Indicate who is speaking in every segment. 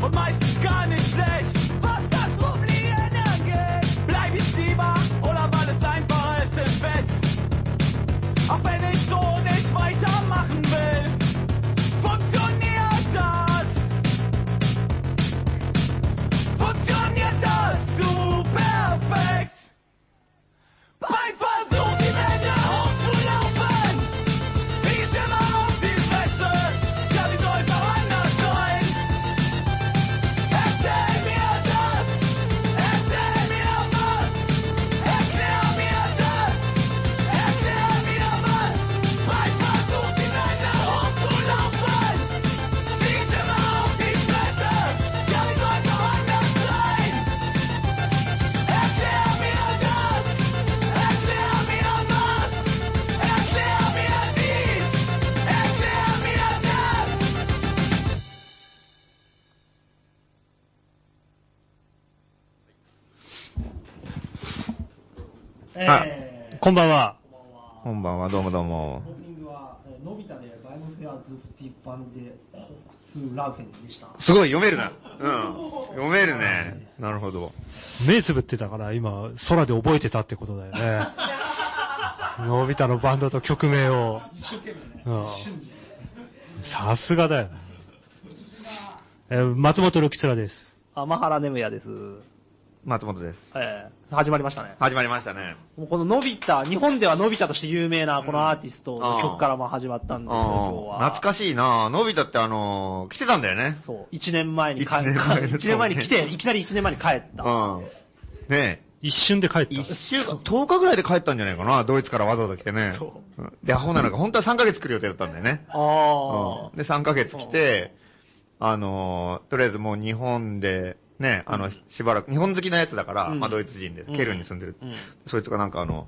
Speaker 1: doch meistens gar nicht schlecht. Was das um Rumliegen angeht, bleib ich lieber oder weil es einfacher ist im Bett. Auch wenn ich so nicht weitermachen will, funktioniert das. Funktioniert das du perfekt. Beim Versuch, die Wände hochzulaufen, ich immer auf die Fresse, ja, die soll doch anders sein. Erzähl mir das, erzähl mir was, erklär mir das, erklär mir was. Beim Versuch, die Wände hochzulaufen, ich immer auf die Fresse, ja, die soll doch anders sein. Erklär mir das, erklär mir was, erklär mir dies, erklär mir das.
Speaker 2: えー、
Speaker 3: こんばんは。
Speaker 4: こんばんは、どうもどうも
Speaker 2: オ。ープニングは、えーのび太でバイムフェアズフティパンで、ホクツラフェンでした。
Speaker 4: すごい、読めるな。うん。読めるね。なるほど。
Speaker 3: 目つぶってたから、今、空で覚えてたってことだよ ね。のび太のバンドと曲名を。
Speaker 2: 一生懸命ね、
Speaker 3: うん
Speaker 2: 一瞬で。
Speaker 3: さすがだよ。えー松本六吉らです。
Speaker 5: 天原ネムヤです。
Speaker 4: 松本です。
Speaker 5: えー、始まりましたね。
Speaker 4: 始まりましたね。
Speaker 5: もうこののび太、日本ではのび太として有名なこのアーティストの曲からも始まったん
Speaker 4: う
Speaker 5: で
Speaker 4: ん。
Speaker 5: すけど、今日は。
Speaker 4: 懐かしいなのび太ってあのー、来てたんだよね。
Speaker 5: そう、一年前に帰
Speaker 4: 一年前
Speaker 5: った。 一年前に来て、いきなり一年前に帰った。
Speaker 4: うん。ね
Speaker 3: 一瞬で帰っ
Speaker 4: え。一
Speaker 3: た。
Speaker 4: 週間、10日ぐらいで帰ったんじゃないかなドイツからわざわざ来てね。
Speaker 5: そ
Speaker 4: うん。で、アホなのか、本当は3ヶ月来る予定だったんだよね。
Speaker 5: あ
Speaker 4: うんで、3ヶ月来て、あのー、とりあえずもう日本で、ね、あの、しばらく、日本好きなやつだから、
Speaker 5: うん
Speaker 4: まあドイツ人で、
Speaker 5: うん
Speaker 4: ケルンに住んでる。
Speaker 5: あ。うん。
Speaker 4: そいつがなんかあの、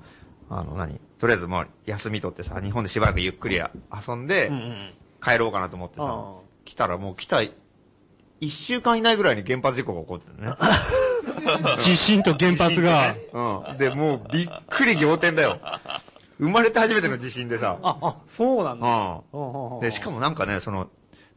Speaker 4: あの何、とりあえずまあ休み取ってさ、日本でしばらくゆっくり遊んで
Speaker 5: うんう、ん。
Speaker 4: 帰ろうかなと思ってさ、
Speaker 5: あ
Speaker 4: 来たらもう来た、一週間以内ぐらいに原発事故が起こってね。
Speaker 3: 地震と原発が、
Speaker 4: うん。で、もうびっくり仰天だよ。生まれて初めての地震でさ
Speaker 5: あ。、あ、あ、そうなんだ。
Speaker 4: う。
Speaker 5: うんうんうんん
Speaker 4: で、しかもなんかね、その、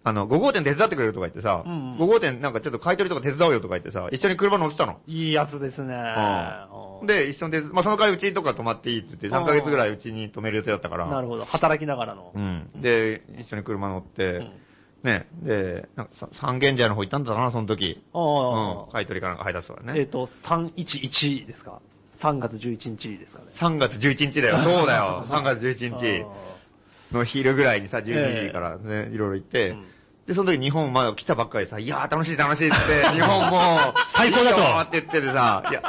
Speaker 4: あの、5号店手伝ってくれるとか言ってさ、
Speaker 5: うんうん
Speaker 4: 5号店なんかちょっと買い取りとか手伝おうよとか言ってさ、一緒に車乗ってたの。
Speaker 5: いいやつですね。
Speaker 4: ん
Speaker 5: うん
Speaker 4: で、一緒に手伝、まあ、その代わりうちにとか泊まっていいって言って、3ヶ月ぐらいうちに泊める予定だったから。
Speaker 5: なるほど。働きながらの
Speaker 4: う。ん。で、一緒に車乗って、ね、で、なんかさ三軒茶屋の方行ったんだな、その時。うん。
Speaker 5: ああ。
Speaker 4: 買い取りかなんか配達とか
Speaker 5: えっ
Speaker 4: ね。
Speaker 5: と、311ですか ?3 月11日ですかね。
Speaker 4: 3月11日だ よ。そうだよ。3月11
Speaker 5: ああ
Speaker 4: 日の昼ぐらいにさ、12
Speaker 5: え
Speaker 4: 時
Speaker 5: え
Speaker 4: からね、いろいろ行って、
Speaker 5: うん
Speaker 4: で、その時日本まだ来たばっかりでさ、いやー楽しい楽しい って、日本もう、
Speaker 3: 最高だと
Speaker 4: いいよって言っててさ、いや、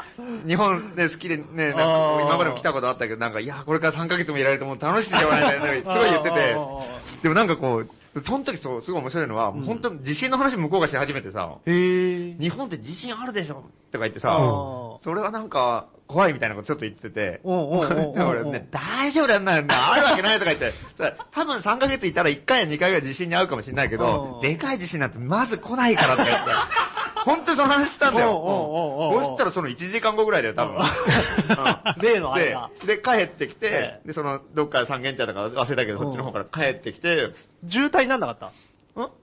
Speaker 4: 日本ね、好きでね、なんか
Speaker 5: あー
Speaker 4: 今までも来たことあったけど、なんか、いやーこれから3ヶ月もいられるともう楽しいじゃないなんかすごい言ってて
Speaker 5: あ、あ
Speaker 4: でもなんかこう、その時そう、すごい面白いのは、もう本当に地震の話向こうがし始めてさ、
Speaker 5: へえ。
Speaker 4: 日本って地震あるでしょとか言って
Speaker 5: あ
Speaker 4: さ、
Speaker 5: ー
Speaker 4: それはなんか、怖いみたいなことちょっと言ってて、
Speaker 5: うんうんうんうん
Speaker 4: 俺ね、大丈夫だよ、なんだ、あるわけないとか言って、さ多分3ヶ月いたら1回や2回ぐらい地震に遭うかもしれないけど
Speaker 5: う、ん
Speaker 4: でかい地震なんてまず来ないからとか言 って、本当にその話したんだよ。
Speaker 5: おうおうおうおう
Speaker 4: そしたらその1時間後ぐらいだよ、多 分。うん
Speaker 5: 例のあれだ
Speaker 4: で、で帰ってきて
Speaker 5: え、
Speaker 4: で、その、どっか三軒茶だから忘れたけど、そっちの方から帰ってきて、
Speaker 5: 渋滞になんなかった
Speaker 4: ん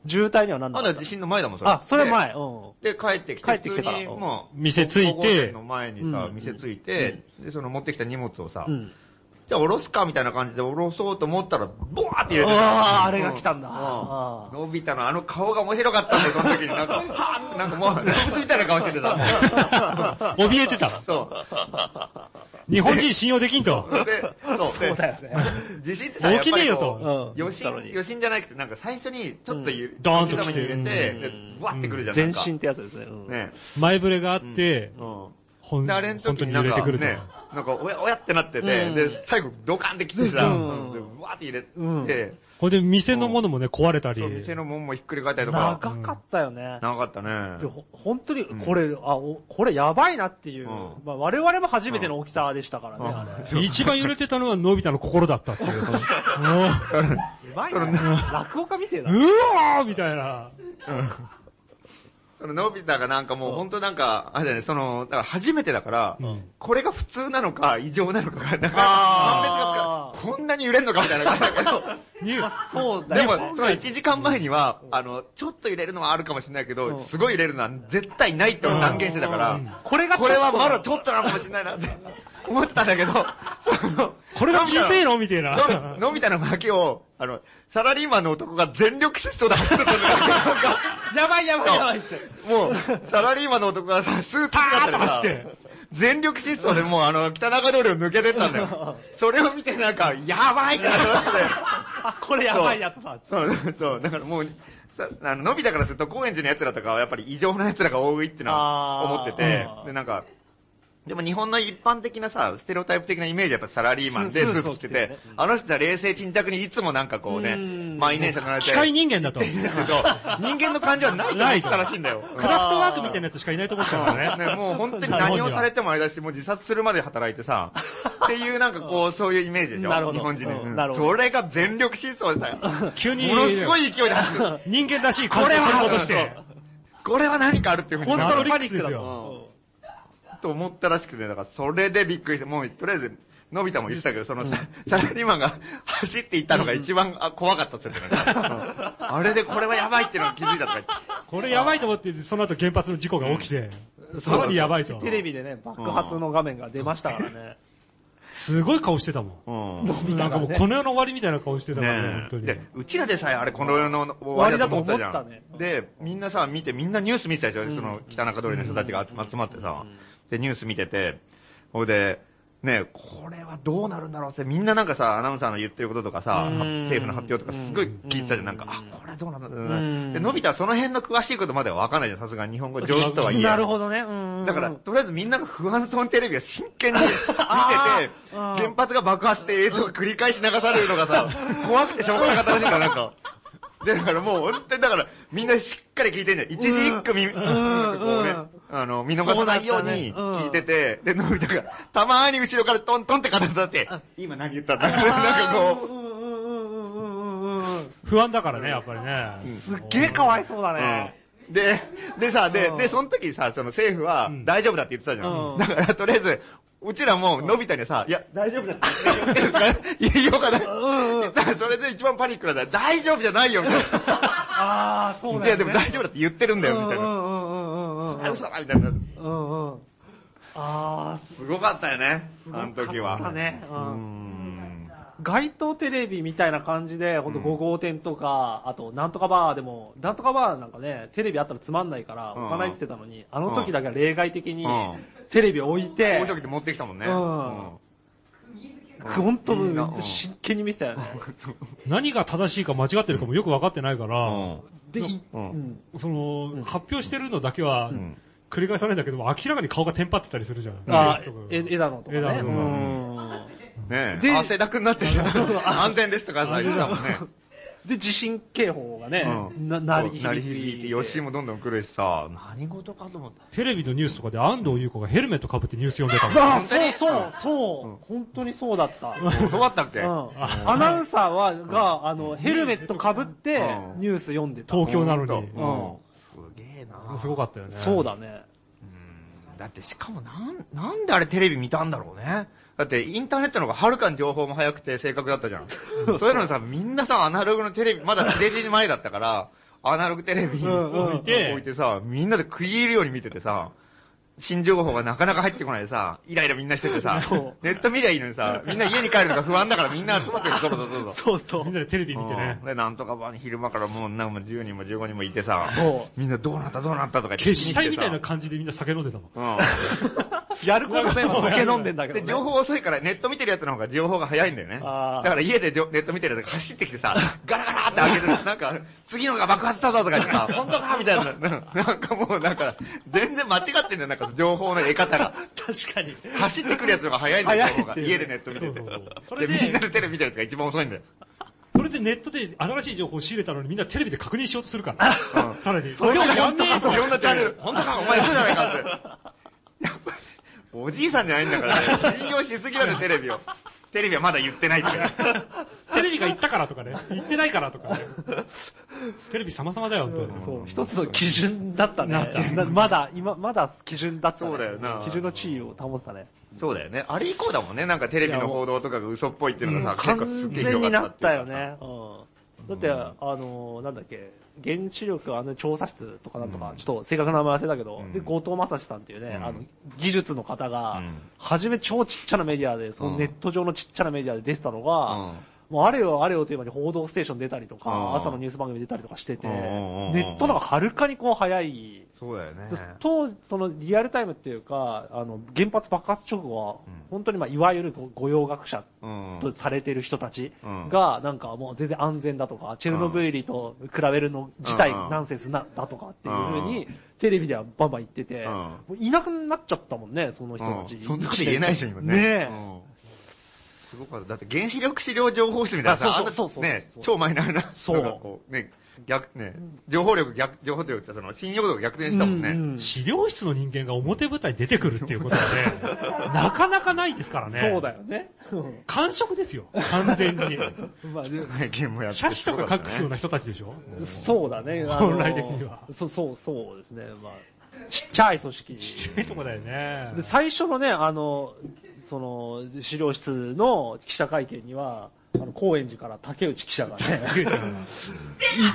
Speaker 5: 渋滞にはなんな
Speaker 4: ま
Speaker 5: か
Speaker 4: だ
Speaker 5: った
Speaker 4: 地震の前だもん、それ。
Speaker 5: あ、それは前。うん。
Speaker 4: で。で、帰ってきて、
Speaker 5: 帰ってきて
Speaker 4: 普
Speaker 5: から
Speaker 4: 通に、まあ、
Speaker 3: 店つい
Speaker 4: 高校生
Speaker 3: て、
Speaker 4: の前にさ
Speaker 5: う、ん
Speaker 4: 店ついて、で、その持ってきた荷物をさ
Speaker 5: う、ん。
Speaker 4: じゃあ下ろすかみたいな感じで下ろそうと思ったら、ボワーって入れて
Speaker 5: あ
Speaker 4: た。
Speaker 5: あ、あれが来たんだ。
Speaker 4: うん
Speaker 5: あー
Speaker 4: のび太のあの顔が面白かったんだよ、その時に。なんか、 はぁなんかもう、動物みたいな顔しててさ。
Speaker 3: 怯えてた。
Speaker 4: そう。
Speaker 3: 日本人信用できんと。
Speaker 4: で、そう。
Speaker 5: そうだよ
Speaker 4: で
Speaker 5: ね。
Speaker 4: 地震ってさ、やっ
Speaker 3: 起き
Speaker 4: ぱ
Speaker 3: ねえ
Speaker 4: り
Speaker 3: よ
Speaker 4: ことう、
Speaker 5: うん。
Speaker 4: 余震、余震じゃなくて、なんか最初にちょっとゆ、
Speaker 3: うんドーンと
Speaker 4: 小刻みに入れて、で
Speaker 5: うん、
Speaker 4: ブワってくるじゃん。な
Speaker 5: 全
Speaker 4: んか
Speaker 5: 身ってやつですね。うん。
Speaker 4: ね。
Speaker 3: 前触れがあって、
Speaker 4: うん。
Speaker 3: ほん
Speaker 4: で、あれの
Speaker 3: 本
Speaker 4: 時
Speaker 3: 当
Speaker 4: に
Speaker 3: に
Speaker 4: な
Speaker 3: 揺
Speaker 4: ん
Speaker 3: れて
Speaker 4: か
Speaker 3: くると。
Speaker 4: ね、なんか、おや、おやってなってて、
Speaker 5: うん
Speaker 4: で、最後、ドカンって来てさ、
Speaker 5: うん
Speaker 4: で、わーって入れて、
Speaker 5: うん
Speaker 3: ほんで、店のものもね、壊れたり
Speaker 4: そう。店の門もひっくり返ったりと
Speaker 5: 長
Speaker 4: か、
Speaker 5: かったよね。
Speaker 4: 長かったね
Speaker 5: で。ほ本当に
Speaker 4: うん、
Speaker 5: これ、あ、おこれやばいなってい
Speaker 4: ん
Speaker 5: うう。まあ我々も初めての大きさでしたからね、
Speaker 4: うん
Speaker 5: あ れ。
Speaker 3: 一番揺れてたのは、のび太の心だった っていう。うん
Speaker 5: うまいな。落語家みてえだ
Speaker 3: う
Speaker 5: な。
Speaker 3: おーみたいな。
Speaker 4: うんそそののび太がなんかもう本当なんか、あれだよね、その、だから初めてだから、
Speaker 3: うん
Speaker 4: これが普通なのか異常なのかが、なん
Speaker 5: あ
Speaker 4: か、判別がつかないこんなに揺れんのかみたいな感じだけ ど、
Speaker 5: まあそうだ
Speaker 4: で
Speaker 5: ね。
Speaker 4: も、その1時間前には、あの、ちょっと揺れるのはあるかもしれないけ
Speaker 5: う
Speaker 4: ど、
Speaker 5: ん
Speaker 4: すごい揺れるのは絶対ないって俺断言してたか
Speaker 3: う
Speaker 4: ら
Speaker 3: ん、
Speaker 5: これが
Speaker 4: これはまだちょっとなのかもしれないなって思ってたんだけど、その
Speaker 3: これが人生のみたいな。
Speaker 4: ののび太の負けを、あの、サラリーマンの男が全力疾走で走ってたのがなんか、
Speaker 5: やばいやばいやばいって。
Speaker 4: もう、サラリーマンの男がさ、スーツ姿で
Speaker 3: パーッと
Speaker 4: さ
Speaker 3: 走 って
Speaker 4: 全力疾走でもうあの、北中通りを抜けてったんだよ。それを見てなんか、やばいってなって
Speaker 5: あ、これやばいやつだ。
Speaker 4: そうそう そう、だからもう、さあの、のび太からすると高円寺の奴らとかはやっぱり異常な奴らが多いっての
Speaker 5: あー
Speaker 4: は思ってて
Speaker 5: う、ん
Speaker 4: で、なんか、でも日本の一般的なさ、ステレオタイプ的なイメージはやっぱサラリーマンでス
Speaker 5: スー
Speaker 4: ー
Speaker 5: ツ
Speaker 4: ツ着て
Speaker 5: 着て
Speaker 4: て
Speaker 5: ね、
Speaker 4: あの人は冷静沈着にいつもなんかこうね、
Speaker 5: うん
Speaker 4: 満員電車乗られて、
Speaker 3: 機械人間だと。ク
Speaker 4: だ けど人間の感情はないと思ってたらしいんだよ。うん
Speaker 3: ラフトワークみたいなやつしかいないと思ってたからね。
Speaker 4: ね、もう本当に何をされてもあれだし、もう自殺するまで働いてさ、っていうなんかこう、そういうイメージでしょ
Speaker 5: なるほど
Speaker 4: 日本人で、
Speaker 5: うん
Speaker 4: うん
Speaker 5: なるほど
Speaker 4: それが全力疾走でさ、
Speaker 3: 急に、
Speaker 4: ものすごい勢いで走る。
Speaker 3: 人間らしい感じを取り戻して。
Speaker 4: これは何かあるっていうふうに
Speaker 3: 本
Speaker 4: な
Speaker 3: 当の
Speaker 4: る
Speaker 3: リックスです
Speaker 4: う
Speaker 3: よ。
Speaker 4: んと思ったらしくて、だからそれでびっくりして、もうとりあえず、のび太も言ってたけど、そのさサラリーマンが 走っていったのが一番あ怖かったって言ってたからうんあれでこれはやばいっていうのに気づいたとか言って。
Speaker 3: これやばいと思って、その後原発の事故が起きて、さらにやばいと。
Speaker 5: テレビでね、爆発の画面が出ましたからね。
Speaker 3: すごい顔してたも
Speaker 4: うん
Speaker 3: ん。なんかもうこの世の終わりみたいな顔してたからね、本
Speaker 4: ね
Speaker 3: 当に。
Speaker 4: で、うちらでさえあれこの世の終わりだと思ったじゃ
Speaker 5: 終わ
Speaker 4: ん
Speaker 5: りだと思。った
Speaker 4: で、みんなさ、見て、みんなニュース見てたでしょ、その北中通りの人たちが集まってさ。で、ニュース見てて、ほいで、ね、これはどうなるんだろうって、みんななんかさ、アナウンサーの言ってることとかさ、
Speaker 5: うん
Speaker 4: 政府の発表とかすごい聞いてたじゃん、なんか、
Speaker 5: うん
Speaker 4: あ、これはどうなんだろ
Speaker 5: う
Speaker 4: うんで、のび太はその辺の詳しいことまではわかんないじゃん、さすがに日本語上手とはいえ。
Speaker 5: なるほどね。うんうん
Speaker 4: だから、とりあえずみんなが不安そうにテレビを真剣に見てて、
Speaker 5: あー
Speaker 4: 原発が爆発して映像が繰り返し流されるのが さ、怖くてしょうがなかったらしいから、なんか。で、だからもう本当にだから、みんなしっかり聞いてんじゃん。一時一組、なんかこうね
Speaker 5: うん、
Speaker 4: あの、見逃さないように
Speaker 5: そうだったねうん
Speaker 4: 聞いてて、で、のび太が、たまーに後ろからトントンって肩立って、今何言ったんだなんかこう、
Speaker 5: うんうんうんうんうんうん。
Speaker 3: 不安だからね、やっぱりね。
Speaker 5: すっげえかわいそうだね。
Speaker 4: で、でさ、で
Speaker 5: う、ん
Speaker 4: で、その時さ、その政府は
Speaker 3: うん
Speaker 4: 大丈夫だって言ってたじゃん。
Speaker 5: うん
Speaker 4: だから、とりあえず、うちらも、のび太にさ、いや、大丈夫だって言ってるから言いようかな。
Speaker 5: んうん
Speaker 4: 言ったらそれで一番パニックなんだよ。大丈夫じゃないよ、みたい
Speaker 5: ああ、そうだよ
Speaker 4: な。
Speaker 5: ね。
Speaker 4: いや、でも大丈夫だって言ってるんだよ、みたい
Speaker 5: うん
Speaker 4: な。
Speaker 5: うんうんうんうん
Speaker 4: あ、嘘だ、みたいな。
Speaker 5: うんうんうん。ああ、
Speaker 4: すごかったよね、あの時は。
Speaker 5: すごかったね
Speaker 4: う
Speaker 5: うん
Speaker 4: ん。
Speaker 5: 街頭テレビみたいな感じで、ほんと
Speaker 4: うん
Speaker 5: 5号店とか、あとなんとかバーでも、なんとかバーなんかね、テレビあったらつまんないから、
Speaker 4: うん
Speaker 5: 置かないって言ってたのに、あの時だけは例外的に
Speaker 4: うん、
Speaker 5: テレビ置いて
Speaker 4: 面、白くて持ってきたもんね。
Speaker 5: うん
Speaker 4: うん
Speaker 5: 本当
Speaker 4: いいなうん
Speaker 5: に真剣に見てたよね。
Speaker 3: 何が正しいか間違ってるかもよく分かってないか
Speaker 4: う
Speaker 3: ら、
Speaker 4: ん。
Speaker 5: で、い
Speaker 4: うん
Speaker 5: うん
Speaker 3: その、発表してるのだけは
Speaker 4: ん、
Speaker 3: 繰り返さないんだけど、明らかに顔がテンパってたりするじゃん。
Speaker 5: あ
Speaker 3: 政府とか
Speaker 5: ー、え枝野とかね。
Speaker 3: 枝野とか
Speaker 5: うん
Speaker 4: ねえ。
Speaker 5: で
Speaker 4: 汗だくになってる安全ですとかさ、言ってたもんね。
Speaker 5: で、地震警報がね、
Speaker 4: うん
Speaker 5: な、
Speaker 4: な
Speaker 5: 鳴
Speaker 4: り
Speaker 5: り
Speaker 4: 響いて、吉井もどんどん来るしさ、何事かと思った。
Speaker 3: テレビのニュースとかで安藤優子がヘルメット被ってニュース読んでたもん。
Speaker 5: あそうそう、そう、本当にそうだった。
Speaker 4: どうだったっけ
Speaker 5: うんアナウンサーは、が、あの、ヘルメット被って
Speaker 4: うん、
Speaker 5: ニュース読んでた。
Speaker 3: 東京なの
Speaker 4: う
Speaker 3: に。
Speaker 4: ん。すげえな
Speaker 3: すごかったよね。
Speaker 5: そうだね。
Speaker 4: うんだってしかもなん、なんであれテレビ見たんだろうね。だってインターネットの方がはるかに情報も早くて正確だったじゃん。そういうのさ、みんなさ、アナログのテレビ、まだテレビ前だったから、アナログテレビ
Speaker 5: んうん
Speaker 4: 置いて、置いてさ、みんなで食い入るように見ててさ、新情報がなかなか入ってこないでさ、イライラみんなしててさ
Speaker 5: そう、
Speaker 4: ネット見りゃいいのにさ、みんな家に帰るのが不安だからみんな集まってる、そうそうそうそう。
Speaker 5: そうそ
Speaker 3: みんな
Speaker 5: う。
Speaker 3: でテレビ見てね
Speaker 4: うん。で、なんとか場に昼間からもうなんか10人も15人もいてさ、
Speaker 5: そ
Speaker 4: みんなどうなったどうなったとか言って
Speaker 3: 決死隊みたいな
Speaker 4: 見て
Speaker 3: 感じでみんな酒飲んでたもん。
Speaker 4: さ
Speaker 5: やることね、酒飲んでんだ
Speaker 4: うん。
Speaker 5: けど、
Speaker 4: で、
Speaker 5: ね。
Speaker 4: 情報遅いからネット見てるやつの方が情報が早いんだよね。だ
Speaker 5: あー
Speaker 4: から家でじょネット見てるやつが走ってきて さ、ガラガラって開けて、なんか、次のが爆発したぞとか言っ てさ、本当かみたいな。なんかもうなんか、全然間違ってんだよ、なんか情報の得方が。
Speaker 5: 確かに。
Speaker 4: 走ってくるやつの方が早いんだよ、情報が。
Speaker 5: 早い
Speaker 4: 家でネット見てて
Speaker 3: そうそうそう。そ
Speaker 4: で、
Speaker 3: れで
Speaker 4: みんなでテレビ見てるやつが一番遅いんだよ。
Speaker 3: それでネットで新しい情報を仕入れたのにみんなテレビで確認しようとするから。さらに。それをやんねえと
Speaker 4: いろんなチャンネル、本当か、お前そうじゃないかって。やっぱおじいさんじゃないんだからね。信用しすぎだね、テレビを。テレビはまだ言ってないっていう。
Speaker 3: テレビが行ったからとかね、行ってないからとかね。テレビ様々だよ、本当
Speaker 5: そ
Speaker 3: に。
Speaker 5: う、一つの基準だったね。なまだ、今、まだ基準だったね。
Speaker 4: そうだよな
Speaker 5: 基準の地位を保ってたね。
Speaker 4: そうだよね。あれ以降だもんね。なんかテレビの報道とかが嘘っぽいっていうのがさ、結構す
Speaker 5: 完
Speaker 4: っげえ
Speaker 5: 全に
Speaker 4: 広
Speaker 5: な
Speaker 4: がっ
Speaker 5: ったた
Speaker 4: ってい
Speaker 5: よ
Speaker 4: うかさ。
Speaker 5: ね。うん。だって、あの、なんだっけ、原子力あの調査室とかなんとか、ちょっと正確な名前忘れたけど、
Speaker 4: うん
Speaker 5: で、後藤正史さんっていうね、
Speaker 4: うん
Speaker 5: あの、技術の方が、
Speaker 4: うん
Speaker 5: 初め超ちっちゃなメディアで、そのネット上のちっちゃなメディアで出てたのが、
Speaker 4: うん
Speaker 5: もうあれよあれよという間に報道ステーション出たりと
Speaker 4: う
Speaker 5: か、
Speaker 4: ん
Speaker 5: 朝のニュース番組出たりとかしてて、
Speaker 4: うんうんうん
Speaker 5: ネットの方がはるかにこう早い。
Speaker 4: そうだよね
Speaker 5: で。当時そのリアルタイムっていうか、あの、原発爆発直後は
Speaker 4: うん、
Speaker 5: 本当にまあ、いわゆるご御用学者
Speaker 4: うん
Speaker 5: とされている人たち
Speaker 4: うん
Speaker 5: が、なんかもう全然安全だとか、チェルノブイリと比べるの自体ナンセンスな、だとかっていうふうに、テレビではバンバン言ってて、
Speaker 4: うん
Speaker 5: もういなくなっちゃったもんね、その人たち。
Speaker 4: うんそんなこと言えないでしょ、今ね。
Speaker 5: ねえ
Speaker 4: うんすごかった。だって原子力資料情報室みたいなさ、
Speaker 5: あ
Speaker 4: あん
Speaker 5: そう
Speaker 4: な
Speaker 5: そうそうそう
Speaker 4: ね
Speaker 5: そう、
Speaker 4: 超マイナーな、
Speaker 5: そう
Speaker 4: なんかこう、ね、逆、ね、情報力逆、情報力ってその信用度が逆転したもんね。
Speaker 5: ううん
Speaker 3: 資料室の人間が表舞台に出てくるっていうことはね、なかなかないですからね。
Speaker 5: そうだよね。
Speaker 3: 完食ですよ、完全 に。
Speaker 5: まあで
Speaker 4: 会見もやって
Speaker 3: 写真とか書くよう
Speaker 4: な。
Speaker 3: な人たちでしょ
Speaker 5: そうだね。あの
Speaker 3: 本来的には。
Speaker 5: そうそう、そうですね。まあ、ちっちゃい組織。
Speaker 3: ちっちゃいとこだよね。
Speaker 5: で、最初のね、あの、その、資料室の記者会見には、あの、高円寺から竹内記者がね、 行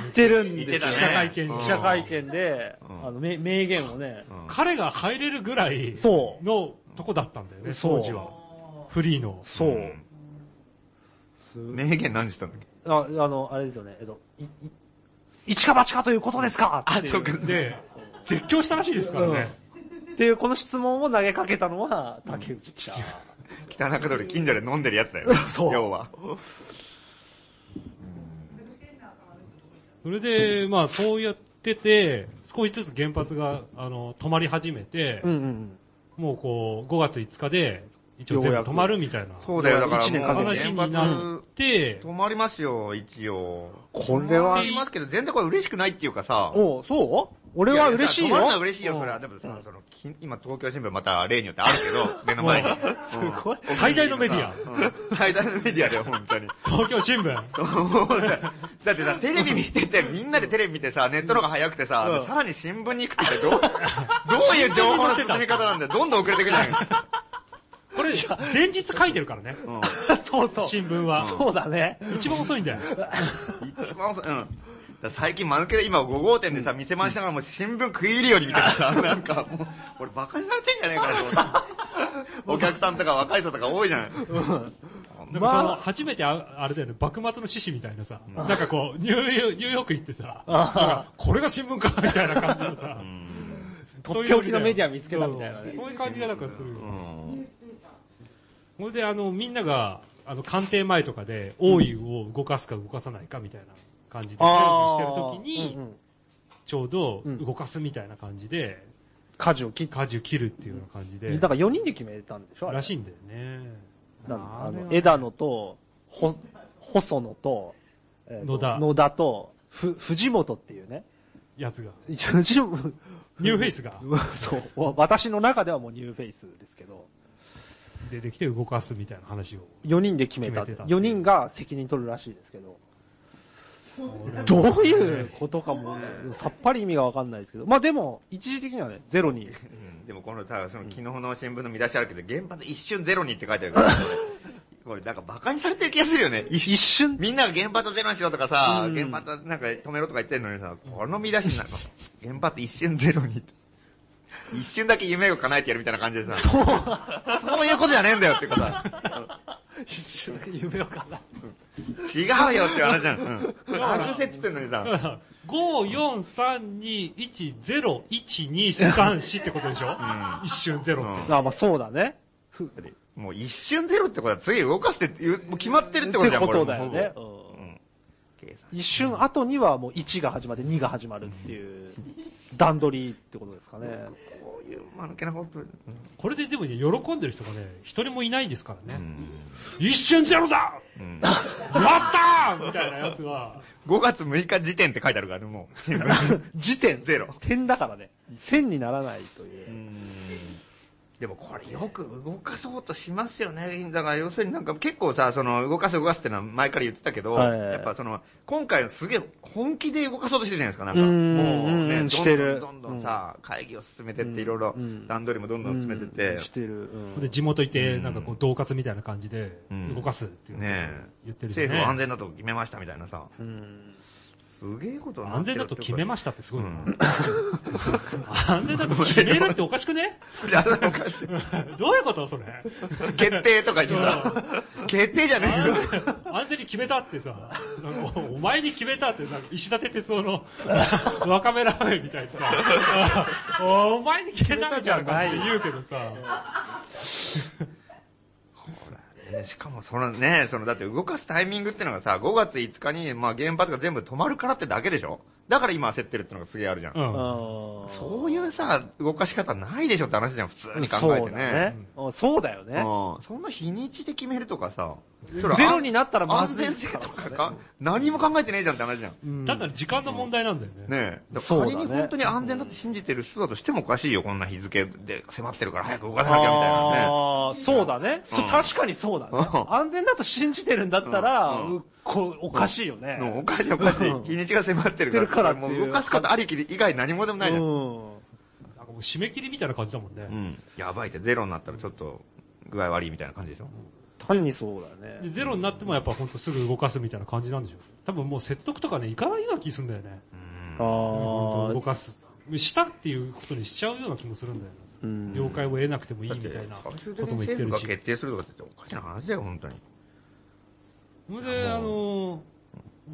Speaker 5: ってるんですよ、
Speaker 4: 行
Speaker 3: た
Speaker 4: って
Speaker 3: ね記者会見
Speaker 5: 記者会見で、
Speaker 4: うん
Speaker 5: あの、め名言をね、
Speaker 4: うん
Speaker 3: 彼が入れるぐらい
Speaker 5: そう
Speaker 3: のとこだったんだよね、
Speaker 5: そう
Speaker 3: 当時は。フリーの。
Speaker 5: そう
Speaker 4: う。ん名言何したんだっけ
Speaker 5: ああの、あれですよね、えっと、い、い一か八かということですかっていう
Speaker 4: そうか
Speaker 3: で、絶叫したらしいですからね。
Speaker 5: っていう、この質問を投げかけたのは、竹内記者。
Speaker 4: 北中通り近所で飲んでるやつだよ。
Speaker 5: そう
Speaker 4: 要は。
Speaker 3: それで、まあそうやってて、少しずつ原発が、あの、止まり始めて、
Speaker 5: うんうん
Speaker 3: もうこう、5月5日で、一応全部止まるみたいな
Speaker 4: そうだよ、だから
Speaker 5: 一年
Speaker 4: もう
Speaker 5: か
Speaker 3: 話
Speaker 4: 原
Speaker 3: に
Speaker 4: 発
Speaker 3: なって、
Speaker 4: 止まりますよ、一応。
Speaker 5: うん。これ
Speaker 4: 止
Speaker 5: は
Speaker 4: まりますけど、全然これ嬉しくないっていうかさ。
Speaker 5: おうそう俺は嬉しい
Speaker 4: や
Speaker 5: よ。
Speaker 4: や止まるのは嬉しいよ、それは。でもさ、その、き今東京新聞また例によってあるけど、目の前に。す
Speaker 5: ごい
Speaker 3: 最大のメディア
Speaker 4: 最大のメディアだよ、本当に。
Speaker 3: 東京新聞。
Speaker 4: そう だよだってさ、テレビ見てて、みんなでテレビ見てさ、ネットの方が早くてさ、でさらに新聞に行くってど う、どういう情報の進み方なんだよ。どんどん遅れてくじゃん。
Speaker 3: これ、前日書いてるからね、
Speaker 4: うん
Speaker 5: そうそう。
Speaker 3: 新聞は。
Speaker 5: そうだね。
Speaker 3: 一番遅いんだよ。
Speaker 4: 一番遅い、うん。だから最近、間抜けで今5号店でさ、店回しながらもう新聞食い入るように見てて さ、なんかもう、俺バカにされてんじゃねえかなと思 って。お客さんとか若い人とか多いじゃない。
Speaker 3: なんかその、初めてああれだよね、幕末の志士みたいなさ、なんかこう、ニューヨニューヨーク行ってさ、なんかこれが新聞か、みたいな感じのさ、
Speaker 5: とっておきのメディア見つけたみたいな
Speaker 3: そ
Speaker 5: ね
Speaker 3: うそういう感じがなんかするよ。
Speaker 4: うん
Speaker 3: それで、あの、みんなが、あの、官邸前とかで、大湯を動かすか動かさないかみたいな感じで、テレビしてる時
Speaker 5: うんう
Speaker 3: に、
Speaker 5: ん
Speaker 3: ちょうど
Speaker 5: うん
Speaker 3: 動かすみたいな感じで、
Speaker 5: 舵を切っ
Speaker 3: 舵を切るっていうような感じで
Speaker 5: だ、から4人で決めたんでしょあれ
Speaker 3: らしいんだよね。
Speaker 5: なんあ
Speaker 3: あれは
Speaker 5: の、枝野と、ほ、細野と、えーと
Speaker 3: 野田
Speaker 5: 野田と、ふ、藤本っていうね。
Speaker 3: やつが。
Speaker 5: 藤本、
Speaker 3: ニューフェイスが
Speaker 5: そう。わ私の中ではもうニューフェイスですけど、
Speaker 3: 出てきて動かすみたいな話を。
Speaker 5: 4人で決めたって。
Speaker 3: 決めてた
Speaker 5: 4人が責任取るらしいですけど。どういうことかも、さっぱり意味がわかんないですけど。まあでも、一時的にはね、ゼロに。
Speaker 4: うんでもこのさ、その昨日の新聞の見出しあるけど、原発一瞬ゼロにって書いてあるから、これこれなんかバカにされてる気がするよね。
Speaker 5: 一瞬
Speaker 4: みんなが原発をゼロにしろとかさ、
Speaker 5: うん
Speaker 4: 原発なんか止めろとか言ってんのにさ、この見出しになるの。原発一瞬ゼロにって。一瞬だけ夢を叶えてやるみたいな感じでさ、
Speaker 5: そう。
Speaker 4: そういうことじゃねえんだよっていうかさ、
Speaker 5: 一瞬夢をかな。
Speaker 4: 違うよっていう話じゃん。うん。白説ってんのにさ、
Speaker 3: 5,4,3,2,1,0,1,2,3,4ってことでしょ、
Speaker 4: ん
Speaker 3: 一瞬ゼロって。
Speaker 5: あ、まあそうだね。ふ
Speaker 4: もう一瞬ゼロってことは次動かしてっていう、もう決まってるってことじゃん、
Speaker 5: ってことだよ
Speaker 4: これ
Speaker 5: ね
Speaker 4: も。うほぼ
Speaker 5: うん
Speaker 4: うん計算
Speaker 5: 一瞬後にはもう1が始まって2が始まるっていう段取りってことですかね。
Speaker 4: こういう間抜けなこと。うん
Speaker 3: これででもね、喜んでる人がね、一人もいないですからね。一瞬ゼロだ
Speaker 4: うん
Speaker 3: やったーみたいなやつは、
Speaker 4: 5月6日時点って書いてあるからね、もう。
Speaker 5: 時点
Speaker 4: ゼロ
Speaker 5: 点だからね。線にならないという。
Speaker 4: でもこれよく動かそうとしますよね。だから要するになんか結構さ、その動かす動かすってのは前から言ってたけど、
Speaker 5: はい
Speaker 4: やっぱその、今回すげえ本気で動かそうとしてるじゃないですか、なんか。
Speaker 5: うーん
Speaker 4: もう
Speaker 5: う
Speaker 4: ね、
Speaker 5: んしてる
Speaker 4: どんどんどんどんさ、会議を進めてっていろいろ
Speaker 5: うん
Speaker 4: 段取りもどんどん進めてって
Speaker 5: うん、してる。うん
Speaker 3: で、地元いて、
Speaker 4: うん
Speaker 3: なんかこう、恫喝みたいな感じで
Speaker 4: うん、
Speaker 3: 動かすっていうのを
Speaker 4: ね
Speaker 3: 言ってるしね。
Speaker 4: 政府は安全だと決めましたみたいなさ、
Speaker 5: うん
Speaker 4: すげえことにな
Speaker 3: 安
Speaker 4: って
Speaker 3: 全
Speaker 4: る
Speaker 3: だと決めま
Speaker 4: し
Speaker 3: したってす
Speaker 4: た
Speaker 3: ごいな。 安全だと決めるっておかしくねどういうことそれ。
Speaker 4: 決定とか言ってさ、決定じゃねえよ。
Speaker 3: 安全に決めたってさ、なんかお前に決めたってさ、石立哲夫のわかめラーメンみたいにさ、おお前に決めたんじゃんかって言うけどさ、
Speaker 4: ねしかもそのね、そのだって動かすタイミングってのがさ、5月5日にまあ原発が全部止まるからってだけでしょだから今焦ってるってのがすげえあるじゃん。
Speaker 3: うん。
Speaker 5: あー
Speaker 4: そういうさ、動かし方ないでしょって話じゃん、普通に考えてね。
Speaker 5: そうだね。そうだ
Speaker 4: うん
Speaker 5: よね。
Speaker 4: そんな日にちで決めるとかさ、
Speaker 5: ゼロになったらま
Speaker 4: 安
Speaker 5: ずい
Speaker 4: 全性とかか、何も考えてねえじゃんって話じゃん。
Speaker 3: ただ時間の問題なんだよね。
Speaker 4: ねえ。だ
Speaker 5: そうだね
Speaker 4: 仮に本当に安全だって信じてる人だとしてもおかしいよ、こんな日付で迫ってるから早く動かさなきゃみたいなね。
Speaker 5: ああ、そうだね。そう
Speaker 4: うん
Speaker 5: 確かにそうだね。
Speaker 4: うん
Speaker 5: 安全だと信じてるんだったら、
Speaker 4: うんうん
Speaker 5: うこおかしいよね。
Speaker 4: うんおかしいおかし
Speaker 5: うん
Speaker 4: い。日にちが迫ってるから。
Speaker 5: 迫ってるからって
Speaker 4: も
Speaker 5: いう
Speaker 4: う動かすことありきで以外何もでもないじゃん。
Speaker 5: うん
Speaker 3: なんかもう締め切りみたいな感じだもんね。
Speaker 4: うん。やばいって、ゼロになったらちょっと具合悪いみたいな感じでしょ
Speaker 5: 単にそうだね
Speaker 3: で、。ゼロになってもやっぱほんとすぐ動かすみたいな感じなんでしょ。多分もう説得とかね、いかないような気すんだよね。
Speaker 5: あ
Speaker 3: ほんと動
Speaker 5: あ、
Speaker 3: かす。したっていうことにしちゃうような気もするんだよね。
Speaker 5: うん
Speaker 3: 了解を得なくてもいい
Speaker 4: だっ
Speaker 3: み
Speaker 4: て
Speaker 3: たいなこ
Speaker 4: 最終
Speaker 3: と
Speaker 4: 的に
Speaker 3: も言って
Speaker 4: 政府
Speaker 3: る
Speaker 4: が
Speaker 3: し。
Speaker 4: 決定するとかっておかしな話だよ、本当に。
Speaker 3: それで、あの、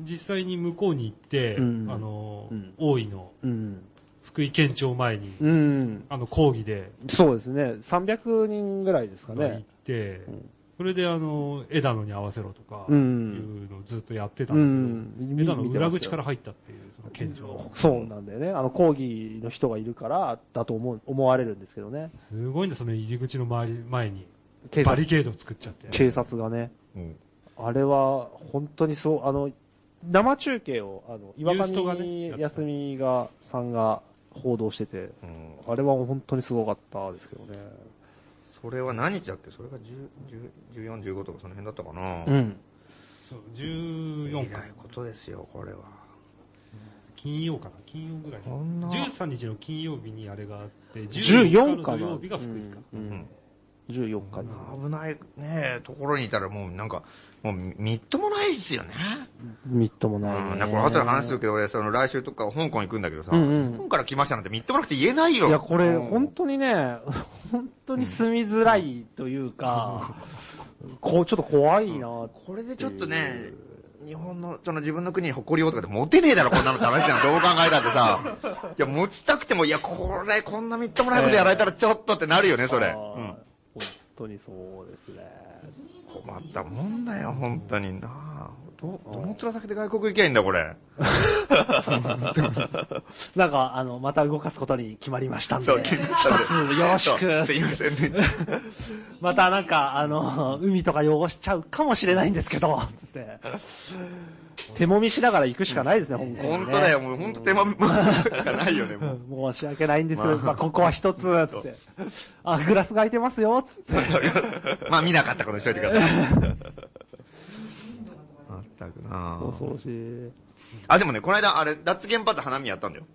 Speaker 3: 実際に向こうに行って、
Speaker 5: うん
Speaker 3: あの
Speaker 5: うん、
Speaker 3: 大井の
Speaker 5: うん。
Speaker 3: 福井県庁前に、
Speaker 5: うん。
Speaker 3: あの、抗議で
Speaker 5: そうですね。300人ぐらいです
Speaker 3: 行
Speaker 5: か
Speaker 3: っ
Speaker 5: ね。。
Speaker 3: て、それであの、枝野に合わせろとか、いううんのをずっとやってた
Speaker 5: うん
Speaker 3: だ
Speaker 5: ん。。
Speaker 3: けど、枝野の裏口からら入ったっていう、その県庁。
Speaker 5: そうなんだよね。あの、抗議の人がいるから、だと思う、思われるんですけどね。
Speaker 3: すごいんだ、その入り口の周り前に、
Speaker 5: 警
Speaker 3: バ
Speaker 5: 察
Speaker 3: リ、ケードを作っちゃって。
Speaker 5: 警察がね。あれは、本当にそう、あの、生中継を、あの、岩
Speaker 3: ユーストがね
Speaker 5: 上休みが、さんが報道してて、
Speaker 4: うん
Speaker 5: あれは本当にすごかったですけどね。
Speaker 4: それは何日だっけそれが10 10 14、15とかその辺だったかな。
Speaker 5: ん。
Speaker 3: そう、
Speaker 4: い
Speaker 3: 14
Speaker 4: な
Speaker 3: 回
Speaker 4: い。ことですよ、これは。
Speaker 3: 金曜かな金曜ぐらいに
Speaker 4: こんな
Speaker 3: 13日の金曜日にあれがあって、
Speaker 5: 14
Speaker 3: の土
Speaker 5: 日な
Speaker 3: 曜日が福井か。
Speaker 5: う
Speaker 4: うんん
Speaker 5: うん14日ですね。
Speaker 4: 危ないねところにいたらもうなんか、もうみっともないですよね。
Speaker 5: みっとも
Speaker 4: う
Speaker 5: ないね。
Speaker 4: ん。なんかこれ後で話するけど、俺、その来週とか香港行くんだけどさ、
Speaker 5: うんうん
Speaker 4: 日本から来ましたなんてみっともなくて言えないよ。
Speaker 5: いや、これ、
Speaker 4: うん
Speaker 5: 本当にね、本当に住みづらいという か、こう、ちょっと怖いなぁ
Speaker 4: これでちょっとね、日本の、その自分の国に誇りをとかって持てねえだろ、こんなのって話じゃん。どう考えたって さ。いや、持ちたくても、いや、これ、こんなみっともないことやられたらちょっとってなるよね、それ。う
Speaker 5: あー
Speaker 4: ん
Speaker 5: 本。当にそうですね。
Speaker 4: 困ったもんだよ、本当になあ。ど、どの面先で外国行きゃいいんだ、これ。
Speaker 5: なんか、あの、また動かすことに決まりましたんで、
Speaker 4: そう、
Speaker 5: 一つよろし
Speaker 4: そうす
Speaker 5: く、
Speaker 4: いませんね。
Speaker 5: またなんか、あの、海とか汚しちゃうかもしれないんですけど、つって。手揉みしながら行くしかないですね、香港にね
Speaker 4: 本当だよ、もう本当手間、しかないよね、もう。
Speaker 5: うん申し訳ないんですけど、
Speaker 4: まあ
Speaker 5: まあ、ここは一つ、つって。あ、グラスが空いてますよ、つって。
Speaker 4: まあ、見なかったことにしといてください。まったくなあ
Speaker 5: 恐ろしい。
Speaker 4: あ、でもね、この間、あれ、脱原発花見やったんだよ。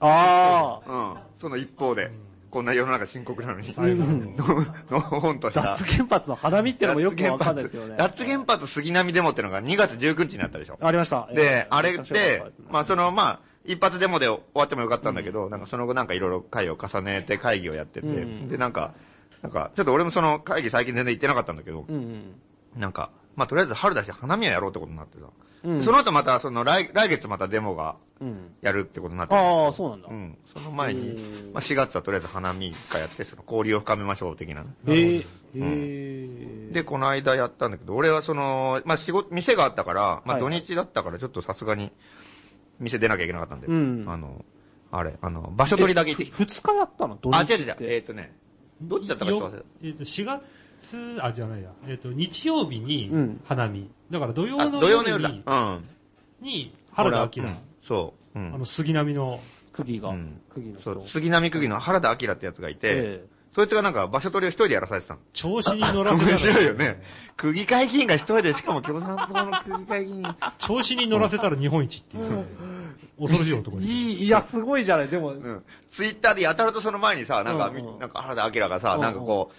Speaker 5: ああ、
Speaker 4: うん。その一方で、こんな世の中深刻なのに、
Speaker 3: 最後
Speaker 4: の、 のほんとした
Speaker 5: 脱。原発の花見ってのもよくわかんないですよね。
Speaker 4: 脱原発杉並デモってのが2月19日になったでしょ。
Speaker 5: ありました。
Speaker 4: で
Speaker 5: え、ー
Speaker 4: あれっ
Speaker 5: 面白か
Speaker 4: て
Speaker 5: たですね、
Speaker 4: まあその、まあ、一発デモで終わってもよかったんだけど、なんかその後なんかいろいろ会を重ねて会議をやってて、
Speaker 5: うん
Speaker 4: でなんか、なんか、ちょっと俺もその会議最近全然行ってなかったんだけど、
Speaker 5: うん
Speaker 4: なんか、まあとりあえず春だし花見をやろうってことになってさ、
Speaker 5: うん。うん
Speaker 4: その、後またその来来月またデモが
Speaker 5: うん。
Speaker 4: やるってことになって
Speaker 5: ああ、そうなんだ。
Speaker 4: う
Speaker 5: え
Speaker 4: ん。その前
Speaker 5: う
Speaker 4: に
Speaker 5: ん、
Speaker 4: まあ4月はとりあえず花見会やって、その交流を深めましょう的な。
Speaker 5: ー、え
Speaker 4: うん
Speaker 5: ー。
Speaker 4: で、この間やったんだけど、俺はその、まあ、仕事、店があったから、まあ、
Speaker 5: はい
Speaker 4: 土
Speaker 5: はい
Speaker 4: 日だったから、ちょっとさすがに、店出なきゃいけなかったんで、
Speaker 5: うん
Speaker 4: あの、あれ、あの、場所取りだけ行ってきて、
Speaker 5: ふ二日やったの土日
Speaker 4: あ、
Speaker 5: っ
Speaker 4: 違
Speaker 5: て
Speaker 4: う違う、えっ、とね、どっちだったかちょっと忘れた。
Speaker 3: えっと4月、あ、じゃないや、えっ、と、日曜日に
Speaker 5: うん
Speaker 3: 花見。だから土曜
Speaker 4: あ、
Speaker 3: の
Speaker 4: 土曜の
Speaker 3: 夜
Speaker 4: 夜だ。う
Speaker 3: に、
Speaker 4: ん。
Speaker 3: に原田明、
Speaker 4: うんそう。う
Speaker 3: あ
Speaker 4: ん
Speaker 3: の、。杉並の、
Speaker 5: 釘が、
Speaker 4: うん
Speaker 5: 釘の
Speaker 4: そ
Speaker 5: 人。
Speaker 4: う、杉並区議の原田明ってやつがいて、
Speaker 5: え
Speaker 4: そいつがなんか場所取りを一人でやらされてたの。
Speaker 3: 調子に乗らせたら
Speaker 4: 面白いよね。区議会議員が一人で、しかも共産党の区議会議員。
Speaker 3: 調子に乗らせたら日本一っていう。恐ろしい男です。
Speaker 5: いい、いや、すごいじゃない、でも、
Speaker 4: うん。ツイッターでやたらとその前にさ、なんか、
Speaker 5: うんうん
Speaker 4: なんか原田明がさ、
Speaker 5: うんうん
Speaker 4: なんかこう、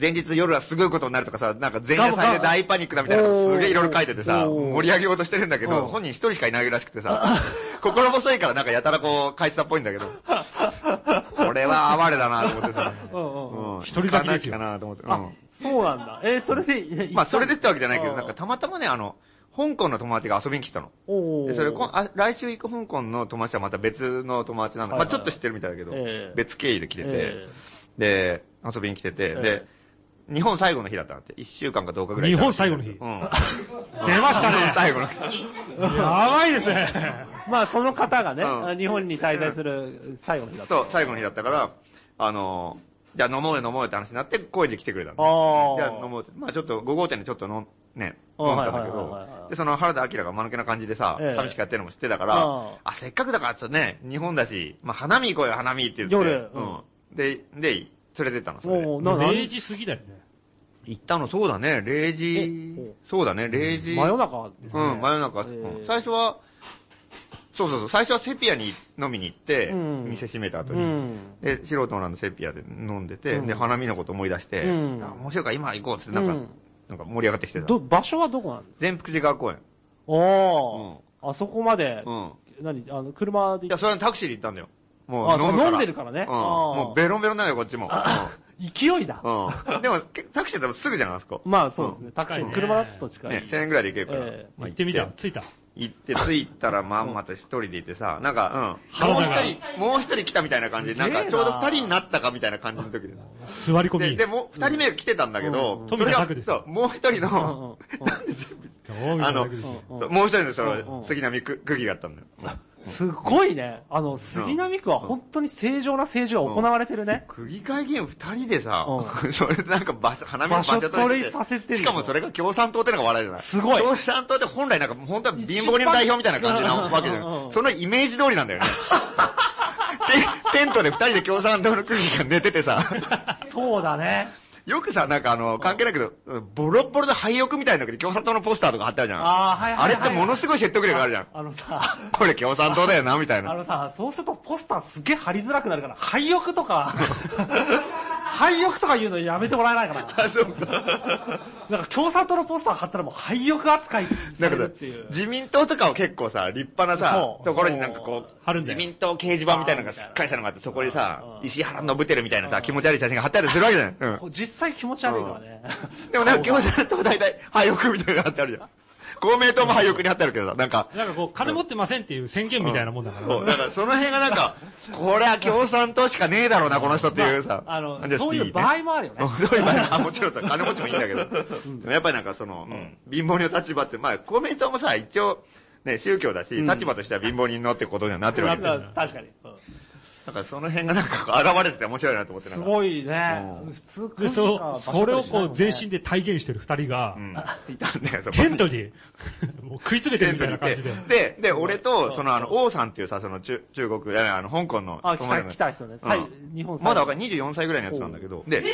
Speaker 4: 前日夜はすごいことになるとかさ、なんか前夜祭で大パニックだみたいなことすげえいろいろ書いててさ、
Speaker 5: おー
Speaker 4: 盛り上げようとしてるんだけ
Speaker 5: う
Speaker 4: ど、
Speaker 5: ん
Speaker 4: 本人一人しかいないらしくてさ、心細いからなんかやたらこう書いてたっぽいんだけど、これは哀れだなと思ってさ、
Speaker 5: うんうんうん。
Speaker 4: うん。
Speaker 3: 一人咲きですよ
Speaker 4: 行かなきゃなと思って。う
Speaker 5: あ
Speaker 4: ん。、
Speaker 5: そうなんだ。えー、それで、いや
Speaker 4: まあそれでってわけじゃないけ
Speaker 5: う
Speaker 4: ど、
Speaker 5: ん
Speaker 4: なんかたまたまね、あの、香港の友達が遊びに来たの。
Speaker 5: お
Speaker 4: で、
Speaker 5: ー
Speaker 4: それこんあ、来週行く香港の友達はまた別の友達なんだ。
Speaker 5: はいはい
Speaker 4: まあちょっと知ってるみたいだけど、
Speaker 5: ええ
Speaker 4: 別経由で来てて、
Speaker 5: え
Speaker 4: で、遊びに来てて、
Speaker 5: え
Speaker 4: で、日本最後の日だったんだって。1週間か10日ぐらい。
Speaker 3: 日本最後の日
Speaker 4: うん。
Speaker 3: 出ました
Speaker 4: 日本
Speaker 3: ね。
Speaker 4: 最後の日。
Speaker 3: やばいですね。
Speaker 5: えまあ、その方がね、
Speaker 4: うん
Speaker 5: あ日本に滞在する最後の日だった。
Speaker 4: そう、最後の日だったから、あの、じゃあ飲もうよ飲もうよって話になって、高円寺来てくれたの。
Speaker 5: あー
Speaker 4: じゃあ飲もうって。まあちょっと5号店でちょっと飲ん、ね、
Speaker 5: あ
Speaker 4: 飲
Speaker 5: ー
Speaker 4: んだんだけ
Speaker 5: はいはいはいは
Speaker 4: ど
Speaker 5: い、
Speaker 4: で、その原田明が間抜けな感じでさ、
Speaker 5: ええ
Speaker 4: 寂しくやってるのも知ってたか
Speaker 5: あ
Speaker 4: ら、あ、せっかくだからちょっとね、日本だし、まあ花見行こうよ花見って言って。
Speaker 5: 夜う
Speaker 4: うんん。で、で、連れてったの、それで。
Speaker 5: おーな、な、
Speaker 3: 0時過ぎだよね。
Speaker 4: 行ったの、そうだね、0
Speaker 5: え
Speaker 4: 時、そうだね、0時。
Speaker 5: 真夜中です
Speaker 4: う
Speaker 5: ね。
Speaker 4: ん、真夜中。うん最初は、そうそうそう、最初はセピアに飲みに行って、
Speaker 5: うん
Speaker 4: 店閉めた後
Speaker 5: う
Speaker 4: に。
Speaker 5: ん。
Speaker 4: で、素人のランドセピアで飲んでて、
Speaker 5: うん
Speaker 4: で、花見のこと思い出して、
Speaker 5: うん
Speaker 4: あ面白いから今行こうっつって、なんか、
Speaker 5: うん
Speaker 4: なんか盛り上がってきてた。
Speaker 5: ど、場所はどこなんですか
Speaker 4: 全福寺川公園。
Speaker 5: おー。あそこまで
Speaker 4: う、ん。
Speaker 5: 何、あの、車で
Speaker 4: い
Speaker 5: 行
Speaker 4: や、
Speaker 5: っ
Speaker 4: それはタクシーで行ったんだよ。も
Speaker 5: あ
Speaker 4: う飲むから。
Speaker 5: そう飲んでるからね
Speaker 4: うん。
Speaker 5: あー
Speaker 4: もうベロンベロンなのよ、こっちも。
Speaker 5: 勢いだ
Speaker 4: う。ん。 うんでも、けタクシーだとすぐじゃん、あそこ。
Speaker 5: まあ、そうですね。タク
Speaker 3: 近
Speaker 5: シ
Speaker 3: い
Speaker 5: ー、
Speaker 3: ね
Speaker 5: 車だと近い。
Speaker 4: ね、1000円ぐらいで行けるから。
Speaker 5: ええ
Speaker 4: まあ
Speaker 3: 行ってみた。着いた。
Speaker 4: 行って着いたらまんまと一人でいてさ、なんか、うん。
Speaker 3: 腹
Speaker 4: もう
Speaker 3: が
Speaker 4: 一人、もう一人来たみたいな感じで、なんかちょうど二人になったかみたいな感じの時で。
Speaker 3: 座り込
Speaker 4: で、
Speaker 3: み。
Speaker 4: でも、二人目が来てたんだけど、
Speaker 3: うん
Speaker 4: それ
Speaker 3: 富田
Speaker 4: が
Speaker 3: 拓で、す
Speaker 4: そう、もう一人
Speaker 5: うんうん
Speaker 4: の、
Speaker 5: うん
Speaker 4: なんで全部、
Speaker 3: あ
Speaker 4: あの
Speaker 5: うん
Speaker 4: そうもう一人のそ
Speaker 5: うんうん
Speaker 4: の、杉並区区議があったんだよ。
Speaker 5: すごいね。あの、杉並区は本当に正常な政治が行われてるね。
Speaker 4: 区議会議員二人でさ
Speaker 5: う、
Speaker 4: それでなんか場所、花見の場所
Speaker 5: 場所取りさせてんの
Speaker 4: しかもそれが共産党ってのが笑いじゃない
Speaker 5: すごい
Speaker 4: 共産党って本来なんか本当は貧乏人の代表みたいな感じなわけじゃ
Speaker 5: うんうんうん
Speaker 4: ん。そのイメージ通りなんだよ ね。テテントで二人で共産党の区議が寝ててさ、
Speaker 5: そうだね。
Speaker 4: よくさ、なんかあの、関係ないけど、ボロッボロで廃屋みたいなのに共産党のポスターとか貼ってあるじゃん。
Speaker 5: あーはいはいはい
Speaker 4: あれってものすごい説得力があるじゃん。
Speaker 5: あのさ、
Speaker 4: これ共産党だよな、みたい
Speaker 5: あ
Speaker 4: な。
Speaker 5: のさ、そうするとポスターすげえ貼りづらくなるから、廃浴 とか、廃浴とか言うのやめてもらえないかな。
Speaker 4: あ、そうか。
Speaker 5: なんか共産党のポスター貼ったらもう廃浴扱いさ
Speaker 4: だ
Speaker 5: れ
Speaker 4: けど
Speaker 5: るっていう、。
Speaker 4: 自民党とかは結構さ、立派なさ
Speaker 5: そ、う
Speaker 4: ところになんかこう、
Speaker 3: 貼るんだ
Speaker 4: 自
Speaker 3: よ
Speaker 4: 民党掲示板みたいなのがすっかりしたのがあって、そこにさ、
Speaker 5: うん
Speaker 4: 石原伸晃みたいな
Speaker 5: うん
Speaker 4: さ、気持ち悪い写真が貼ってあったりするわけじゃない。うん
Speaker 5: こう実際気持ち悪いからね。
Speaker 4: でもなんか共産党大体、廃屋みたいなのが貼ってあるじゃん。公明党も廃屋に貼ってあるけどさ、なんか、
Speaker 3: なんかこう、金持ってませんっていう宣言みたいなもんだから。
Speaker 4: そう、だからその辺がなんか、これは共産党しかねえだろうな、この人っていうさ。
Speaker 5: まああの
Speaker 4: 感じが
Speaker 5: そういう
Speaker 4: ね
Speaker 5: 場合もあるよね
Speaker 4: そういう場合もあもちろん、金持ちもいいんだけど。でもやっぱりなんかその、うん貧乏人の立場って、まあ公明党もさ、一応、ね、宗教だし、立場としては貧乏人のってことにはなってるわけだよ。
Speaker 5: なんか確かに。うん
Speaker 4: だからその辺がなんかこう現れてて面白いなと思ってな
Speaker 5: す
Speaker 4: んか。
Speaker 5: ごいね
Speaker 4: う。ん
Speaker 5: 普通
Speaker 3: で、そ、それをこう、全身
Speaker 5: で。
Speaker 3: で体現してる二人が
Speaker 4: う、ん。いたんだよ、そこ
Speaker 3: テントに、 もう食い詰めて
Speaker 4: テ
Speaker 3: る
Speaker 4: ン
Speaker 3: み
Speaker 4: ト
Speaker 3: たい
Speaker 4: に
Speaker 3: ない感じで。
Speaker 4: て。で、で、俺と、そのあの、王さんっていうさ、その中、中国、いやいやあの、香港の
Speaker 5: あ、
Speaker 4: 友達
Speaker 5: 来
Speaker 4: の
Speaker 5: た、来た人ね。
Speaker 4: うん
Speaker 5: 最日本最
Speaker 4: まだ若い、24歳ぐらいのやつなんだけど、で、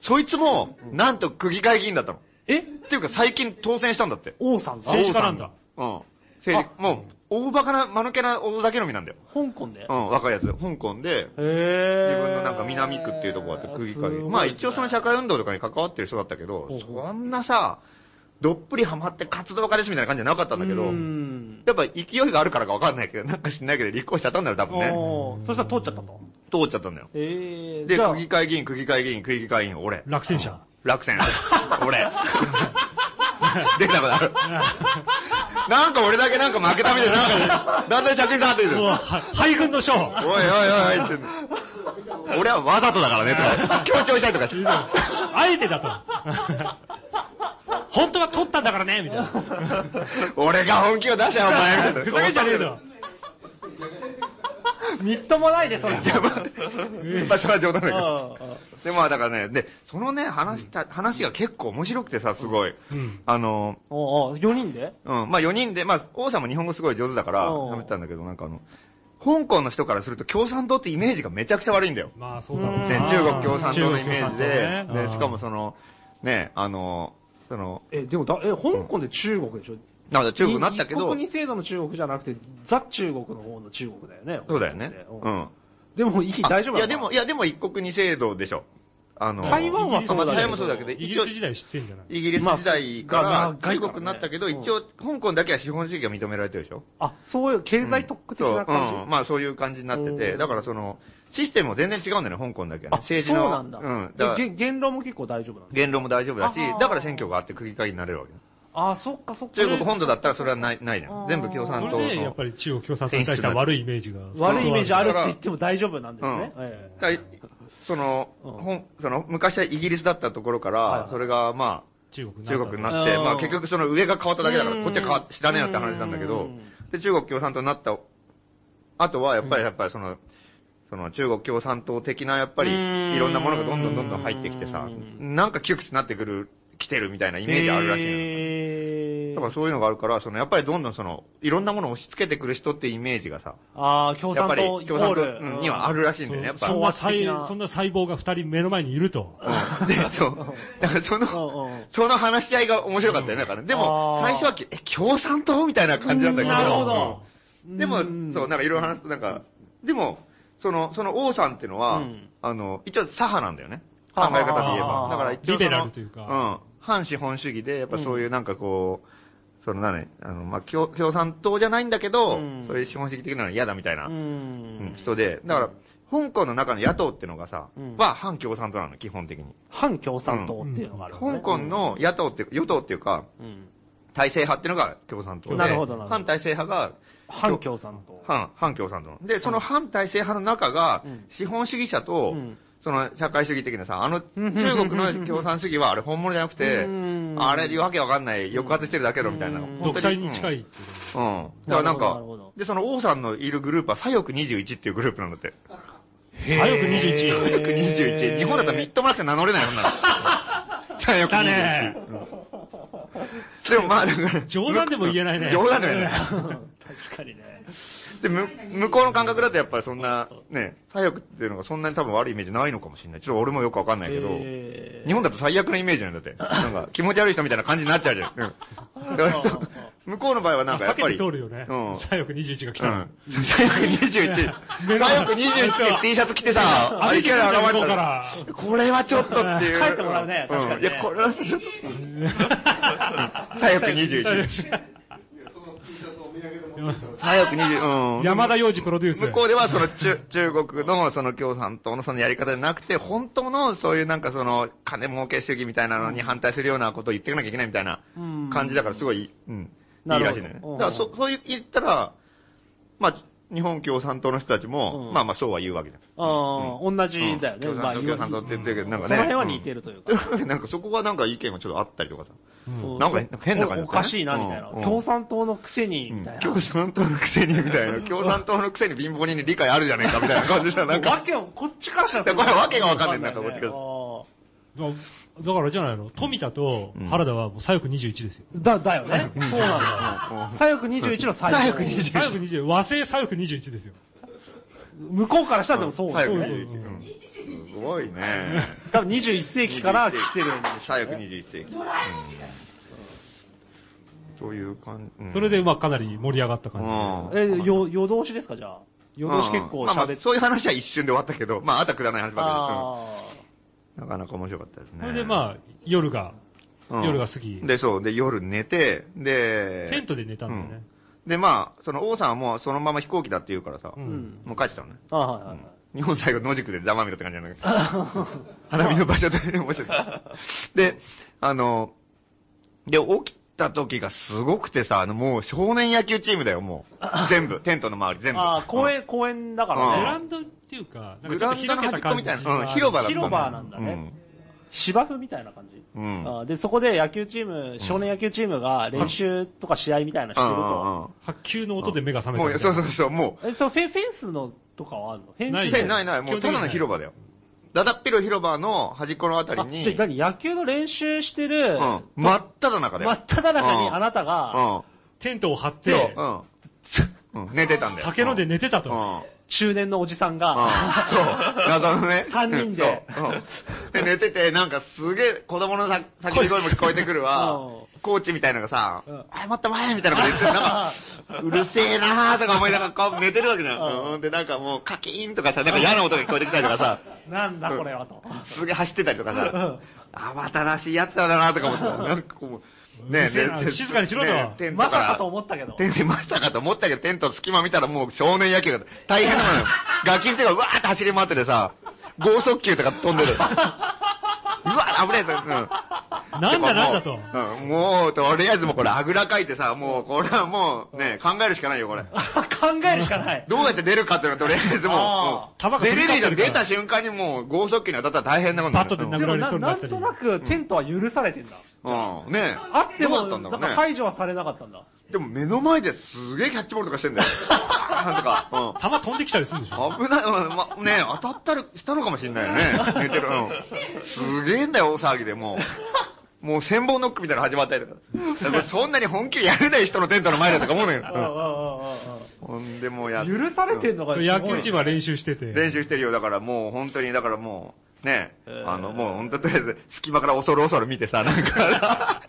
Speaker 4: そいつも、なんと区議会議員だったの。
Speaker 5: え
Speaker 4: っていうか最近当選したんだって。
Speaker 5: 王さんが
Speaker 3: 政治家なんだ。
Speaker 4: うん。政治、もう、大バカな、間抜けな大酒飲みなんだよ。
Speaker 5: 香港で
Speaker 4: うん、若いやつ。香港で、
Speaker 5: へー
Speaker 4: 自分のなんか南区っていうとこがあって区議会議員。まあ一応その社会運動とかに関わってる人だったけど
Speaker 5: ほう、ほう
Speaker 4: そんなさ、どっぷりハマって活動家ですみたいな感じじゃなかったんだけど
Speaker 5: う、ん。
Speaker 4: やっぱ勢いがあるからかわかんないけど、なんか知んないけど立候補しちゃったんだよ、多分ね。
Speaker 5: おーそしたら通っちゃったと。
Speaker 4: 通っちゃったんだよ。
Speaker 5: えー、
Speaker 4: で、
Speaker 5: じゃ
Speaker 4: 区
Speaker 5: あ、
Speaker 4: 議会議員、区議会議員、区議会議員、俺。
Speaker 3: 落選者。
Speaker 4: 落選。俺。 出たことある。なんか俺だけなんか負けたみたいな、なんか、だんだん借金下がってる。
Speaker 3: もう、
Speaker 4: おい
Speaker 3: は敗軍の将。
Speaker 4: おいおいおいって。俺はわざとだからね、とか。強調したりとかして。
Speaker 3: あえてだと。本当は取ったんだからね、み たいな。
Speaker 4: 俺が本気を出せよ、お前。みたいな
Speaker 3: ふざけんじゃねえぞ。
Speaker 5: みっともない で、それ。
Speaker 4: いやまあまあ、それは冗談だけ
Speaker 5: う
Speaker 4: ど。
Speaker 5: んうん
Speaker 4: で、まあだからね、で、そのね、話した、話が結構面白くてさ、すごい。
Speaker 3: うん。
Speaker 4: あの、
Speaker 5: おーおー、4人で
Speaker 4: うん。まあ4人で、まあ王さんも日本語すごい上手だから、
Speaker 5: おう
Speaker 4: 喋ったんだけど、なんかあの、香港の人からすると共産党ってイメージがめちゃくちゃ悪いんだよ。
Speaker 3: まあそうだろう
Speaker 4: ね、
Speaker 3: な。
Speaker 4: 中国共産党のイメージで、
Speaker 3: 中国共産党ね
Speaker 4: で、しかもその、ね、あの、その、
Speaker 5: え、でもだ、え、香港で中国でしょ
Speaker 4: なんだ中国になったけ
Speaker 5: 一
Speaker 4: ど
Speaker 5: 国、二制度の中国じゃなくて、ザ中国の方の中国だよね。
Speaker 4: そうだよね。う
Speaker 5: うん
Speaker 4: ん。
Speaker 5: でもいい、
Speaker 4: あ
Speaker 5: 大丈夫
Speaker 4: いや
Speaker 5: なの
Speaker 4: でも、いやでも一国二制度でしょ。あの、
Speaker 5: 台湾はそうだけど
Speaker 4: まあ台湾もそうだけど、
Speaker 3: イギ
Speaker 4: 一
Speaker 3: リ
Speaker 4: 応
Speaker 3: ス、時代知ってんじゃない
Speaker 4: イギリス時代か
Speaker 5: まあ
Speaker 4: ら
Speaker 5: が
Speaker 4: 中国になったけど、
Speaker 5: 長い
Speaker 4: 一
Speaker 5: から
Speaker 4: 応、香港だけは資本主義が認められてるでしょ。
Speaker 5: あ、そういう経済特区的な感じ、
Speaker 4: そう、うん、まあそういう感じになって
Speaker 5: う
Speaker 4: て、
Speaker 5: ん
Speaker 4: だからその、システムも全然違うんだよね、香港だけは
Speaker 5: あ
Speaker 4: ね。政治の。
Speaker 5: そうなんだ。
Speaker 4: うん。だか
Speaker 5: で
Speaker 4: ら、
Speaker 5: げ言論も結構大丈夫なんだ。
Speaker 4: 言論も大丈夫だし
Speaker 5: あは、あ
Speaker 4: だから選挙があって区議会になれるわけ。
Speaker 5: あー、そっかそっか。
Speaker 4: 中国本土だったらそれはない、ないじゃ
Speaker 5: あー
Speaker 4: ん。全部共
Speaker 3: そ
Speaker 4: 産党の。
Speaker 3: れで、やっぱり中国共産党に対しては悪いイメージが。
Speaker 5: 悪いイメージあるって
Speaker 4: だから
Speaker 5: 言っても大丈夫なんですね。
Speaker 4: う
Speaker 5: ええ
Speaker 4: だからその、
Speaker 5: うん
Speaker 4: ほんその、昔はイギリスだったところか
Speaker 5: はいは
Speaker 4: ら
Speaker 5: い、
Speaker 4: それがま
Speaker 3: 中国
Speaker 4: あ、中国になっ
Speaker 5: あ
Speaker 4: て、
Speaker 5: ー
Speaker 4: まあ結局その上が変わっただけだか
Speaker 5: うん
Speaker 4: ら、こっちは変わ知らねえなって話なんだけ
Speaker 5: う
Speaker 4: ど
Speaker 5: ん、
Speaker 4: で、中国共産党になった、あとはやっぱり、やっぱりその、その中国共産党的なやっぱり
Speaker 5: うん
Speaker 4: いろんなものがどんどんどんどん入ってきてさ、
Speaker 5: うん
Speaker 4: なんか窮屈になってくる、来てるみたいなイメージあるらしいのよ。
Speaker 5: ええ
Speaker 4: だからそういうのがあるから、そのやっぱりどんどんその、いろんなものを押し付けてくる人ってイメージがさ、
Speaker 5: ああ、共
Speaker 4: やっぱ
Speaker 5: 産
Speaker 4: り
Speaker 5: 党イコ
Speaker 4: 共産
Speaker 5: ー
Speaker 4: 党
Speaker 5: ル。
Speaker 4: うんにはあるらしいんだよね、やっぱ。
Speaker 3: そん
Speaker 5: う
Speaker 3: な細
Speaker 5: 昭和的な
Speaker 3: そんな細胞が二人目の前にいると。
Speaker 4: うん で、そう。だからそ
Speaker 5: うん
Speaker 4: の、
Speaker 5: うんうん
Speaker 4: その話し合いが面白かったよね、だからね。で
Speaker 5: あ
Speaker 4: も
Speaker 5: ー、
Speaker 4: 最初は、え、共産党みたいな感じだったけど。
Speaker 5: なるほ
Speaker 4: う
Speaker 5: ど。
Speaker 4: んでも、そう、なんかいろいろ話すと、なんか、でも、その、その王さんっていうのは、
Speaker 5: うん
Speaker 4: あの、一応左派なんだよね。考
Speaker 5: はあ
Speaker 4: え方で言え
Speaker 5: はあ
Speaker 4: ば。だから一応その。
Speaker 3: リベラルというか
Speaker 4: うん。反資本主義で、やっぱそういうなんかこう、その何、あの、まあ、共共産党じゃないんだけど、
Speaker 5: うん
Speaker 4: そういう資本主義的なのは嫌だみたいな、
Speaker 5: う
Speaker 4: うん
Speaker 5: ん。
Speaker 4: 人で、だから、香港の中の野党っていうのがさ、
Speaker 5: うん
Speaker 4: は反共産党なの、基本的に。
Speaker 5: 反共産党っていうのがある、ね
Speaker 4: 香港、の野党っていう、与党っていうか、
Speaker 5: うん
Speaker 4: 体制派っていうのが共産党で、
Speaker 5: なるほどなるほど
Speaker 4: 反体制派が
Speaker 5: 反共産党。
Speaker 4: 反、反共産党なの。で、その反体制派の中が
Speaker 5: うん、
Speaker 4: 資本主義者と、
Speaker 5: うん
Speaker 4: その社会主義的なさ、あの、中
Speaker 5: うん
Speaker 4: 国の共産主義はあれ本物じゃなくて
Speaker 5: うん、
Speaker 4: あれわけわかんない、抑圧してるだけだみたいな。
Speaker 5: うん
Speaker 4: 本
Speaker 3: 独
Speaker 4: 当
Speaker 3: 裁に近い。っていう
Speaker 4: うん。うんだからなん
Speaker 5: な
Speaker 4: か
Speaker 5: るほどなるほど、
Speaker 4: で、その王さんのいるグループは左翼21っていうグループなんだって。
Speaker 3: 左翼
Speaker 4: 左
Speaker 3: 21。
Speaker 4: 翼21。日本だったらみっともなくて名乗れない女な の。左翼
Speaker 3: 来たね
Speaker 4: 21。うんでもまあ、だから
Speaker 3: 冗談でも言えないね。
Speaker 4: 冗談でも言えない。
Speaker 5: 確かにね。
Speaker 4: で、む、向こうの感覚だとやっぱりそんな、ね、左翼っていうのがそんなに多分悪いイメージないのかもしれない。ちょっと俺もよくわかんないけど、
Speaker 5: えー
Speaker 4: 日本だと最悪なイメージなんだって。なんか気持ち悪い人みたいな感じになっちゃうじゃん。うん。だからそう向こうの場合はなんかやっぱり、
Speaker 3: 避けて通るよね。
Speaker 4: うん
Speaker 3: 左翼21が来
Speaker 4: う
Speaker 3: たら
Speaker 4: ん。。左翼21。
Speaker 3: 目の
Speaker 4: 左翼21って T シャツ着てさ、あれキャラ現
Speaker 3: 歩いて
Speaker 4: れ
Speaker 3: るか
Speaker 4: た、
Speaker 3: らら。
Speaker 4: これはちょっとっていう。
Speaker 5: 帰ってもらうね確かにね
Speaker 4: んいや、これはちょっと。左翼21。左翼20、うん。
Speaker 3: 山田洋次プロデュース。
Speaker 4: 向こうではその中、中国のその共産党のそのやり方じゃなくて、本当のそういうなんかその金儲け主義みたいなのに反対するようなことを言っていかなきゃいけないみたいな
Speaker 5: うん
Speaker 4: 感じだからすごい、うん、い
Speaker 5: ないる
Speaker 4: ら
Speaker 5: ほ
Speaker 4: し
Speaker 5: ど
Speaker 4: いのよね。
Speaker 5: うん
Speaker 4: だからそ、そう言ったら、まあ、日本共産党の人たちも、
Speaker 5: うん
Speaker 4: まあまあそうは言うわけじゃん。
Speaker 5: ああ、同じだよね。
Speaker 4: うん共
Speaker 5: まあ
Speaker 4: 産党、共産党って言ってるけど、なんか
Speaker 5: そ
Speaker 4: ね。
Speaker 5: の辺は似てるというか
Speaker 4: うん。 というわけでなんかそこはなんか意見がちょっとあったりとかさ。
Speaker 5: うん
Speaker 4: なんかなんか変な感じだったね
Speaker 5: おおかしいな、みたいな
Speaker 4: う。ん
Speaker 5: 共産党のくせに、
Speaker 4: うん
Speaker 5: みたいな。
Speaker 4: 共産党のくせにみたいな、共産党のくせに貧乏人に理解あるじゃねえかみたいな感じじゃんなん
Speaker 5: わ
Speaker 4: か。
Speaker 5: けを、こっちからしたら
Speaker 4: これわけがわかんないんだからこっちから
Speaker 5: こ
Speaker 3: だだからじゃないの富田と原田はもう左翼21ですよ。
Speaker 5: だ、だよね。そうなんだよ。左翼21の左翼。
Speaker 4: 左翼
Speaker 3: 左翼21、和製左翼21ですよ。
Speaker 5: 向こうからしたらでもそう。
Speaker 4: 左
Speaker 5: そう
Speaker 4: 翼
Speaker 5: そう
Speaker 4: 21。うんすごいね。
Speaker 5: 多分21世紀から来てるんでしょ
Speaker 4: 左
Speaker 5: う
Speaker 4: 翼
Speaker 5: ね。
Speaker 4: 21世紀。という感じ。うん
Speaker 3: それで、まあかなり盛り上がった
Speaker 4: う
Speaker 3: 感じで。
Speaker 4: ん。
Speaker 5: え、よ、夜通しですか、じゃあ。夜通し結構
Speaker 4: まあま
Speaker 5: 喋
Speaker 4: あ
Speaker 5: っ、て。
Speaker 4: そういう話は一瞬で終わったけど、まあ、あたくだらない話ばっ
Speaker 5: あ
Speaker 4: かりで、うんなかなか面白かったですね。
Speaker 3: それでまあ、夜が、
Speaker 4: あ
Speaker 3: 夜が過ぎ、
Speaker 4: で、そう。で、夜寝て、で、
Speaker 3: テントで寝たんだよね。
Speaker 4: で、まあ、その王さんはもうそのまま飛行機だって言うからさ、
Speaker 3: うん
Speaker 5: あ。うん。
Speaker 4: もう帰ってたのね。
Speaker 5: ああ、はいはいはい。
Speaker 4: 日本最後野宿でざまみろって感じなんだけど。 花見の場所で面白い。で、あの、で、起きた時がすごくてさ、あの、もう少年野球チームだよ、もう。全 部。テントの周り全部。
Speaker 5: ああ、公園、公園だか
Speaker 4: う
Speaker 5: ら
Speaker 4: ん
Speaker 3: グ
Speaker 5: ね。
Speaker 3: ラウンドっていうか、な
Speaker 4: う。
Speaker 3: んんか
Speaker 4: グ
Speaker 3: ちょ
Speaker 4: ラ
Speaker 3: っと
Speaker 4: ウン
Speaker 3: 開けた
Speaker 4: ドの端っこ
Speaker 3: 感じ
Speaker 4: みた
Speaker 3: が
Speaker 4: いな。うん、広場だった
Speaker 5: 広場なんだね。芝生みたいな感じ。
Speaker 4: うん。うん。
Speaker 5: ああで、そこで野球チーム、少年野球チームが練習とか試合みたいなのしてると。
Speaker 4: あ
Speaker 3: 白球の音で目が覚め
Speaker 4: も
Speaker 3: たみ
Speaker 4: う、
Speaker 3: た
Speaker 4: そ
Speaker 3: いうな。
Speaker 4: そうそう、も
Speaker 5: え、そう、フェフェンスのとかはあるのフェンス
Speaker 3: な
Speaker 4: う。
Speaker 3: い
Speaker 4: ないないない、もうただの広場だよ。だだっぴろ広場の端っこのあたり
Speaker 5: あ、
Speaker 4: に、
Speaker 5: じゃあ何野球の練習してる、
Speaker 4: うん。真っ只中だよ。
Speaker 5: 真っ只中にあなた
Speaker 4: う
Speaker 5: が、
Speaker 4: ん。
Speaker 3: テントを張って、
Speaker 4: そう、うん。うん寝てたんだよ。
Speaker 3: 酒飲んで寝てた
Speaker 4: う
Speaker 3: と。
Speaker 4: ん。うん。
Speaker 5: 中年のおじさんが、。
Speaker 4: ああ、そう。謎のね
Speaker 5: 三人で
Speaker 4: うん。そううんで、寝てて、なんかすげえ子供のさ叫び声も聞こえてくるわ
Speaker 5: うん。
Speaker 4: コーチみたいなのがさ
Speaker 5: うん、
Speaker 4: あ、また前みたいなこと言ってる。なんか、うるせえなーとか思いながらこう寝てるわけじゃん。うん。で、なんかもうカキーンとかさ、なんか嫌な音が聞こえてきたりとかさ、
Speaker 5: なんだこれはと。
Speaker 4: すげえ走ってたりとかさ、慌ただしいやつらだなとか思っ てた。なんかこう、ね
Speaker 3: うるせえな
Speaker 4: ね
Speaker 3: 静かにしろと
Speaker 4: ねテント
Speaker 5: ま
Speaker 4: か
Speaker 5: さからと思ったけど。
Speaker 4: テントまさかと思ったけど、テントの隙間見たらもう少年野球が大変な のよ。ガキんちがうわーって走り回っててさ、剛速球とか飛 んでる。うわー、危ねえぞ。うん。
Speaker 3: なんだなんだと。
Speaker 4: うん、もう、とりあえずもうこれあぐらかいてさ、もうこれはもうね、考えるしかないよ、これ。
Speaker 5: 考えるしかない。
Speaker 4: どうやって出るかっていうのはとりあえずも
Speaker 3: あー
Speaker 4: うう
Speaker 3: 球が
Speaker 4: ん、出
Speaker 3: 飛び
Speaker 4: れね
Speaker 3: 交って
Speaker 4: えじゃん。
Speaker 3: るから
Speaker 4: 出た瞬間にもう剛速球に当たったら大変なことにな
Speaker 3: バ
Speaker 4: る。
Speaker 3: ットで
Speaker 5: で
Speaker 3: 殴
Speaker 5: も
Speaker 3: られ
Speaker 5: な、
Speaker 3: そうに
Speaker 5: な
Speaker 3: なっ
Speaker 5: ん
Speaker 3: たり
Speaker 5: となくテントは許されてんだ。
Speaker 4: うん、ねえ
Speaker 5: あって
Speaker 4: どう
Speaker 5: も、
Speaker 4: だった
Speaker 5: なんん
Speaker 4: だろ
Speaker 5: か
Speaker 4: うね。
Speaker 5: 排除はされなかったんだ。
Speaker 4: でも目の前ですげえキャッチボールとかしてんだよ。 なんとか。うん。
Speaker 3: 弾飛んできたりするんでしょ
Speaker 4: 危ない、うんま、ねえ当たったりしたのかもしんないよね。寝てる。うん。すげえんだよ、大騒ぎでもう。もう千本ノックみたいなの始まったりとか。だからそんなに本気やれない人のテントの前だとか思うの
Speaker 5: うんうん
Speaker 4: よ。うんほんでもうやっ
Speaker 5: うんうん許されてんのがすごい
Speaker 3: 野球チームは練習してて。
Speaker 4: 練習してるよ。だからもう本当に、だからもう、ねえ、
Speaker 5: えー
Speaker 4: あの、もう本当とりあえず隙間から恐る恐る見てさ、なんか、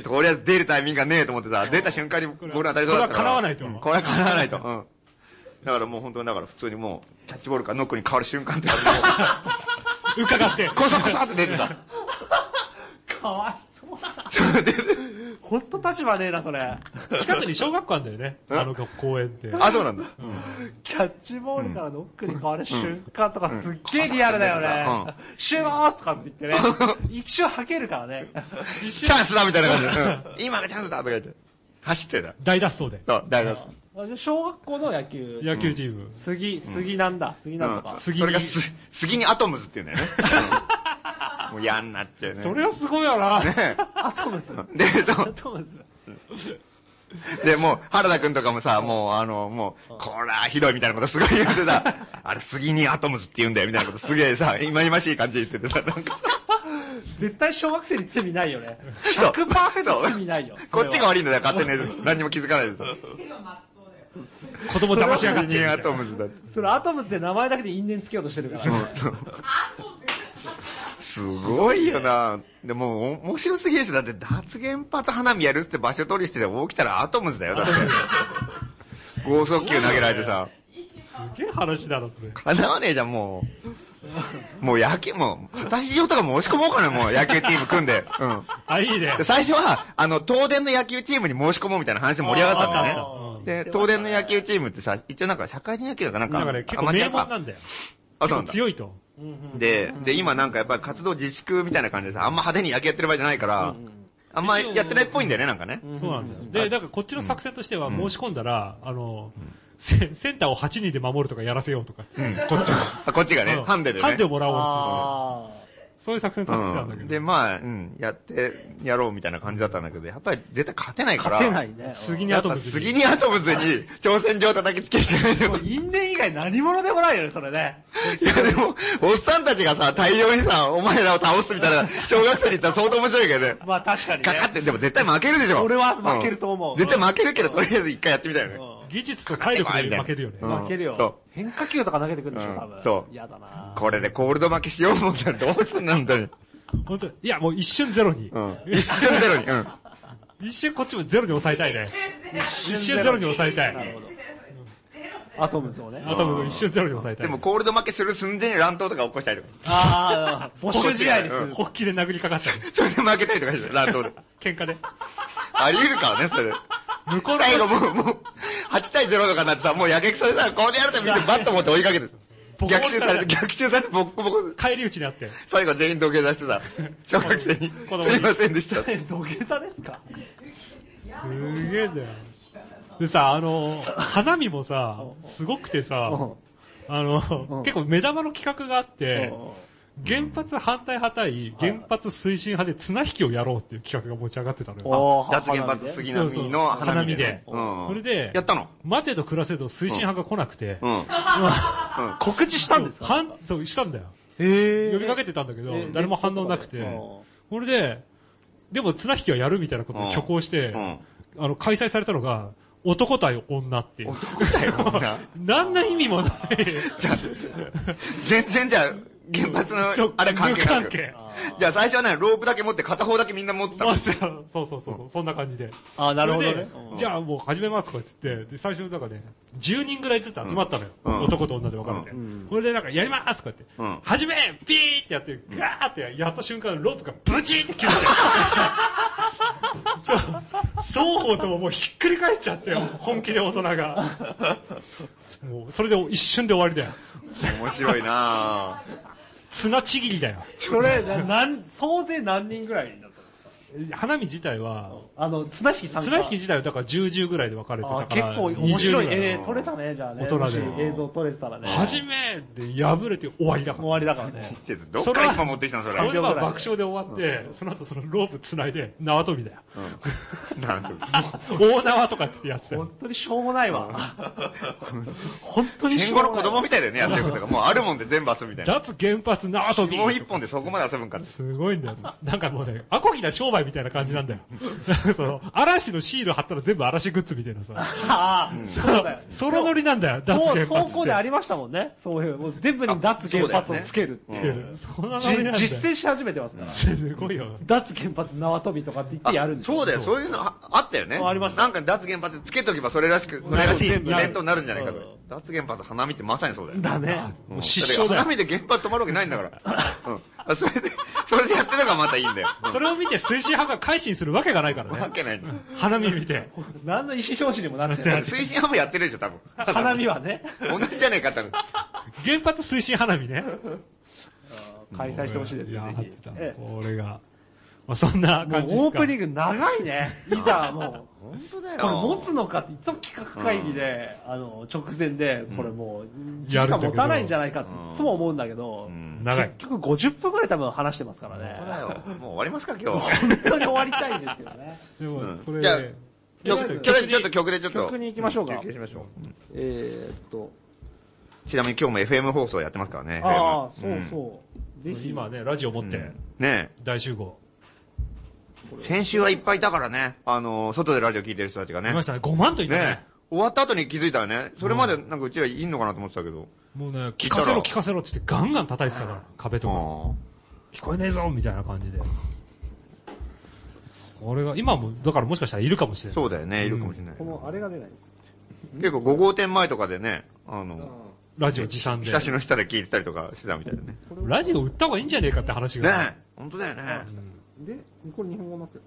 Speaker 5: う
Speaker 4: とりあえず出るタイミングがねえと思ってさ、出た瞬間にボール当たりそうだったから。
Speaker 3: これは叶わないと
Speaker 4: うんこれは叶 わないと。うん。だからもう本当にだから普通にもう、キャッチボールからノックに変わる瞬間って感じでもう
Speaker 3: 伺って。
Speaker 4: コソコソって出 てた。
Speaker 5: ん。かわいそうだ。ほんと立場ねえな、それ。
Speaker 3: 近くに小学校あんだよね。あの公園って。
Speaker 4: あ、そうなんだ。
Speaker 5: キャッチボールからノックに変わる瞬間とかすっげえリアルだよね。シューとかって言って ね。一瞬吐けるからね。一
Speaker 4: チ
Speaker 5: 瞬。
Speaker 4: ャンスだみたいな 感じで。うん今がチャンスだとか言って。走ってた。
Speaker 3: 大脱走で。
Speaker 4: そう、大学。
Speaker 5: あじゃあ小学校の野球。
Speaker 3: 野球チーム。
Speaker 5: 杉、杉なんだ。杉なんとか。
Speaker 4: それがす、杉にアトムズって言うん だよね。うんもう嫌になっちゃうね。
Speaker 3: それはすごいよな。
Speaker 4: ね
Speaker 5: アトムス。
Speaker 4: で、そ
Speaker 5: ア
Speaker 4: う。
Speaker 5: トムス。
Speaker 4: で、もう、原田くんとかもさ、もう、あの、もう、こら、ひどいみたいなことすごい言ってさ、あれ、杉にアトムズって言うんだよ、みたいなことすげえさ、今々しい感じで言っててさ、なんかさ、
Speaker 5: 絶対小学生に罪ないよね。
Speaker 4: そう
Speaker 5: 100%罪ないよ。
Speaker 4: こっちが悪いんだよ、勝手に。何にも気づかないでさ。
Speaker 3: 子供騙しやがっ
Speaker 4: 杉に
Speaker 3: て。
Speaker 4: アトムズだって。
Speaker 5: それアトムスって名前だけで因縁つけようとしてるか
Speaker 4: そ
Speaker 5: ら。
Speaker 4: うそう。すごいよな。でも、お面白すぎるし、だって脱原発花火やるっつって場所取りしてて、起きたらアトムズだよ、 だって。剛速球投げられてさ、
Speaker 3: すげえ話だな、それ。
Speaker 4: 叶わねえじゃん、もう。もう野球、もう、私用とかも押し込もうかな、もう、野球チーム組んで。うん。
Speaker 3: あ、いいね
Speaker 4: で。最初は、あの、東電の野球チームに申し込もうみたいな話で盛り上がったんだよ
Speaker 3: あー
Speaker 4: ね。で、東電の野球チームってさ、一応なんか社会人野球だからなんか、
Speaker 3: だからね結
Speaker 4: ア
Speaker 3: 構
Speaker 4: マチュ
Speaker 3: 名
Speaker 4: ア
Speaker 3: 門な
Speaker 4: か。
Speaker 3: んだよ。
Speaker 4: あ、そうなんだ。
Speaker 3: 強いと。
Speaker 4: で、で、今なんかやっぱり活動自粛みたいな感じでさ、あんま派手に野球やってる場合じゃないから、あんまやってないっぽいんだよね、なんかね。
Speaker 3: そうなんですよ。で、なんかこっちの作戦としては申し込んだら、あの、セセンターを8人で守るとかやらせようとか、こっちは。
Speaker 4: あこっちがね
Speaker 3: うん、
Speaker 4: ハンデでね。
Speaker 3: ハンデをもらおうっ
Speaker 5: あ
Speaker 3: ていう。そういう作戦立ってたんだけ
Speaker 4: う
Speaker 3: ど
Speaker 4: ん。で、。まあ、うん、やって、やろうみたいな感じだったんだけど、やっぱり絶対勝てない
Speaker 5: あ。
Speaker 4: から。
Speaker 5: 勝てないね。
Speaker 3: 杉に
Speaker 4: や
Speaker 3: ア
Speaker 4: っ
Speaker 3: ト
Speaker 4: ぱ
Speaker 3: ムズ。
Speaker 4: 杉にアトムズに挑戦状叩きつけしてない
Speaker 5: もう因縁以外何者でもないよね、それね。
Speaker 4: いやでも、おっさんたちがさ、大量にさ、お前らを倒すみたいな、小学生に言ったら相当面白いけどね。
Speaker 5: まあ確かに
Speaker 4: かかっ
Speaker 5: ね。
Speaker 4: て、でも絶対負けるでしょ。
Speaker 5: 俺は負けると思うん
Speaker 4: 絶対負けるけど、とりあえず一回やってみたいよね。
Speaker 5: う
Speaker 3: 技術と体力で負けるよね。
Speaker 4: うん
Speaker 5: ん負ける
Speaker 4: そ
Speaker 5: よ
Speaker 4: う。
Speaker 5: 変化球とか投げてくるんでしょ、多
Speaker 4: う
Speaker 5: 分。
Speaker 4: んそう
Speaker 5: 嫌だな
Speaker 4: これでコールド負けしようもんならどうすんの本当に。
Speaker 3: 本当いや、もう一瞬ゼロに
Speaker 4: う。ん。一瞬ゼロに。うん。
Speaker 3: 一瞬こっちもゼロに抑えたいね。一瞬ゼロに抑えた
Speaker 5: なるほ
Speaker 3: い。
Speaker 5: ど。アトムスをね。
Speaker 3: アトムズ一瞬ゼロに抑えたい。
Speaker 4: でもコールド負けする寸前に乱闘とか起こしたりとか。
Speaker 5: ああ、募集試合にす
Speaker 4: う
Speaker 5: る
Speaker 4: ん。
Speaker 3: ホッキで殴りかかったり。
Speaker 4: それで負けたりとかして、乱闘で。
Speaker 3: 喧嘩で。
Speaker 4: あり得るからね、そ れ。
Speaker 3: 向こうの
Speaker 4: 最後もう、もう、8対0とかになってさ、もうやけくそでさ、こうでやると見てバット持って追いかけて。逆襲さ れて、逆襲されてボッコボコ。
Speaker 3: 帰り討ちにあって。
Speaker 4: 最後全員土下座して さ、小学生に、
Speaker 3: 子供に
Speaker 4: すいません でした。
Speaker 5: 土下座ですか
Speaker 3: すげえんだよ。でさ、あの、花見もさ、すごくてさ、あ
Speaker 5: うん
Speaker 3: の、結構目玉の企画があって、
Speaker 5: う
Speaker 3: 原発反対派対原発推進派で綱引きをやろうっていう企画が持ち上がってたの
Speaker 5: ん
Speaker 3: よ。
Speaker 4: 脱原発杉並の花見で。
Speaker 3: そううそ
Speaker 4: ん。
Speaker 3: それで、
Speaker 4: やったの
Speaker 3: 待てと暮らせと推進派が来なくて、
Speaker 4: うん。
Speaker 5: 告知したんですか
Speaker 3: 反そうしたんだよ。
Speaker 5: へ
Speaker 3: 呼びかけてたんだけど
Speaker 5: え、
Speaker 3: 誰も反応なくて
Speaker 5: うん、
Speaker 3: それで、でも綱引きはやるみたいなことを虚構して
Speaker 4: うん、
Speaker 3: あの、開催されたのが、男対女っていう。
Speaker 4: 男だよ、みんな。
Speaker 3: 何の意味も ない。
Speaker 4: じゃあ、全然じゃあ、原発の、あれ関係な
Speaker 3: 関
Speaker 4: く。
Speaker 3: 係。
Speaker 4: じゃあ最初はね、ロープだけ持って片方だけみんな持ってた
Speaker 3: ま
Speaker 4: の
Speaker 3: あ、。そうそうそうそう、そんな感じで。
Speaker 5: あーなるほど
Speaker 3: それ
Speaker 5: ね
Speaker 3: で。
Speaker 5: うん
Speaker 3: じゃあもう始めますとかっつって、で、最初なんかね、10人ぐらいずつ集まったのよ。
Speaker 4: うん
Speaker 3: 男と女で分かれて。
Speaker 5: うん
Speaker 3: これでなんかやりますとかって。
Speaker 4: うん
Speaker 3: 始めピーってやって、ガーってやった瞬間、ロープがブチーって切れち ゃう。そう。双方とももうひっくり返っちゃってよ。本気で大人が。もう、それで一瞬で終わりだよ。
Speaker 4: 面白いなぁ。
Speaker 3: 綱ちぎりだよ。
Speaker 5: それ、ななん、総勢何人ぐらいだった
Speaker 3: 花見自体は、
Speaker 5: のあの、綱引き参加。
Speaker 3: 綱引き自体はだから10、ぐらいで分かれて
Speaker 5: あ
Speaker 3: た
Speaker 5: ー
Speaker 3: か
Speaker 5: 結
Speaker 3: ら。
Speaker 5: 構面白い。
Speaker 3: 20ぐら
Speaker 5: え
Speaker 3: の
Speaker 5: ー、撮れたね、じゃあね。
Speaker 3: 大人で
Speaker 5: もし映像撮れてたらね。
Speaker 3: 初めで破れて終わりだから
Speaker 5: 終。わりだか らね。
Speaker 4: ちょっとどっから今持ってきたのそ
Speaker 3: そ
Speaker 4: れ。
Speaker 3: れは爆笑で終わって、その後そのロープ繋いで縄跳びだよ。
Speaker 4: うん。なんと。
Speaker 3: 大縄とかってやってたよ
Speaker 5: 本当にしょうもないわ。本当にし
Speaker 4: 戦
Speaker 5: ょう
Speaker 4: 後の
Speaker 5: もない。
Speaker 4: 子供みたいだよね、やってることが。もうあるもんで全部遊ぶみたいな。
Speaker 3: 脱原発縄跳び。
Speaker 4: もう一本でそこまで遊ぶんかって。
Speaker 3: すごいんだよ。なんかもうね、アコギな商売みたいな感じなんだ よ。なんかその、嵐のシール貼ったら全部嵐グッズみたいなさ。
Speaker 5: ああ、そうだよ。
Speaker 3: ソロ乗りなんだよ、脱
Speaker 5: も
Speaker 3: 原
Speaker 5: う
Speaker 3: 発って。
Speaker 5: 投稿でありましたもんね。そういう、もう全部に脱原発をつけるってい
Speaker 3: つ
Speaker 5: う
Speaker 3: ける。そんな
Speaker 5: じ
Speaker 3: ノリなんだよ。
Speaker 5: 実践し始めてますから。
Speaker 3: すごいよ。
Speaker 5: 脱原発縄跳びとかって言ってやるんです
Speaker 4: そうだよ、そういうのああったよね。
Speaker 5: ありました
Speaker 4: なんか脱原発つけとけばそれらしく、それらしいイ
Speaker 5: 全部やる
Speaker 4: ベントになるんじゃないかと
Speaker 5: うん。
Speaker 4: 脱原発花見ってまさにそうだよ。
Speaker 5: だね。
Speaker 4: うん
Speaker 3: もう失笑だよ
Speaker 4: 花見で原発止まるわけないんだから。うんあ。それで、それでやってたからまたいいんだよ。うん
Speaker 3: それを見て推進派が改心するわけがないから
Speaker 4: わ
Speaker 3: ね。
Speaker 4: けない。
Speaker 3: 花見見て。
Speaker 5: 何の意思表示にもなって ない。
Speaker 4: 推進派もやってるでしょ、多分。
Speaker 5: 花見はね、
Speaker 4: 同じじゃねえか、多 分。
Speaker 3: 原発推進花火ね。
Speaker 5: 開催してほしいです
Speaker 3: いや
Speaker 5: ね、
Speaker 3: ー
Speaker 5: ぜ
Speaker 3: 入って
Speaker 5: ひ
Speaker 3: た。
Speaker 5: え
Speaker 3: これが。まあ、そんな
Speaker 5: え
Speaker 3: 感じ
Speaker 5: も
Speaker 3: ですか
Speaker 5: うオープニング長いね。いざもう。
Speaker 4: 本当だ
Speaker 5: これ持つのかって、いつも企画会議で、あの、直前で、これもう、時
Speaker 3: やる
Speaker 5: 間
Speaker 3: んだけど
Speaker 5: 持たないんじゃないかっていつも思うんだけど、
Speaker 4: うん
Speaker 3: 長い。
Speaker 5: 結局50分くらい多分話してますから
Speaker 4: 本当だ
Speaker 5: ね。
Speaker 4: よ。もう終わりますか、今
Speaker 5: 本
Speaker 4: 日。
Speaker 5: 当に終わりたいんですけどね。
Speaker 3: でも、こ
Speaker 4: じゃあ
Speaker 3: れ、
Speaker 4: 曲とりあえずちょっと曲でちょっと。
Speaker 5: 曲に行きましょうか
Speaker 4: 休憩しましょう。うん
Speaker 5: えーっと、
Speaker 4: ちなみに今日も FM 放送やってますからね。
Speaker 5: ああ、そ
Speaker 4: FM
Speaker 5: うそう。ぜひ、
Speaker 3: 今ね、ラジオ持
Speaker 4: う
Speaker 3: っ
Speaker 4: ん
Speaker 3: て、
Speaker 4: ね
Speaker 3: 大集合。
Speaker 4: え。先週はいっぱいいたからね。あの、外でラジオ聞いてる人たちが
Speaker 3: い
Speaker 4: ね。
Speaker 3: ましたね。5万といった
Speaker 4: ね
Speaker 3: ね。
Speaker 4: え。終わった後に気づいたらね、それまでなんかうちらいいのかなと思ってたけど。
Speaker 3: もうね、
Speaker 4: 聞
Speaker 3: 聞
Speaker 4: いた
Speaker 3: からせろ聞かせろって言ってガンガン叩いてたから、壁とか。聞こえねえぞみたいな感じで。俺が、今も、だからもしかしたらいるかもしれない。
Speaker 4: そうだよね、いるかもしれない。
Speaker 5: この、あれが出ないです。
Speaker 4: 結構5号店前とかでね、あの、
Speaker 3: ラジオ持参で
Speaker 4: ひ。たしの下で聞いてたりとかしてたみたいなね。
Speaker 3: ラジオ売った方がいいんじゃねえかって話が。
Speaker 4: ねえ、本当だよね。
Speaker 5: で、これ日本語になってる。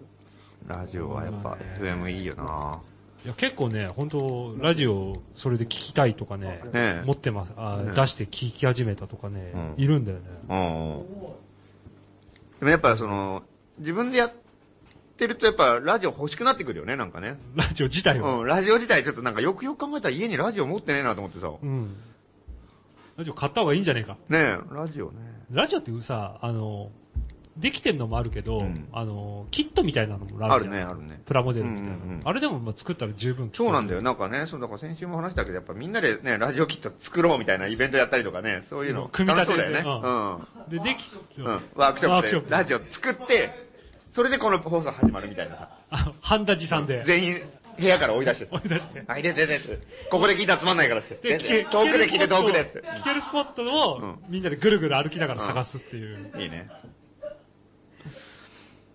Speaker 4: ラジオはやっぱ FM いいよない
Speaker 3: や、結構ね、本当ラジオ、それで聞きたいとかね、
Speaker 4: ねえ
Speaker 3: 持ってます。あ
Speaker 4: ねえ
Speaker 3: 出して聞き始めたとかね、
Speaker 4: うん
Speaker 3: いるんだよね。
Speaker 4: うん。でもやっぱその、自分でやってるとやっぱラジオ欲しくなってくるよね、なんかね。
Speaker 3: ラジオ自体は。
Speaker 4: うん、ラジオ自体ちょっとなんかよくよく考えたら家にラジオ持ってねえなと思ってさ。
Speaker 3: うん。ラジオ買った方がいいんじゃねえか。
Speaker 4: ねえ、ラジオね。
Speaker 3: ラジオってさ、あの、できてんのもあるけど、
Speaker 4: うん
Speaker 3: あの、キットみたいなのも
Speaker 4: あ
Speaker 3: ラジ
Speaker 4: る
Speaker 3: オ。
Speaker 4: ね、あるね。
Speaker 3: プラモデルみたいな。
Speaker 4: うんうんうん
Speaker 3: あれでもまあ作ったら十分
Speaker 4: そうなんだ
Speaker 3: よ。
Speaker 4: よ、なんかね、そうだから先週も話したけど、やっぱみんなでね、ラジオキット作ろうみたいなイベントやったりとかね、そういうの。
Speaker 3: 組み
Speaker 4: 楽し
Speaker 3: 立
Speaker 4: そう
Speaker 3: て
Speaker 4: だ
Speaker 3: で
Speaker 4: よね。う
Speaker 3: で、
Speaker 4: ん。
Speaker 3: でき、
Speaker 4: うん、ワークショ
Speaker 3: ワ
Speaker 4: ッ
Speaker 3: ークショッ
Speaker 4: プで
Speaker 3: プ
Speaker 4: ラジオ作って、それでこの放送始まるみたいなさ。
Speaker 3: あハンダジさんで。
Speaker 4: 全員部屋から追い出して
Speaker 3: 追い出して。
Speaker 4: はい、出て出て。ここで聞いたらつまんないからって。出て遠くで聞いて
Speaker 3: るスポット
Speaker 4: 遠
Speaker 3: を
Speaker 4: くでって。
Speaker 3: 聞けるスポットを、
Speaker 4: うん
Speaker 3: みんなでぐるぐる歩きながら探すっていう。
Speaker 4: いいね。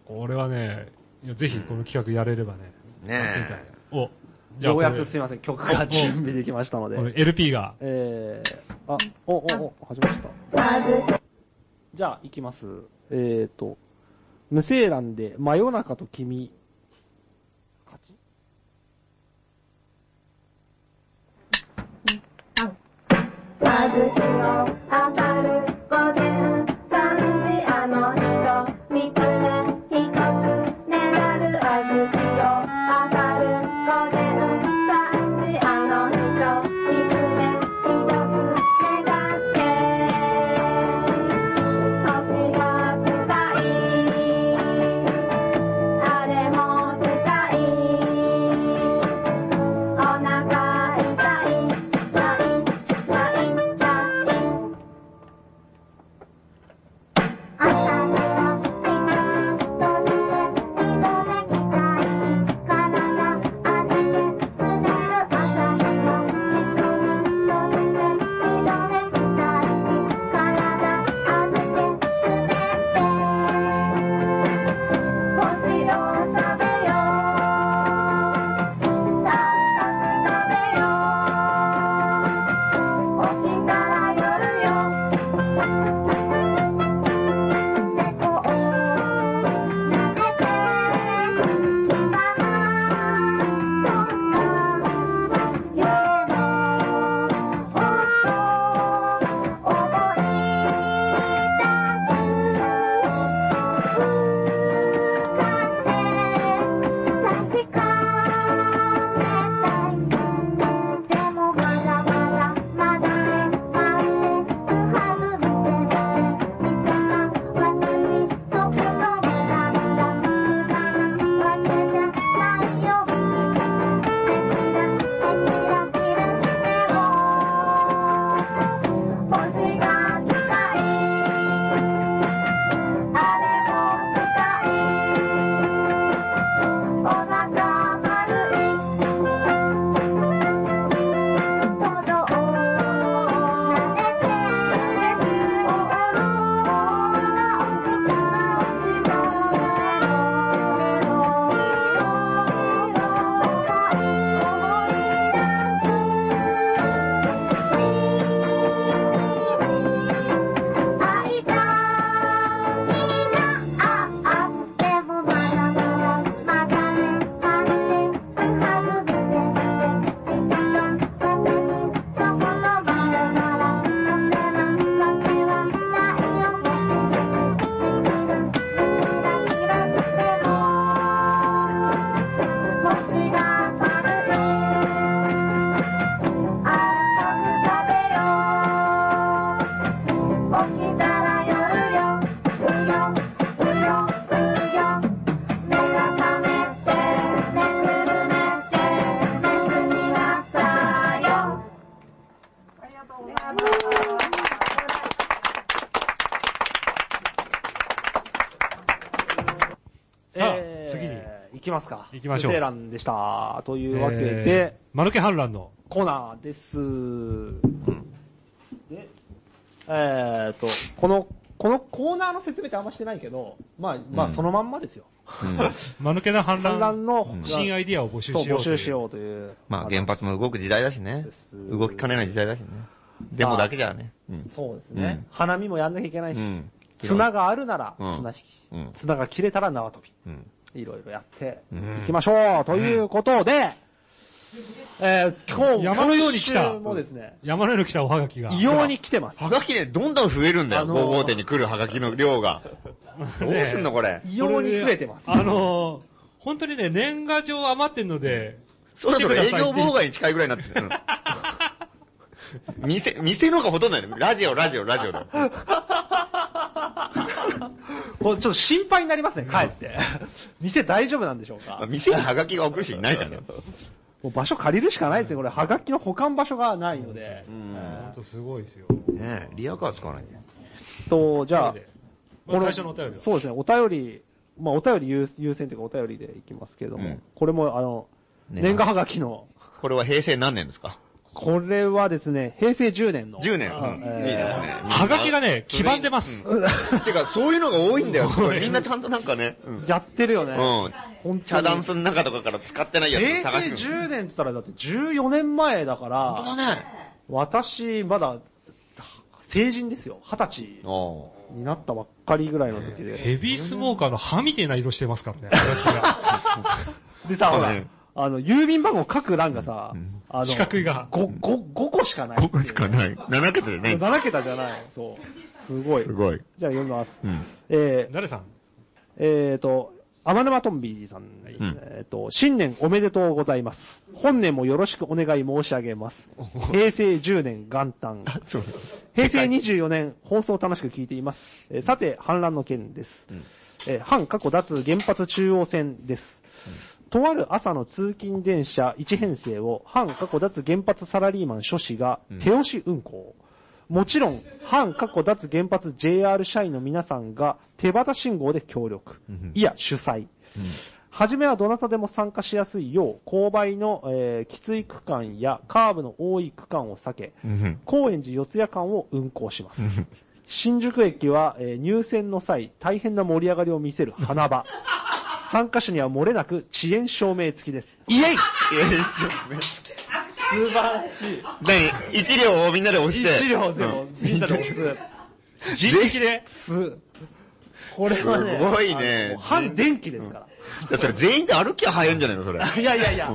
Speaker 3: これはね、いやぜひこの企画やれればね。
Speaker 4: ねえ
Speaker 3: やってみたい。お、
Speaker 5: ようや
Speaker 3: これ
Speaker 5: くすいません、曲が準備できましたの
Speaker 3: こ
Speaker 5: で。
Speaker 3: れ LP が。
Speaker 5: えー、あ、お、お、お、始まった。じゃあ、行きます。えーと、無精卵で真夜中と君。
Speaker 6: まず日の当たる午前3時あの人見つめひとつねだるあずきを当たる午前3時あの人見つめひとつねだって星が深いあれも深いお腹痛い、痛い、痛い、痛い。
Speaker 5: 行きますか。
Speaker 3: 行きましょう
Speaker 5: セーランでした。とい
Speaker 3: と
Speaker 5: うわけで、
Speaker 3: マルケ反乱の、
Speaker 5: コーナーです。で、えーっと、この、このコーナーの説明ってあんましてないけど、まあ、ま
Speaker 4: う
Speaker 5: あ、
Speaker 4: ん
Speaker 5: そのまんまですよ。
Speaker 4: うん
Speaker 3: マルケの反
Speaker 5: 反
Speaker 3: 乱
Speaker 5: 乱
Speaker 3: の
Speaker 5: の、
Speaker 3: 新アイディアを募集しようとい。
Speaker 5: そうう募集しようという。
Speaker 4: まあ原発も動く時代だしね
Speaker 5: で。す
Speaker 4: 動きかねない時代だしね。デモだけじゃね。うん。
Speaker 5: そうですね。
Speaker 4: うん
Speaker 5: 花見もやんなきゃいけな
Speaker 4: う
Speaker 5: いし、
Speaker 4: ん。
Speaker 5: 綱があるなら
Speaker 4: うん
Speaker 5: 綱引き、
Speaker 4: うん。
Speaker 5: 綱が切れたら縄跳び。
Speaker 4: うん。
Speaker 5: いろいろやって
Speaker 4: うん
Speaker 5: いきましょう、ということで、えー、今日、
Speaker 3: 山のように来た
Speaker 5: 今週もですね、
Speaker 3: 山のように来たおはがきが。
Speaker 5: 異様 に来てます。
Speaker 4: はがきね、どんどん増えるんだよ。
Speaker 5: あのー
Speaker 4: 5号店に来るはがきの量が。どうすんのこれ。
Speaker 5: 異様に増えてます。
Speaker 3: あのー、本当にね、年賀状余ってんので、
Speaker 4: そろそろ営業妨害に近いぐらいになってる。うん店、店の方がほとんどだよね。ラジオ、ラジオ、ラジオだよ。
Speaker 5: これちょっと心配になりますね、帰って。店大丈夫なんでしょう
Speaker 4: まあ
Speaker 5: か
Speaker 4: 店にハガキが送る人いないからね。
Speaker 5: もう場所借りるしかないですね、これ。はがきの保管場所がないので
Speaker 4: う。
Speaker 3: ほ
Speaker 4: ん
Speaker 3: ん。とすごいですよ。
Speaker 4: ねえ、リアカー使わないね
Speaker 5: と、じゃあ、
Speaker 3: まあ最初のお便りだ
Speaker 5: そうですね、お便り、まあお便り優優先というかお便りでいきますけれども、
Speaker 4: うん
Speaker 5: これもあの、
Speaker 4: ね
Speaker 5: 年賀はがきの、
Speaker 4: これは平成何年ですか
Speaker 5: これはですね、平成10年の。
Speaker 4: 10年。うん
Speaker 5: えー
Speaker 4: いいですね。
Speaker 3: はがきがね、黄ばんでます。
Speaker 4: うん。てか、そういうのが多いんだよ。すごいみんなちゃんとなんかね。うん。
Speaker 5: やってるよね。
Speaker 4: うん
Speaker 5: 本当に
Speaker 4: 茶ダンスの中とかから使ってないやつを
Speaker 5: 平
Speaker 4: 探
Speaker 5: 成
Speaker 4: してくる。
Speaker 5: 10年って言ったらだって14年前だから、
Speaker 4: 本当だね。
Speaker 5: 私まだ成人ですよ。20歳
Speaker 4: お
Speaker 5: になったばっかりぐらいの時で。
Speaker 3: ヘビースモーカーの歯みてえな色してますからね、はがきが
Speaker 5: でさ、
Speaker 4: そう
Speaker 5: ほ
Speaker 4: ね
Speaker 5: ら、あの、郵便番号書く欄がさ、
Speaker 4: ん
Speaker 5: あの、
Speaker 3: 四角いが
Speaker 5: 5, 個しかない。
Speaker 4: 僕しかない。7桁でね。
Speaker 5: 7桁じゃない。そう。すごい。
Speaker 4: すごい。
Speaker 5: じゃあ読みます。
Speaker 4: うん。
Speaker 5: えー、
Speaker 3: 誰さん
Speaker 5: えーと、天沼トンビーさんですね、
Speaker 4: うん
Speaker 5: えーと、新年おめでとうございます。本年もよろしくお願い申し上げます。平成10年元旦。
Speaker 4: そう。
Speaker 5: 平成24年、放送を楽しく聞いています。えーさて、反乱の件です。
Speaker 4: ん
Speaker 5: えー反過去脱原発中央線です。とある朝の通勤電車1編成を反過去脱原発サラリーマン諸氏が手押し運行。もちろん、反過去脱原発 JR 社員の皆さんが手旗信号で協力。いや、主催。はじめはどなたでも参加しやすいよう、勾配の、えーきつい区間やカーブの多い区間を避け、
Speaker 4: うん。
Speaker 5: 高円寺四谷間を運行します。新宿駅は、えー入線の際、大変な盛り上がりを見せる花場。参加者には漏れなく遅延証明付きです。イエイ素晴らしい。
Speaker 4: 何一両をみんなで押して。
Speaker 5: 一両でも、みんなで押
Speaker 3: 人力で、
Speaker 5: す。す。これはね、
Speaker 4: すごいね
Speaker 5: あの反電気ですから。
Speaker 4: いやそれ全員で歩きゃ早いんじゃないのそれ。
Speaker 5: いやいやいや。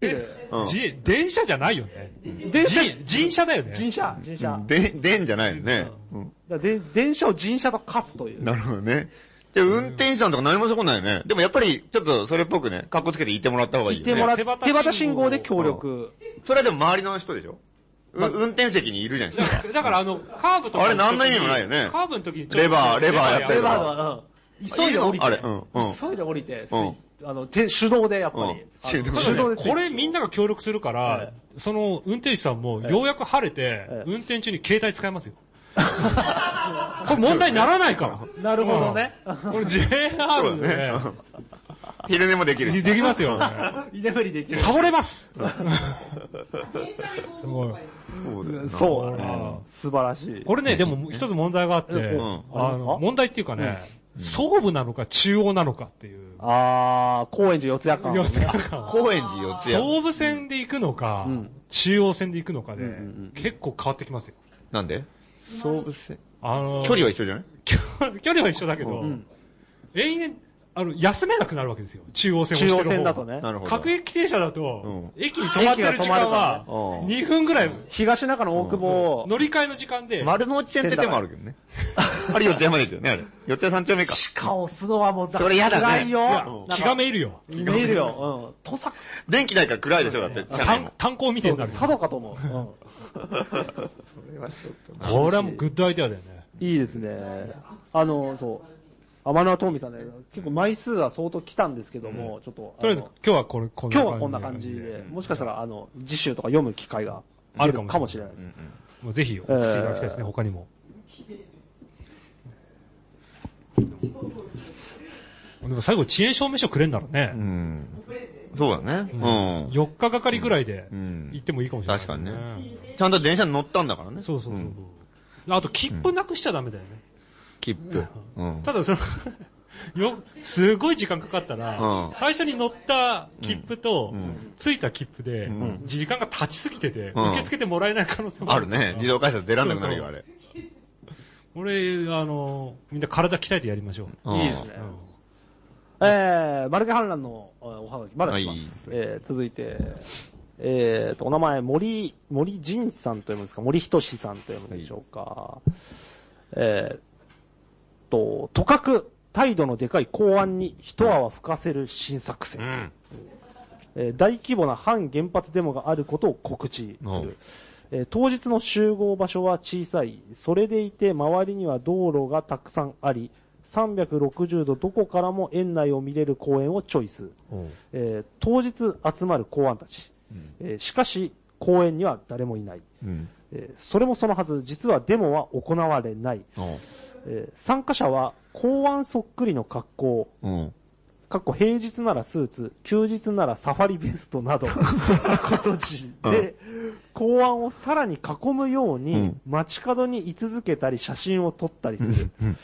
Speaker 4: うん
Speaker 3: じ電車じゃないよね。
Speaker 5: 電車、
Speaker 3: 人、人車だよね。
Speaker 5: 人車、人車。だか
Speaker 4: で、でんじゃないよね。うん
Speaker 5: らで電車を人車と貸すという。
Speaker 4: なるほどね。じゃあ運転手さんとか何もそこないよね。でもやっぱり、ちょっとそれっぽくね、格好つけていてもらった方がいい
Speaker 5: い
Speaker 4: よ
Speaker 5: て
Speaker 4: ね。
Speaker 5: もらっ
Speaker 3: 手
Speaker 5: 手
Speaker 3: 旗信号
Speaker 5: 旗信号で協力。
Speaker 4: それはでも周りの人でしょ、う運転席にいるじゃないですか。
Speaker 3: だからあの、カーブとかの時に。
Speaker 4: あれ何の意味もないよね
Speaker 3: カーブの時にちょっと。
Speaker 4: レバー、レバーやった
Speaker 5: レ
Speaker 4: りと
Speaker 5: バー
Speaker 4: か。
Speaker 5: は、うん急いで降りて。
Speaker 4: あれうんうん
Speaker 5: 急いで降りて、
Speaker 4: うん
Speaker 5: あの、手、手動でやっぱり
Speaker 4: うん。
Speaker 5: あの
Speaker 4: 手動
Speaker 3: ただね
Speaker 5: 手動ですよ
Speaker 3: これみんなが協力するから、
Speaker 5: はい
Speaker 3: その運転手さんもようやく晴れて、
Speaker 5: え
Speaker 3: 運転中に携帯使います よ。これ問題にならないから。
Speaker 5: なるほどね。
Speaker 3: うん。これ JR
Speaker 4: そう
Speaker 3: で
Speaker 4: だね。昼寝もできる
Speaker 3: ね、
Speaker 4: し。
Speaker 3: できますよ、ね。
Speaker 5: 居眠りできる。
Speaker 3: サボれますすごい。
Speaker 4: そうだよな
Speaker 5: そうだ
Speaker 3: う
Speaker 5: ね
Speaker 3: ん。
Speaker 5: 素晴らしい。
Speaker 3: これね、でも一つ問題があって、
Speaker 5: うん
Speaker 3: あの、問題っていうかね、総部なのか中央なのかっていう。
Speaker 5: あー、高円寺四谷間。
Speaker 3: 要するになんか
Speaker 4: 高円寺四ツ谷。
Speaker 3: 総武線で行くのか、
Speaker 5: うん
Speaker 3: 中央線で行くのかで、
Speaker 5: うんうん
Speaker 3: 結構変わってきますよ。
Speaker 4: なんで勝負せ。
Speaker 3: あのー
Speaker 4: 距離は一緒じゃない
Speaker 3: 距 距離は一緒だけど、
Speaker 5: うん
Speaker 3: 延々、あの、休めなくなるわけですよ。中央線を
Speaker 5: 中
Speaker 3: してる方
Speaker 5: 央
Speaker 3: が
Speaker 5: 線だと。ね。
Speaker 4: なるほど。
Speaker 3: 各駅停車だと、
Speaker 4: う
Speaker 3: 駅に止まってる時間は
Speaker 5: 駅が止まる、
Speaker 4: うん
Speaker 3: 2分ぐらい、
Speaker 5: 東中野大久保、
Speaker 3: 乗り換えの時間で、
Speaker 4: 丸の内線って手もあるけどね。あれ四ツ谷まで行くよね、あれ。四ツ谷三丁目か。
Speaker 5: 鹿を押すのはもうだ
Speaker 4: それ嫌だね
Speaker 5: 辛い
Speaker 4: い
Speaker 5: よ
Speaker 4: や。うん
Speaker 3: 気がめいるよ。
Speaker 5: 見えるよ。うん。土佐、
Speaker 4: 電気ないから暗いでしょ、だって。車内
Speaker 3: 炭
Speaker 4: も
Speaker 3: 炭鉱みたいになるよ。
Speaker 5: 佐渡かと思う。
Speaker 3: これはもうグッドアイデアだよね。
Speaker 5: うん。いいですね。あの、そう。天野ト美さんね、結構枚数は相当来たんですけども、ちょっと。あ
Speaker 3: とりあ
Speaker 5: の
Speaker 3: えず今日はこれ、こんな
Speaker 5: 今
Speaker 3: 感じ
Speaker 5: 日はこんな感じで、もしかしたら、あの、次週とか読む機会があるかもしれないで
Speaker 4: う
Speaker 5: す。
Speaker 4: ん
Speaker 3: もうぜひ送っていただきたいですね、
Speaker 5: えー
Speaker 3: 他にも。でも最後遅延証明書くれんならね
Speaker 4: う、ん。そうだね。うん。
Speaker 3: 4日がかりぐらいで
Speaker 4: うん
Speaker 3: 行ってもいいかもしれない、
Speaker 4: 確かにね。ちゃんと電車に乗ったんだからね。
Speaker 3: そうそうそう。
Speaker 4: ん
Speaker 3: あと、切符なくしちゃダメだよね。
Speaker 4: 切符。うん。
Speaker 3: ただ、その、 よ、すごい時間かかったら、
Speaker 4: うん
Speaker 3: 最初に乗った切符と、
Speaker 4: うんうん
Speaker 3: 着いた切符で、
Speaker 4: うん
Speaker 3: 時間が経ちすぎてて、
Speaker 4: うん
Speaker 3: 受け付けてもらえない可能性も
Speaker 4: あるね。自動改札出らんなくなるよ、
Speaker 3: そ
Speaker 4: あ
Speaker 3: うそう
Speaker 4: れ。
Speaker 3: 俺、あの、みんな体鍛えてやりましょう。
Speaker 4: うん
Speaker 5: いいですね
Speaker 3: う。ん
Speaker 5: えー、マルケ反乱のえーおはがき、まだ来てます。
Speaker 4: はい
Speaker 5: えー、続いて、えーと、お名前、森、森仁さんと読むんですか森仁さんと読むんでしょうか、えーと、とかく、態度のでかい公安に一泡吹かせる新作戦。
Speaker 4: うん。
Speaker 5: えー大規模な反原発デモがあることを告知す
Speaker 4: お
Speaker 5: る。えー当日の集合場所は小さい。それでいて周りには道路がたくさんあり、360度どこからも園内を見れる公園をチョイス。えー当日集まる公安たち。えーしかし、公園には誰もいない。
Speaker 4: うん。
Speaker 5: えーそれもそのはず、実はデモは行われない。
Speaker 4: うん
Speaker 5: えー参加者は公安そっくりの格好、
Speaker 4: うん。
Speaker 5: 過去平日ならスーツ、休日ならサファリベス トなど、ことじで、公安をさらに囲むように、
Speaker 4: うん
Speaker 5: 街角に居続けたり写真を撮ったりする。
Speaker 4: うん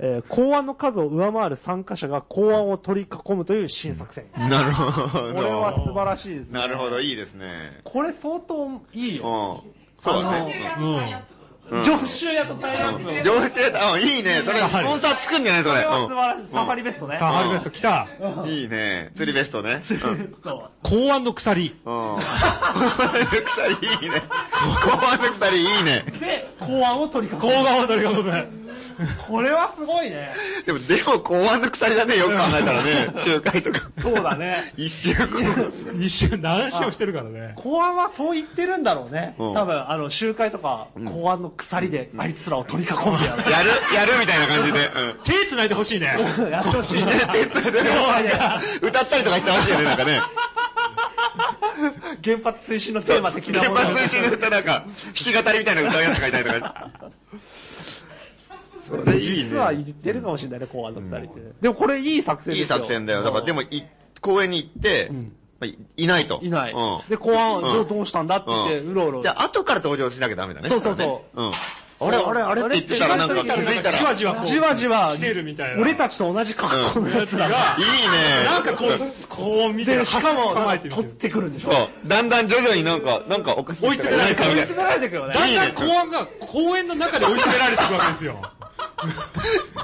Speaker 5: えー公安の数を上回る参加者が公安を取り囲むという新作戦。
Speaker 4: なるほ
Speaker 5: こ
Speaker 4: ど。
Speaker 5: れは素晴らしいですね。
Speaker 4: なるほど、いいですね。
Speaker 5: これ相当いいうよ。
Speaker 4: ん。そうだ
Speaker 3: う
Speaker 4: ね。
Speaker 3: ん。
Speaker 4: うん
Speaker 5: 常習役大
Speaker 4: うん
Speaker 5: 学の。
Speaker 4: 上司で、あ、いいね。それ、スポンサーつくんじゃないそ
Speaker 5: こ
Speaker 4: れ。
Speaker 5: れは素
Speaker 4: う
Speaker 5: 晴らしい。サファリベストね。
Speaker 3: さあ、ハリベスト来た。
Speaker 4: んいいね。釣りベストね。うん
Speaker 5: そう
Speaker 3: 公安の鎖。
Speaker 4: うん。鎖いいね。公安の鎖いいね。
Speaker 5: で、公安を取り囲
Speaker 3: 公
Speaker 5: む。
Speaker 3: 安を取り囲む。
Speaker 5: これはすごいね。
Speaker 4: でも、でも公安の鎖だね、よく考えたらね。仲介とか。
Speaker 5: そうだね。
Speaker 4: 一週間。
Speaker 3: 一瞬何周もしてるからね。
Speaker 5: 公安はそう言ってるんだろうね。
Speaker 4: うん
Speaker 5: 多分、あの、集会とか、公安の鎖で、あいつらを取り囲むやろ。
Speaker 4: やるやるみたいな感じで。うん
Speaker 3: 手繋いでほしいね。
Speaker 5: やってほしいね。
Speaker 4: 手伝いで歌ったりとかしてましたよね、なんかね。
Speaker 5: 原発推進のテーマ的な
Speaker 4: 原
Speaker 5: ものを
Speaker 4: 発推進の歌なんか、弾き語りみたいな歌をやつ書いたりとか。それいいね
Speaker 5: 実。は言ってるかもしれないね、公安の鎖って。でもこれいい作戦です
Speaker 4: い
Speaker 5: よ
Speaker 4: い作戦だよ。だからでも、い公園に行って
Speaker 5: ん、
Speaker 4: まあいいないと。
Speaker 5: いない。
Speaker 4: うん
Speaker 5: で、公安は
Speaker 4: うん
Speaker 5: どうしたんだって言って、
Speaker 4: うん
Speaker 5: うろうろ。
Speaker 4: じゃあ、後から登場しなきゃダメだね。
Speaker 5: そうそう
Speaker 4: だ
Speaker 5: そう
Speaker 4: からねうん。あれ、あれ、あれって言ってたらなんか気づいたら。
Speaker 3: じわじわこう
Speaker 5: じわじわ、
Speaker 3: 来てるみたいな
Speaker 5: 俺たちと同じ格好のやつらが、
Speaker 4: いいね。
Speaker 3: なんかこう、こう見て
Speaker 5: で、
Speaker 3: る。
Speaker 5: しかも、
Speaker 3: 構
Speaker 5: な
Speaker 3: え
Speaker 5: ん
Speaker 3: て
Speaker 5: か
Speaker 3: る
Speaker 5: 取ってくるんでしょ。
Speaker 4: そう。だんだん徐々になんか、なんかおかしい。追い
Speaker 3: 詰められて
Speaker 5: 追
Speaker 4: 追
Speaker 5: い
Speaker 4: い
Speaker 5: 詰められてくよね。
Speaker 3: だんだん公安が公園の中で追い詰められていくわけですよ。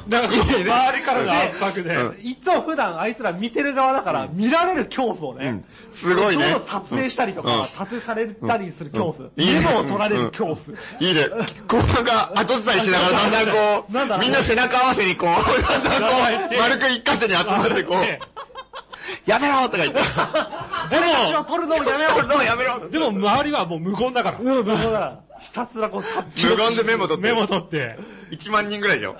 Speaker 3: なんかこう周りからの圧迫で。
Speaker 4: うん
Speaker 5: いつも普段あいつら見てる側だから、見られる恐怖をね、
Speaker 4: すごいね
Speaker 5: どんどん撮影したりとか、
Speaker 4: う
Speaker 5: 撮影されたりする恐怖。
Speaker 4: うんいいね
Speaker 5: メモを取られる恐怖。
Speaker 4: いいね。後半が後伝いしながらだんだんこう、
Speaker 5: なんだ
Speaker 4: みんな背中合わせにこう、だんだんこう、丸く一箇所に集まってこ
Speaker 3: で
Speaker 4: う、やめろとか言って。
Speaker 3: で
Speaker 5: 私を
Speaker 3: も、
Speaker 5: 撮るのもやめよ
Speaker 4: どうもやめろ
Speaker 3: でも周りはもう無言だから。
Speaker 5: う。うん、だから、ひたすらこう撮
Speaker 4: 無
Speaker 5: 影。
Speaker 4: 言でメモ取って
Speaker 3: メ
Speaker 4: る。
Speaker 3: モ取って、
Speaker 4: 1万人ぐらいでしょ。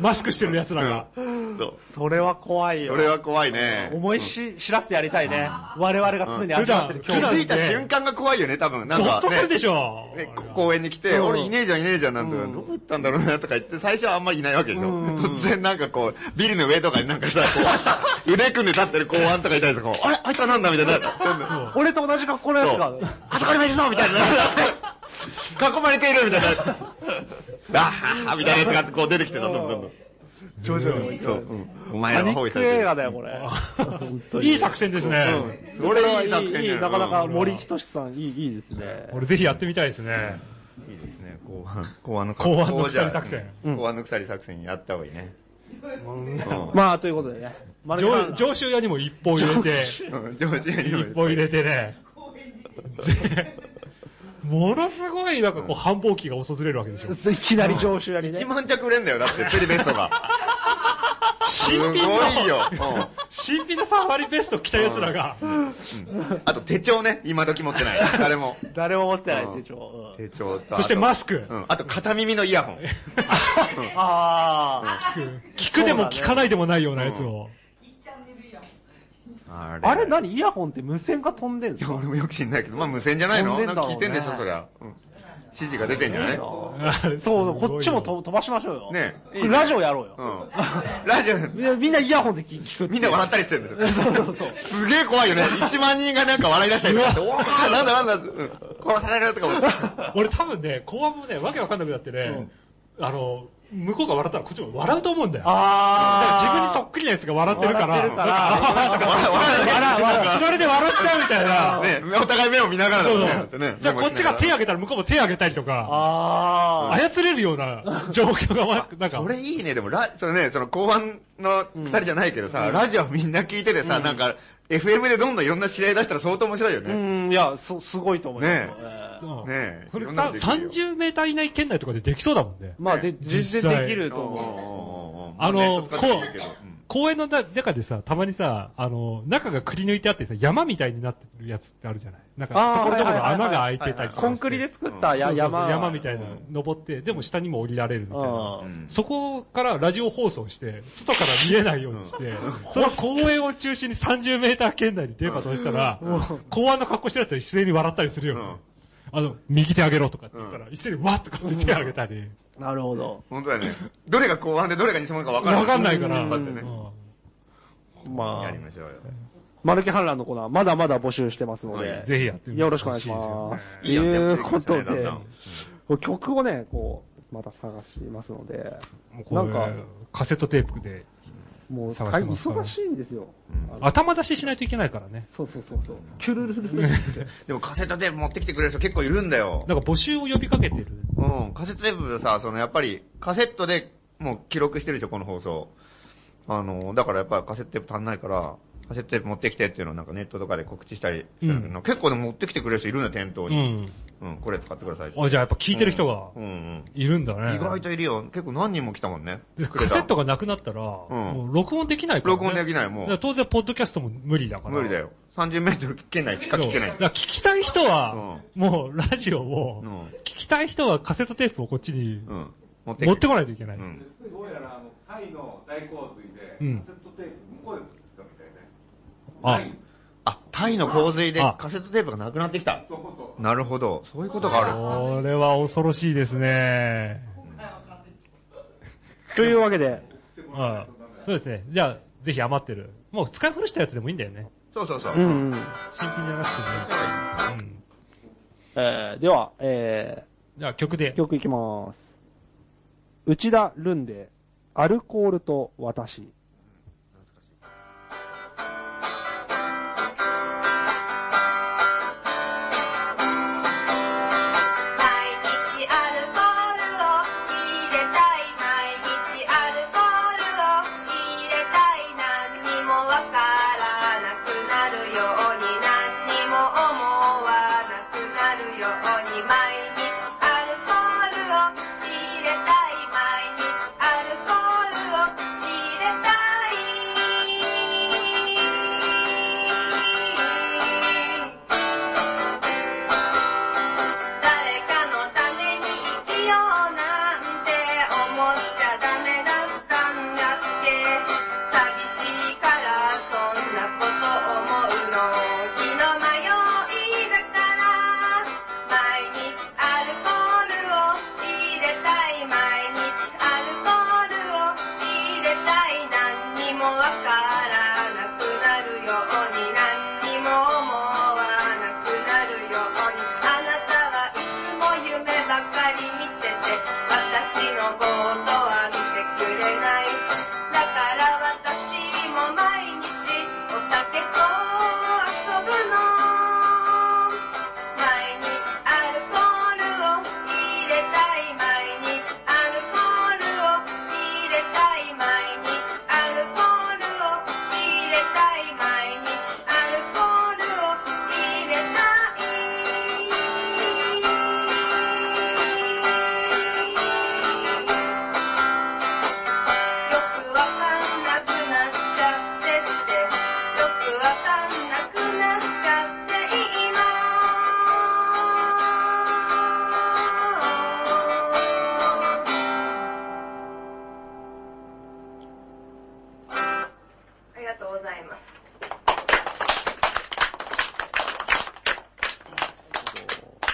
Speaker 3: マスクしてる奴らが。
Speaker 4: うんそう。
Speaker 5: それは怖いよ。
Speaker 4: それは怖いね。
Speaker 5: 思いし、知らせてやりたいね。我々が常に味わってる
Speaker 4: 気
Speaker 5: 恐
Speaker 3: 普段
Speaker 5: 怖。
Speaker 4: づいた瞬間が怖いよね、多分。なん
Speaker 3: ゾ
Speaker 4: か
Speaker 3: ッとするで
Speaker 4: ね。
Speaker 3: しょ。
Speaker 4: ねこ公園に来て、
Speaker 5: うん
Speaker 4: 俺いねえじゃんいねえじゃんなんて、
Speaker 5: うん
Speaker 4: どこ行ったんだろうなとか言って、最初はあんまりいないわけでしょ。
Speaker 5: ん
Speaker 4: 突然なんかこう、ビルの上とかになんかさ、こ う、腕組んで立ってる公安とかいたりとか、あれあいつはなんだみたいになるから。
Speaker 5: 俺と同じ格好のやつ
Speaker 4: そう
Speaker 5: が、
Speaker 4: あそこにもいるぞみたいな。囲まれているみたいな。あははみたいなやつがこう出てきてた、どんどんどんどん。
Speaker 5: 徐々に。
Speaker 4: そううんお前らは包囲さ
Speaker 5: ク
Speaker 4: れて
Speaker 5: 映
Speaker 4: る
Speaker 5: 画。だよ、これ。本当に
Speaker 3: いい作戦ですね。
Speaker 4: それいい作戦だ
Speaker 5: いい、いい
Speaker 4: よ
Speaker 5: なかなか森仁さん、いい、いいですね。
Speaker 3: 俺ぜひやってみたいですね。
Speaker 4: いいですね、公安。公安の
Speaker 3: 公安の鎖作戦
Speaker 4: うん公安の鎖作戦やった方がいいね。うん
Speaker 5: まあ、ということでね。マルケ
Speaker 3: 上上州屋にも一本入れて、
Speaker 4: うん上司にも
Speaker 3: 一本入れてね。 ぜものすごい、なんかこう、繁忙期が訪れるわけでしょ。
Speaker 5: いきなり上州やりね
Speaker 4: 1。万着売れんだよ、だって、釣りベストが。
Speaker 3: 新品の
Speaker 4: すごいようん
Speaker 3: 新品のサファリベスト着た奴らが、
Speaker 4: うんあと手帳ね、今時持ってない。誰も。
Speaker 5: 誰も持ってない手帳。うん
Speaker 4: 手帳と。
Speaker 3: そして
Speaker 4: あと
Speaker 3: マスク
Speaker 4: うん。あと片耳のイヤホン。
Speaker 5: あー
Speaker 3: 聞くでも聞かないでもないようなやつを。
Speaker 4: あ
Speaker 5: あれ何イヤホンって無線が飛んでんす
Speaker 4: いや
Speaker 5: か
Speaker 4: 俺もよく知んないけど、まあ無線じゃないの
Speaker 5: 飛んで
Speaker 4: なんん
Speaker 5: だ
Speaker 4: か
Speaker 5: ろうね
Speaker 4: 聞いてんでしょ、そりゃ。うん指示が出てんじゃない
Speaker 5: いいな そう、こっちも
Speaker 3: と
Speaker 5: と飛ばしましょうよ。
Speaker 4: ねえいいね
Speaker 5: ラジオやろう
Speaker 4: う
Speaker 5: よ。
Speaker 4: ん。ラジオ、
Speaker 5: みんなみんなイヤホンで聞聞く。
Speaker 4: みんな笑ったりして るんです
Speaker 5: そ
Speaker 4: よ。
Speaker 5: うそうそう。
Speaker 4: すげえ怖いよね。1万人がなんか笑い出したりとかして、おーなんだなんだ、うん殺されるとか思って。
Speaker 3: 俺多分ね、後半もね、わけわかんなくなってね、あの、向こうが笑ったらこっちも笑うと思うんだよ。だ
Speaker 5: あ
Speaker 3: か
Speaker 5: ー。
Speaker 3: ら自分にそっくりなやつが笑ってるから、
Speaker 5: 笑ってるから
Speaker 3: なんかあーとか
Speaker 4: 笑
Speaker 3: 笑
Speaker 4: 笑
Speaker 3: う
Speaker 4: 笑
Speaker 3: なんかそれで笑っちゃうみたいな。
Speaker 4: ね、お互い目を見ながらだ
Speaker 3: そ
Speaker 4: も
Speaker 3: うんそ
Speaker 4: ね。
Speaker 3: う。
Speaker 4: ね
Speaker 3: じゃあこっちが手
Speaker 4: を。
Speaker 3: 挙げたら向こうも手挙げたりとか、
Speaker 5: あー。
Speaker 3: 操れるような状況がわ、なんか、
Speaker 4: それいいね、でも、ラ、そのね、その後半の二人じゃないけどさ、ラジオみんな聞いててさ、なんか、FM でどんどんいろんな知り合い出したら相当面白いよ
Speaker 5: う
Speaker 4: ね。
Speaker 5: ん、いや、そ、すごいと思いますよ。
Speaker 4: ねえ
Speaker 5: ええ
Speaker 3: うん
Speaker 4: ね
Speaker 3: これ
Speaker 4: いろんなのできるよ
Speaker 3: 30メーター以内圏内とかでできそうだもんね。
Speaker 5: まあ、で、
Speaker 3: 実
Speaker 5: 全
Speaker 3: 際
Speaker 5: 然できると思
Speaker 4: おーおーおーおー
Speaker 3: あの
Speaker 4: ネット使ってるけど
Speaker 3: こ
Speaker 4: うん
Speaker 3: 公園のな中でさ、たまにさ、あの、中がくり抜いてあってさ、山みたいになってるやつってあるじゃないなんか、
Speaker 5: あ
Speaker 3: と
Speaker 5: ー
Speaker 3: ころどこ
Speaker 5: はい
Speaker 3: ろ
Speaker 5: はいはい
Speaker 3: 穴が開いてたりとかして
Speaker 5: う。コンクリで作ったや
Speaker 3: そうそうそう
Speaker 5: 山。
Speaker 3: 山みたいな
Speaker 5: うん。
Speaker 3: 登って、でも下にも降りられるみたいな。
Speaker 5: うん
Speaker 4: うん
Speaker 3: そこからラジオ放送して、外から見えないようにして、その公園を中心に30メーター圏内に電波通したら、公安の格好してるやつは一斉に笑ったりするよね、あの、右手あげろとかって言ったら、一斉にわっとかって手あげたり。
Speaker 5: なるほど。
Speaker 4: 本当だね。どれが後半でどれが偽物か分からない。
Speaker 3: わかんないから
Speaker 4: 頑張ってね。
Speaker 5: ま
Speaker 4: や
Speaker 5: あ
Speaker 4: り、ましょうよ。
Speaker 5: マルケ反乱のコーナー、まだまだ募集してますの
Speaker 4: は
Speaker 5: で
Speaker 4: い。
Speaker 3: ぜひやってみて
Speaker 5: よろしくお願いします。と
Speaker 4: いいよね
Speaker 5: いうこと
Speaker 4: やっていき
Speaker 5: で
Speaker 4: ましょうねだんだん、
Speaker 5: 曲をね、こう、また探しますので、
Speaker 3: もうこ
Speaker 5: な
Speaker 3: れ
Speaker 5: んか、
Speaker 3: カセットテープで、
Speaker 5: もう、
Speaker 3: 探
Speaker 5: 大
Speaker 3: して
Speaker 5: 変
Speaker 3: ますから
Speaker 5: 忙しいんですよ。あの
Speaker 3: 頭出ししないといけないからね。
Speaker 5: そうそうそうそう。キュルルルルルって。
Speaker 4: でもカセットテープ持ってきてくれる人結構いるんだよ。
Speaker 3: なんか募集を呼びかけてる。
Speaker 4: うん、カセットテープでさ、そのやっぱり、カセットでもう記録してるでしょ、この放送。あの、だからやっぱりカセットテープ足んないから、カセットテープ持ってきてっていうのをなんかネットとかで告知したりしてるけど、
Speaker 3: うん
Speaker 4: 結構でも持ってきてくれる人いるんだよ、店頭
Speaker 3: う
Speaker 4: に。
Speaker 3: ん。
Speaker 4: うん、これ使ってくださいって。
Speaker 3: あ、じゃあやっぱ聞いてる人が
Speaker 4: うんうん。
Speaker 3: いるんだね。
Speaker 4: 意外といるよ。結構何人も来たもんね。
Speaker 3: で
Speaker 4: くれ
Speaker 3: カセ
Speaker 4: た
Speaker 3: ットがなくなったら、もう録音できないから、ね。
Speaker 4: 録音できない、
Speaker 3: だ
Speaker 4: も
Speaker 3: から
Speaker 4: う。
Speaker 3: 当然、ポッドキャストも無理だから。
Speaker 4: 無理だよ。30メートル圏内しか
Speaker 3: そう。
Speaker 4: 聞けな
Speaker 3: だ
Speaker 4: い
Speaker 3: か。ら聞きたい人は、もうラジオを、
Speaker 4: うん。うん。
Speaker 3: 聞きたい人はカセットテープをこっちに
Speaker 4: 持って
Speaker 3: 持って
Speaker 4: こ
Speaker 3: こないといけない。
Speaker 4: うん。
Speaker 7: どうやらあのタイの大洪水で、
Speaker 3: うん
Speaker 7: カセットテープ向こうで作ってたみたいね。
Speaker 3: あ
Speaker 7: タイ
Speaker 4: あ、タイの洪水で
Speaker 3: あ
Speaker 4: カセットテープがなくなってきた。
Speaker 7: そうそう。
Speaker 4: なるほど。そういうことがある。
Speaker 3: これは恐ろしいですね。
Speaker 5: というわけで、
Speaker 3: はいそうですね。じゃあ、ぜひ余ってる。もう使い古したやつでもいいんだよね。
Speaker 4: そうそうそう。
Speaker 5: うんうん。
Speaker 3: 新品じゃなくてもいい。うん。
Speaker 5: えーでは、え
Speaker 3: じゃあ曲で
Speaker 5: ー、。曲いきます。内田ルンで、アルコールと私。
Speaker 6: 毎日アルコールを入れたい毎日アルコールを入れたい何にもわからなくなるように何にも思わなくなるように毎日アルコールを入れたい毎日アルコールを入れたい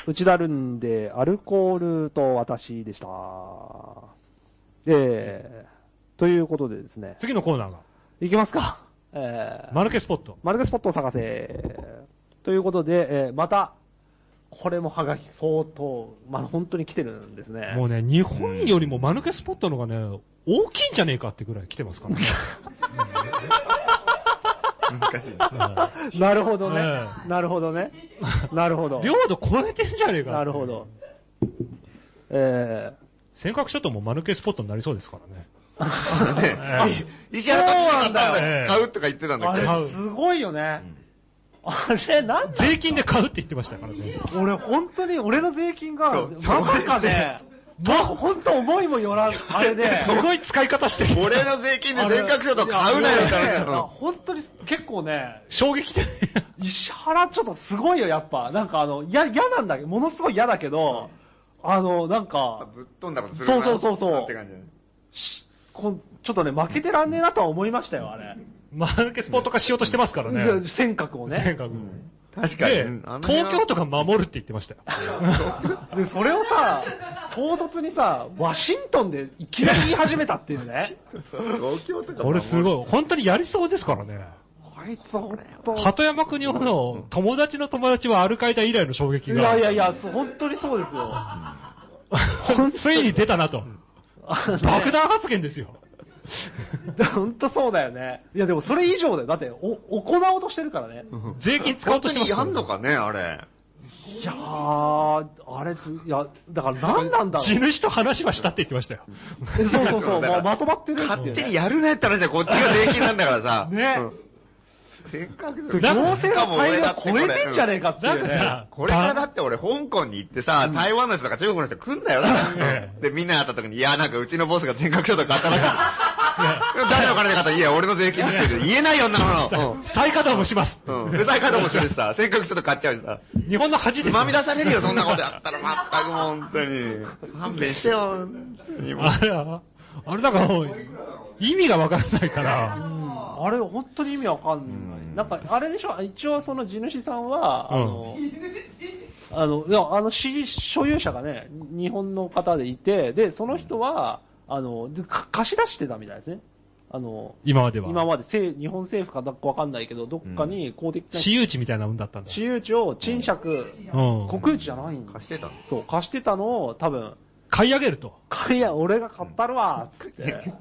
Speaker 5: 内田るんで、アルコールと私でした。えー、ということでですね。
Speaker 3: 次のコーナーが、
Speaker 5: いきますか。えー、
Speaker 3: マルケスポット。
Speaker 5: マルケスポットを探せ。ということで、えーまた、これもハガキ相当、まあ、本当に来てるんですね。
Speaker 3: もうね、日本よりもマルケスポットの方がね、大きいんじゃねえかってぐらい来てますからね。
Speaker 4: 難しい。
Speaker 5: なるほどね。
Speaker 3: え
Speaker 5: なるほどね。なるほど。
Speaker 3: 領土超えてんじゃねえかって
Speaker 5: なるほど。。え
Speaker 3: 尖閣諸島もマルケスポットになりそうですからね。
Speaker 4: ね
Speaker 3: え
Speaker 4: 石原さん買っ
Speaker 3: そ
Speaker 4: たん
Speaker 3: うなんだ
Speaker 4: だ
Speaker 3: よ
Speaker 4: 買うとか言ってたん
Speaker 5: ー、
Speaker 4: だ
Speaker 5: あ
Speaker 4: けど。
Speaker 5: れすごいよね。あれなんだ
Speaker 3: 税金で買うって言ってましたからね。
Speaker 5: 俺本当に、俺の税金が、
Speaker 4: そう
Speaker 5: まさか ね、ま、本当思いもよらん、あれで。
Speaker 3: すごい使い方してる。
Speaker 4: 俺の税金で全角書と買うなよって話だ
Speaker 5: いや
Speaker 4: ろ。
Speaker 5: 本当に結構ね、
Speaker 3: 衝撃的。
Speaker 5: 石原ちょっとすごいよ、やっぱ。なんかあの、や、嫌なんだけど、ものすごい嫌だけど、あの、なんか、
Speaker 4: ぶっ飛んだことするな
Speaker 5: そうそうそうそう
Speaker 4: って感じだね
Speaker 5: こんちょっとね、負けてらんねえなとは思いましたよ、あれ。
Speaker 3: マルケスポット化しようとしてますからね。
Speaker 5: いや 尖閣を
Speaker 3: 尖
Speaker 5: ね。
Speaker 3: 閣。
Speaker 4: 確かに
Speaker 3: で。
Speaker 4: あの、辺は
Speaker 3: 東京都が守るって言ってましたよ。
Speaker 5: で、それをさ、唐突にさ、ワシントンでいきなり言い始めたっていうね。
Speaker 4: 東京とか。
Speaker 3: これす
Speaker 4: い。
Speaker 3: ごい。本当にやりそうですからね。
Speaker 5: あいつ本当。
Speaker 3: 鳩山国夫の友達の友達はアルカイダ以来の衝撃
Speaker 5: いや
Speaker 3: が
Speaker 5: い、やいや、そう本当にそうですよ。
Speaker 3: ついに出たなと。
Speaker 5: あのね
Speaker 3: 爆弾発言ですよ。
Speaker 5: 本当そうだよね。いやでもそれ以上だよ。だって、お、行おうとしてるからね。
Speaker 3: 税金使おう
Speaker 4: 本
Speaker 3: と
Speaker 4: 当
Speaker 3: して
Speaker 4: に
Speaker 3: ます
Speaker 4: や
Speaker 3: ら
Speaker 4: んのかね、あれ。
Speaker 5: いやー、あれす、いや、だから何なんだろ
Speaker 3: 地
Speaker 5: う。
Speaker 3: 主と話はしたって言ってましたよ。
Speaker 5: えそうそうそ
Speaker 4: だか
Speaker 5: う、も
Speaker 4: ら
Speaker 5: うまとまってるってい
Speaker 4: 勝
Speaker 5: う
Speaker 4: 手に
Speaker 5: ね。
Speaker 4: やるねって話はこっちが税金なんだからさ。
Speaker 5: ね。
Speaker 4: せっかく
Speaker 5: 行
Speaker 4: だ
Speaker 5: 政の裁量超えてんじゃねえかってい
Speaker 3: なん
Speaker 5: う
Speaker 3: か
Speaker 5: ね。
Speaker 3: さ、
Speaker 4: これからだって俺、香港に行ってさ、台湾の人とか中国の人来んだよ
Speaker 3: え。
Speaker 4: で、みんなに会った時に、いや、なんかうちのボスが全額書とか買ったらしい。誰の金で買ったいや、俺の税金ですって言えないよ、んなもの。
Speaker 3: 再稼働もします。
Speaker 4: うん。うざい方もするしさ、全額書と買っちゃうしさ。
Speaker 3: 日本の恥
Speaker 4: つ
Speaker 3: です
Speaker 4: まみ出
Speaker 3: よ。
Speaker 4: されるよ、そんなことやったら、まったくもう本当に。勘弁してよ、
Speaker 3: あれは、あれだからもう、意味がわからないから、
Speaker 5: あれ、本当に意味わかんな
Speaker 4: うん
Speaker 5: い。なんか、あれでしょ一応その地主さんは、あの、
Speaker 3: う
Speaker 5: あの、いや、あの、私所有者がね、日本の方でいて、で、その人は、あの、でか貸し出してたみたいですね。あの、
Speaker 3: 今までは。
Speaker 5: 今まで政日本政府かどっかわかんないけど、どっかに公的な
Speaker 3: 私有地みたいなもんだったんだ。
Speaker 5: 私有地を賃借、
Speaker 3: うん。
Speaker 5: 国有地じゃないんだ
Speaker 4: 貸してたの
Speaker 5: そう、貸してたのを多分、
Speaker 3: 買い上げると。
Speaker 5: いや、俺が買ったるわ、つって。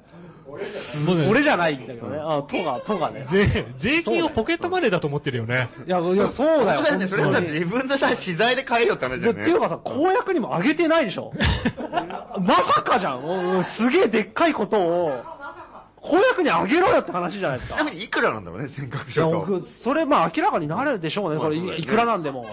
Speaker 3: もうね
Speaker 5: 俺じゃないんだけどね。あ、都が、都がね。
Speaker 3: 税、税金をポケットマネーだと思ってるよね。
Speaker 5: いや、いや、そうだ
Speaker 4: そ
Speaker 5: よ。
Speaker 4: うだよね、それ
Speaker 5: 本
Speaker 4: さ、
Speaker 5: 当に
Speaker 4: 自分でさ、資材で買えよって話だ
Speaker 5: で
Speaker 4: よ
Speaker 5: って
Speaker 4: ね。
Speaker 5: いうかさ、公約にも上げてないでしょまさかじゃんおおすげえでっかいことを、公約に上げろよって話じゃないです
Speaker 4: ち
Speaker 5: か。
Speaker 4: なみにいくらなんだろうね、尖閣
Speaker 5: いや
Speaker 4: 諸島。
Speaker 5: 僕それまあ明らかになるでしょうね、
Speaker 4: まあ
Speaker 5: これ
Speaker 4: そうだよ
Speaker 5: い
Speaker 4: ね
Speaker 5: いくらなんでも。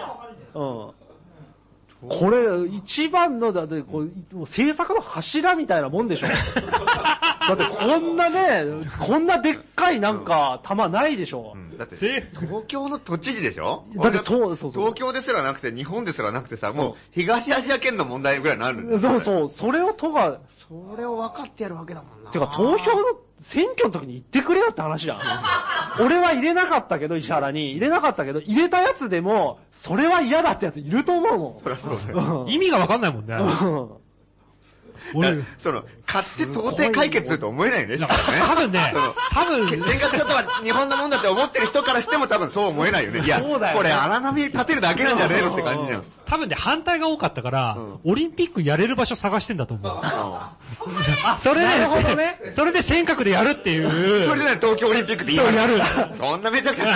Speaker 5: うん。これ、一番の、だってこう、いもう政策の柱みたいなもんで しょ。だってこんなね、こんなでっかいなんか玉ないでしょ
Speaker 4: う。んだって、
Speaker 3: せ
Speaker 4: 東京の都知事でしょ
Speaker 5: だってとそうそう
Speaker 4: 東京ですらなくて、日本ですらなくてさ、もう東アジア圏の問題ぐらいになるんだよ
Speaker 5: そうそう、それを都が、
Speaker 4: それを分かってやるわけだもんな。
Speaker 5: てか投票の選挙の時に言ってくれよって話じゃん。俺は入れなかったけど、石原に。入れなかったけど、入れたやつでも、それは嫌だってやついると思
Speaker 4: そりゃそうだ
Speaker 5: うも
Speaker 4: よ。
Speaker 5: ん。うん
Speaker 3: 意味がわかんないもんね。
Speaker 5: うん
Speaker 4: だ
Speaker 3: 俺、
Speaker 4: その、買って到底解決すると思えないよね、しかもね。
Speaker 3: 多分ね
Speaker 4: その、
Speaker 3: 多分、
Speaker 4: 尖閣諸島は日本のもんだって思ってる人からしても多分そう思えないよね。いや、
Speaker 5: そうだよね
Speaker 4: これ荒波立てるだけなんじゃねえのって感じじゃん。
Speaker 3: 多分ね、反対が多かったから、
Speaker 4: う
Speaker 3: オリンピックやれる場所探してんだと思う。 それ
Speaker 5: なるほど
Speaker 3: で
Speaker 5: ね、
Speaker 3: それで尖閣でやるっていう。
Speaker 4: それでね、東京オリンピックで
Speaker 3: そうやる
Speaker 4: そんなめちゃくちゃ。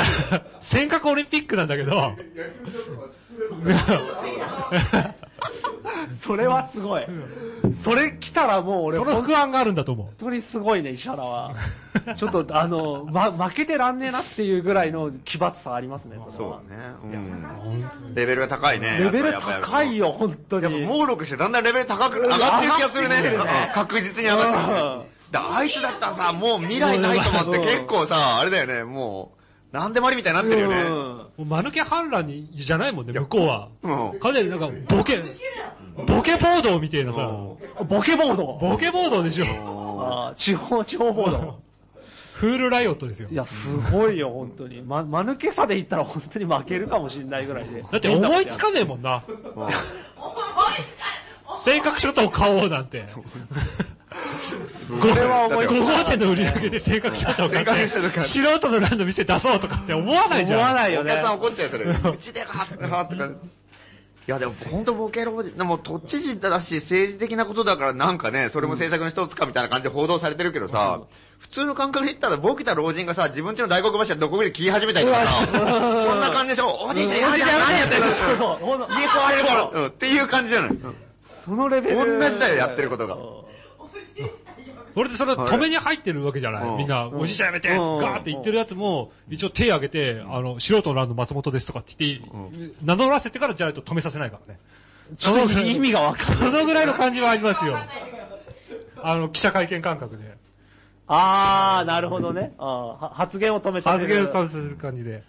Speaker 3: 尖閣オリンピックなんだけど、
Speaker 5: それはすごい。それ来たらもう俺、
Speaker 3: その
Speaker 5: 本
Speaker 3: 不安があるんだと思う。
Speaker 5: 当にすごいね、石原は。ちょっと、あの、ま、負けてらんねえなっていうぐらいの奇抜さありますね、 それ
Speaker 4: そ
Speaker 5: は
Speaker 4: うだね。うん。レベルが高いね。
Speaker 5: レベル高い
Speaker 4: よ。
Speaker 5: よ、本当
Speaker 4: やっぱ
Speaker 5: に。
Speaker 4: 猛録してだんだんレベル高く上がってる気がするね。
Speaker 5: 上がってるね
Speaker 4: 確実に上がってる。であいつだったらさ、もう未来ないと思って結構さ、あれだよね、もう、なんでもありみたいになってるよ
Speaker 5: う
Speaker 4: ね。
Speaker 5: ん
Speaker 3: もう間抜け反乱に、じゃないもんね、向こうは。
Speaker 4: うん。
Speaker 3: かなりなんか、ボケ、ボケボードみたいなさ、
Speaker 4: う
Speaker 5: ボケボード。
Speaker 3: ボケボードでしょ。
Speaker 5: あー地方、地方報道。
Speaker 3: フールライオットですよ。
Speaker 5: いや、すごいよ、本当に。ま、間抜けさで言ったら本当に負けるかもしれないぐらいで。
Speaker 3: だって思いつかねえもんな。性格書と買おうなんて。これは思い5号店の売り上げで性格書と買
Speaker 4: 性格
Speaker 3: っ
Speaker 4: 書と買
Speaker 3: て、
Speaker 4: って
Speaker 3: 素人の欄の店出そうとかって思わないじゃん。
Speaker 5: 思わない
Speaker 4: お
Speaker 5: よね
Speaker 4: 客さん怒っちゃうよ、それ。うちでかってかってか。いや、でも本当ボケロボでも都知事だし政治的なことだからなんかね、それも政策の一つかみたいな感じで報道されてるけどさ、普通の感覚で言ったらボケた老人がさ、自分家の大黒柱でどこで切り始めたりとかさ、そんな感じでしょ、おじいちゃんやるじゃん、何やってんの
Speaker 5: そうそうほんと
Speaker 4: 家壊れるからうんっていう感じじゃない。
Speaker 5: そのレベル。
Speaker 4: 同じだよやってることが
Speaker 3: それでそれ止めに入ってるわけじゃな
Speaker 4: はいい
Speaker 3: みんな、おじいちゃんやめて
Speaker 5: う
Speaker 3: ガ
Speaker 5: ん
Speaker 3: ーって言ってるやつも、一応手挙げて、あの、素人の欄の松本ですとかって言って、名乗らせてからじゃないと止めさせないからね。
Speaker 5: ちょっと意味がわか
Speaker 3: そ
Speaker 5: んない。
Speaker 3: のぐらいの感じはありますよ。あの、記者会見感覚で。
Speaker 5: あー、なるほどね。あーは発言を止めてく
Speaker 3: 発
Speaker 5: れる
Speaker 3: 言させる感じで。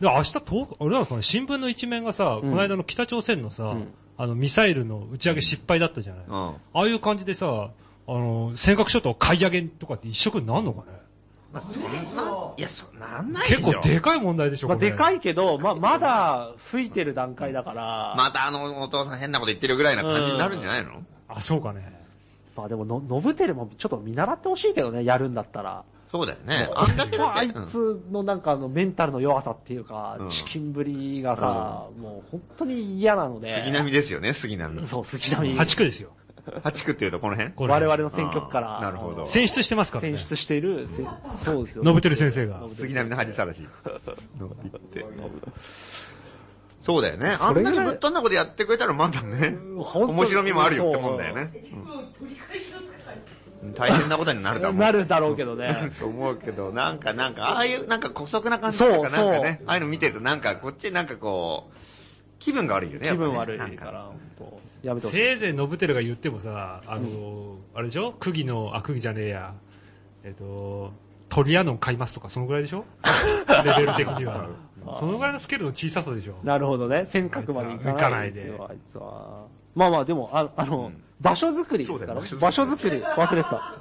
Speaker 3: で、明日、東あれなのかな新聞の一面がさ、この間の北朝鮮のさ
Speaker 5: ん、
Speaker 3: あの、ミサイルの打ち上げ失敗だったじゃない
Speaker 4: うん。ま
Speaker 3: ああいう感じでさ、あの、尖閣諸島買い上げとかって一色になんのかね
Speaker 4: あそんな、いや、そんなんないよ
Speaker 3: 結構でかい問題でしょ、
Speaker 5: まあ、
Speaker 3: これ
Speaker 5: でかいけど、ま、まだ吹いてる段階だから。ま
Speaker 4: またあのお父さん変なこと言ってるぐらいな感じになるんじゃないの
Speaker 3: あ、そうかね。
Speaker 5: あでもの、ノブテレもちょっと見習ってほしいけどね、やるんだったら。
Speaker 4: そうだよね。あんだけだ
Speaker 5: あ
Speaker 4: っ
Speaker 5: い
Speaker 4: て。うん
Speaker 5: つのなんかあのメンタルの弱さっていうか、
Speaker 4: うん
Speaker 5: チキンぶりがさ、もう本当に嫌なので。
Speaker 4: 杉並ですよね、杉並。
Speaker 5: そう、杉並。
Speaker 3: 8区ですよ。
Speaker 4: 八区っていうとこの辺
Speaker 3: これ
Speaker 5: 我々の選挙区か
Speaker 4: あ
Speaker 5: ら。
Speaker 4: ーなるほど
Speaker 3: 選出してますからね。
Speaker 5: 選出している、せそうですよ。
Speaker 3: ノブテル先生が
Speaker 5: ノブテル
Speaker 4: 杉並の恥さらし。ってそうだよね。あ
Speaker 5: それ
Speaker 4: んな
Speaker 5: ぐらい
Speaker 4: にぶっ飛んだことやってくれたらまだね、
Speaker 5: 本当に
Speaker 4: 面白みもあるよってもんだよね。うん大変なことになるだろう。
Speaker 5: なるだろうけどね。
Speaker 4: と思うけど、なんかなんか、ああいうなんか古速な感じとか
Speaker 5: そう
Speaker 4: なんかね、ああいうの見てるとなんかこっちなんかこう、気分が悪いよね。
Speaker 5: 気
Speaker 4: やっぱね
Speaker 5: 分悪いか
Speaker 4: なん
Speaker 5: ら、本当やめてほしい。
Speaker 3: せいぜいノブテルが言ってもさ、あのー、あれでしょ釘の、あ、釘じゃねえや。えっ、と、トリアノン買いますとか、そのぐらいで しょレベル的には。そのぐらいのスケールの小ささでしょ
Speaker 5: なるほどね。尖閣まで行かないですよ、あいつは。まあまあ、でも、ああの、場所づくりですからね
Speaker 4: そうだよ
Speaker 5: 場所づくり、忘れてた。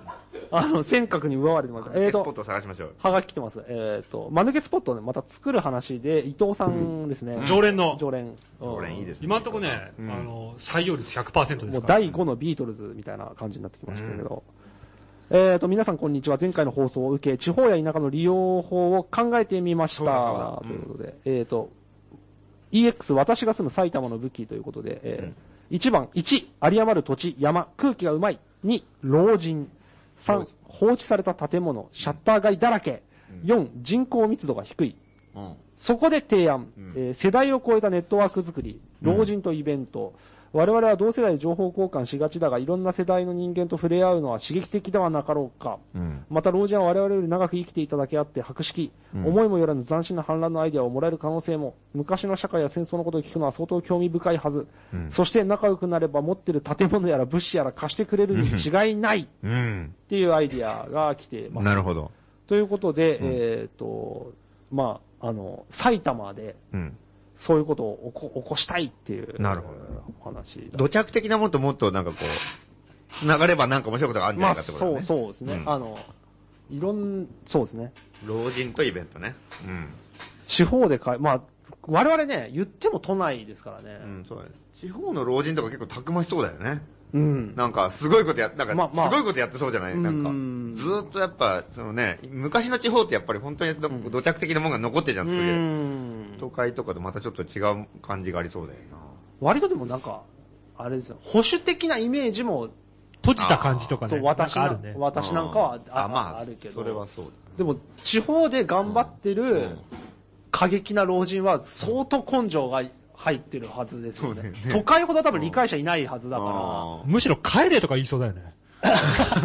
Speaker 5: あの、尖閣に奪われてます。え
Speaker 4: エ
Speaker 5: ー
Speaker 4: スポッ
Speaker 5: と、
Speaker 4: トを探しましょう。
Speaker 5: はがき来てます。えーと、間抜けスポットをね、また作る話で、伊藤さんですね。
Speaker 3: 常連の。
Speaker 5: 常連。
Speaker 4: これいいですね。
Speaker 3: 今んとこね、
Speaker 4: うん
Speaker 3: あの、採用率100%です
Speaker 5: もう
Speaker 3: から。
Speaker 5: 第5のビートルズみたいな感じになってきましたけど。えーと、皆さんこんにちは。前回の放送を受け、地方や田舎の利用法を考えてみまし
Speaker 4: そうだそう
Speaker 5: た。と
Speaker 4: だ
Speaker 5: いううんことで、えーと、EX、私が住む埼玉の武器ということで、えー1番、1、有り余る土地、山、空気がうまい。2、老人。
Speaker 4: 老
Speaker 5: 3
Speaker 4: 人、
Speaker 5: 放置された建物、シャッター街だらけ。4、人口密度が低い。
Speaker 4: うん
Speaker 5: そこで提案、
Speaker 4: うん
Speaker 5: えー世代を超えたネットワーク作り、老人とイベント、我々は同世代で情報交換しがちだが、いろんな世代の人間と触れ合うのは刺激的ではなかろうか。
Speaker 4: うん。
Speaker 5: また老人は我々より長く生きていただけあって、博識、
Speaker 4: うん
Speaker 5: 思いもよらぬ斬新な反乱のアイデアをもらえる可能性も、昔の社会や戦争のことを聞くのは相当興味深いはず、
Speaker 4: うん
Speaker 5: そして仲良くなれば持ってる建物やら物資やら貸してくれるに違いないっ
Speaker 4: うん。
Speaker 5: ていうアイデアが来てます。
Speaker 4: なるほど。
Speaker 5: ということで、えっ、と、まあ、あの、埼玉で、
Speaker 4: うん。
Speaker 5: そういうことを起こ起こしたいっていう。
Speaker 4: なるほど
Speaker 5: お話だ。
Speaker 4: 土着的なものともっとなんかこう、繋がればなんか面白いことがあるんじゃ
Speaker 5: ま
Speaker 4: な
Speaker 5: あ、
Speaker 4: いかって
Speaker 5: そ
Speaker 4: ことだね。
Speaker 5: う、そうですね。
Speaker 4: うん
Speaker 5: あの、いろん、そうですね。
Speaker 4: 老人とイベントね。うん。
Speaker 5: 地方でかい、まあ、我々ね、言っても都内ですからね
Speaker 4: う。ん、そうだね。地方の老人とか結構たくましそうだよね。
Speaker 5: うん。
Speaker 4: なんか、すごいことや、なんか、
Speaker 5: まあまあ
Speaker 4: すごいことやってそうじゃないなんか、ず
Speaker 5: うん
Speaker 4: ーっとやっぱ、そのね、昔の地方ってやっぱり本当にど土着的なものが残ってるじゃん、
Speaker 5: う
Speaker 4: すげえ。
Speaker 5: ん。
Speaker 4: 都会とかとまたちょっと違う感じがありそうだよ
Speaker 5: 割とでもなんか、あれですよ、保守的なイメージも、
Speaker 3: 閉じた感じとかね。
Speaker 5: そう、私
Speaker 3: なん
Speaker 5: な
Speaker 3: かあるね。
Speaker 5: 私なんかはああるけど、
Speaker 4: それはそう
Speaker 5: でも、地方で頑張って
Speaker 4: だ。
Speaker 5: る過激な老人は相当根性が入ってるはずですよ
Speaker 4: そうだ
Speaker 5: ね
Speaker 4: よね。
Speaker 5: 都会ほど多分理解者いないはずだから、
Speaker 4: あー
Speaker 3: むしろ帰れとか言いそうだよ ね。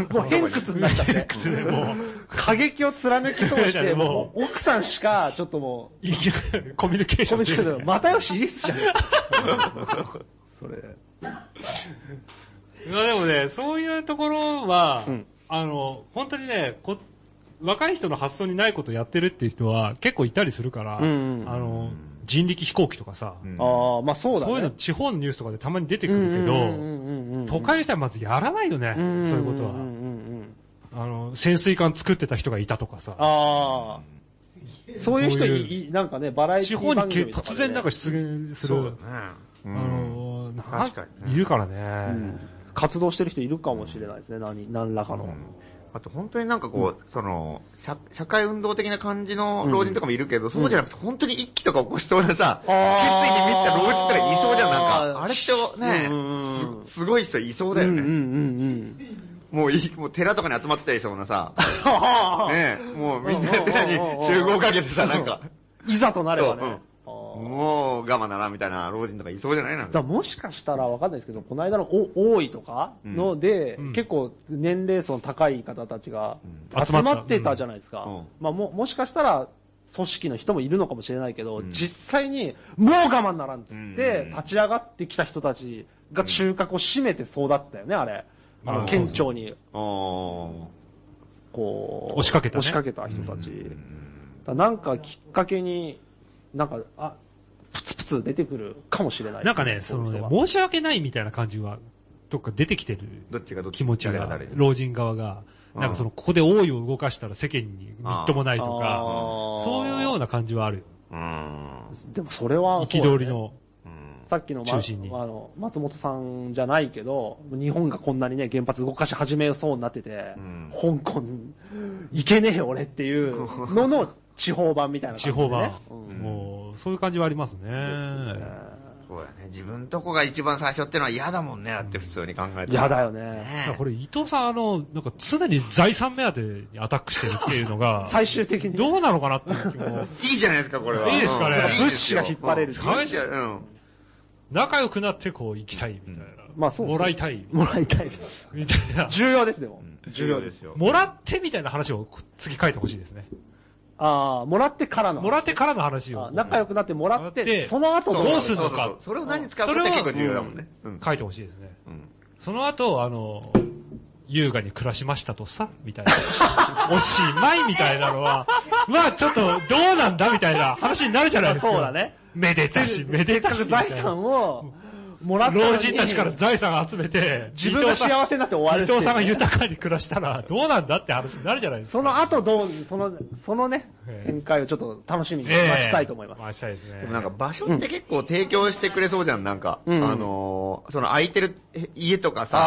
Speaker 5: もう偏屈になっちゃって。過激を貫き通して、も
Speaker 3: も
Speaker 5: う奥さんしか、ちょっとも
Speaker 3: いやコミュニケー
Speaker 5: う、
Speaker 3: シ
Speaker 5: コ
Speaker 3: ョン
Speaker 5: メ
Speaker 3: って
Speaker 5: し
Speaker 3: い
Speaker 5: か
Speaker 3: うね
Speaker 5: またよし、いいっすじゃん。それ。
Speaker 3: いやでもね、そういうところは、
Speaker 5: うん
Speaker 3: あの、本当にねこ、若い人の発想にないことやってるっていう人は結構いたりするから、
Speaker 5: うんうん
Speaker 3: あの、人力飛行機とかさ、
Speaker 4: うん
Speaker 5: ああ、まあ そうだね。
Speaker 3: そういうの地方のニュースとかでたまに出てくるけど、
Speaker 5: うんうんうんうんうんうん
Speaker 3: 都会の人はまずやらないよね、そういうことは。
Speaker 5: んんんうん
Speaker 3: あの、潜水艦作ってた人がいたとかさ、
Speaker 5: ああ。そういう人
Speaker 3: そう
Speaker 5: い
Speaker 3: い
Speaker 5: い、なんかね、バラエテ
Speaker 3: 地
Speaker 5: ィ
Speaker 3: 方
Speaker 5: 番
Speaker 3: にけ
Speaker 5: 組とか
Speaker 3: 突
Speaker 5: でね
Speaker 3: 然なんか出現す
Speaker 4: そ
Speaker 3: る
Speaker 4: う、だね。う
Speaker 3: あ
Speaker 4: ん。
Speaker 3: の、なん
Speaker 4: 確かにね
Speaker 3: いるから
Speaker 5: う
Speaker 3: ね
Speaker 5: ん。活動してる人いるかもしれないですね、何、何らかの。
Speaker 4: あと本当になんかこう、その社、社会運動的な感じの老人とかもいるけど、そうじゃなくて本当に一気とか起こしそうなさ、
Speaker 5: あ
Speaker 4: 決
Speaker 5: ー
Speaker 4: 意に満ちた老人とかいそうじゃん、なんか。
Speaker 5: あー
Speaker 4: あれって
Speaker 5: うんうんう
Speaker 4: ね
Speaker 5: ん、
Speaker 4: すすごい人いそうだよ
Speaker 5: うんうん
Speaker 4: ね。
Speaker 5: うん
Speaker 4: もういい、もう寺とかに集まったりしそうなさ、
Speaker 5: うん。
Speaker 4: ねもうみんな寺に集合かけてさ、なんか、
Speaker 5: いざとなればね。あー
Speaker 4: もう我慢だな、みたいな老人とかいそうじゃないなん
Speaker 5: だから
Speaker 4: か。
Speaker 5: もしかしたらわかんないですけど、この間のお多いとかので、
Speaker 3: うん
Speaker 5: 結構年齢層の高い方たちが
Speaker 3: うん
Speaker 5: 集まってたじゃないですか。
Speaker 4: うんうん
Speaker 5: まあも、もしかしたら、組織の人もいるのかもしれないけど、
Speaker 4: うん
Speaker 5: 実際に、もう我慢ならんっつっ
Speaker 4: う
Speaker 5: て
Speaker 4: ん、
Speaker 5: 立ち上がってきた人たちが中核を占めてそうだったよね、あれ。あ
Speaker 3: う
Speaker 5: の、
Speaker 3: ん
Speaker 5: 県庁に、
Speaker 4: お
Speaker 5: こう、
Speaker 3: 押しかけたね
Speaker 5: 押しかけた人たち。
Speaker 4: ー
Speaker 5: だからなんかきっかけに、なんか、あ、プツプツ出てくるかもしれないで
Speaker 3: なん
Speaker 5: す
Speaker 3: か
Speaker 5: ね、
Speaker 3: ね、その
Speaker 5: ういう人が
Speaker 3: ね、申し訳ないみたいな感じは、どっか出てきてる
Speaker 4: どっちがどっち
Speaker 3: 気持ち
Speaker 4: 誰が
Speaker 3: が
Speaker 4: 誰、
Speaker 3: 老人側が、なんかその、ここで王位を動かしたら世間にみっともないと
Speaker 5: あ
Speaker 3: か、
Speaker 5: ー
Speaker 3: そういうような感じはあるよ。
Speaker 4: うん。
Speaker 5: でもそれはそうだ
Speaker 3: 憤
Speaker 5: よね、
Speaker 3: りの。
Speaker 4: うん
Speaker 5: さっきの,、ま、
Speaker 3: 中心に
Speaker 5: あの松本さんじゃないけど、日本がこんなにね、原発動かし始めそうになってて、
Speaker 4: うん
Speaker 5: 香港、行けねえよ俺っていうのの地方版みたいな感じ
Speaker 3: 地
Speaker 5: で、
Speaker 3: 方
Speaker 5: ね。
Speaker 3: 版。
Speaker 5: うん
Speaker 3: もう、そういう感じはありますね。
Speaker 4: そうだね。自分とこが一番最初ってのは嫌だもんね、だって普通に考えて。
Speaker 5: 嫌だよ
Speaker 4: ね
Speaker 5: ね。
Speaker 3: だからこれ、伊藤さん、あの、なんか常に財産目当てにアタックしてるっていうのが、
Speaker 5: 最終的に。
Speaker 3: どうなのかなっていう気 も、
Speaker 4: いいじゃないですか、これは。
Speaker 3: いいですかね
Speaker 4: うん
Speaker 5: 物資が引っ張れる
Speaker 4: いいですようん。
Speaker 3: 仲良くなってこう行きたいみたいな。
Speaker 5: まあそう
Speaker 3: もらいたい。
Speaker 5: もらいたいです。
Speaker 3: みたいな。
Speaker 5: 重要です、でも。
Speaker 4: 重要ですよ。
Speaker 3: もらってみたいな話を次書いてほしいですね。
Speaker 5: ああ、もらってからの。
Speaker 3: もらってからの話
Speaker 5: あ
Speaker 3: を
Speaker 5: ー仲良くなってもらっ
Speaker 3: もらって
Speaker 5: て、その後
Speaker 3: どうすんのか
Speaker 4: そうそうそうそれを何使うかって結構重要だもんね。うん。
Speaker 3: 書いてほしいですね。
Speaker 4: うん
Speaker 3: その後、あの、優雅に暮らしましたとさ、みたいな。 おしまいみたいなのは、まあちょっとどうなんだみたいな話になるじゃないですか。
Speaker 5: そうだね。
Speaker 3: めでたし、めでたしみたい
Speaker 5: 財
Speaker 3: な。
Speaker 5: 産をもらったのに
Speaker 3: 老人たちから財産集めて、
Speaker 5: 自分が幸せになって終わるって
Speaker 3: 伊
Speaker 5: いう
Speaker 3: 藤
Speaker 5: ね
Speaker 3: さんが豊かに暮らしたらどうなんだって話になるじゃないですか。
Speaker 5: その後どう、その、そのね
Speaker 3: え、え
Speaker 5: 展開をちょっと楽しみに
Speaker 3: ええ
Speaker 5: 待ちたいと思います。
Speaker 3: 待ちたいですね。
Speaker 4: でもなんか場所って結構提供してくれそうじゃん、なんか。あ
Speaker 5: うん
Speaker 4: のー、その空いてるえ家とかさ、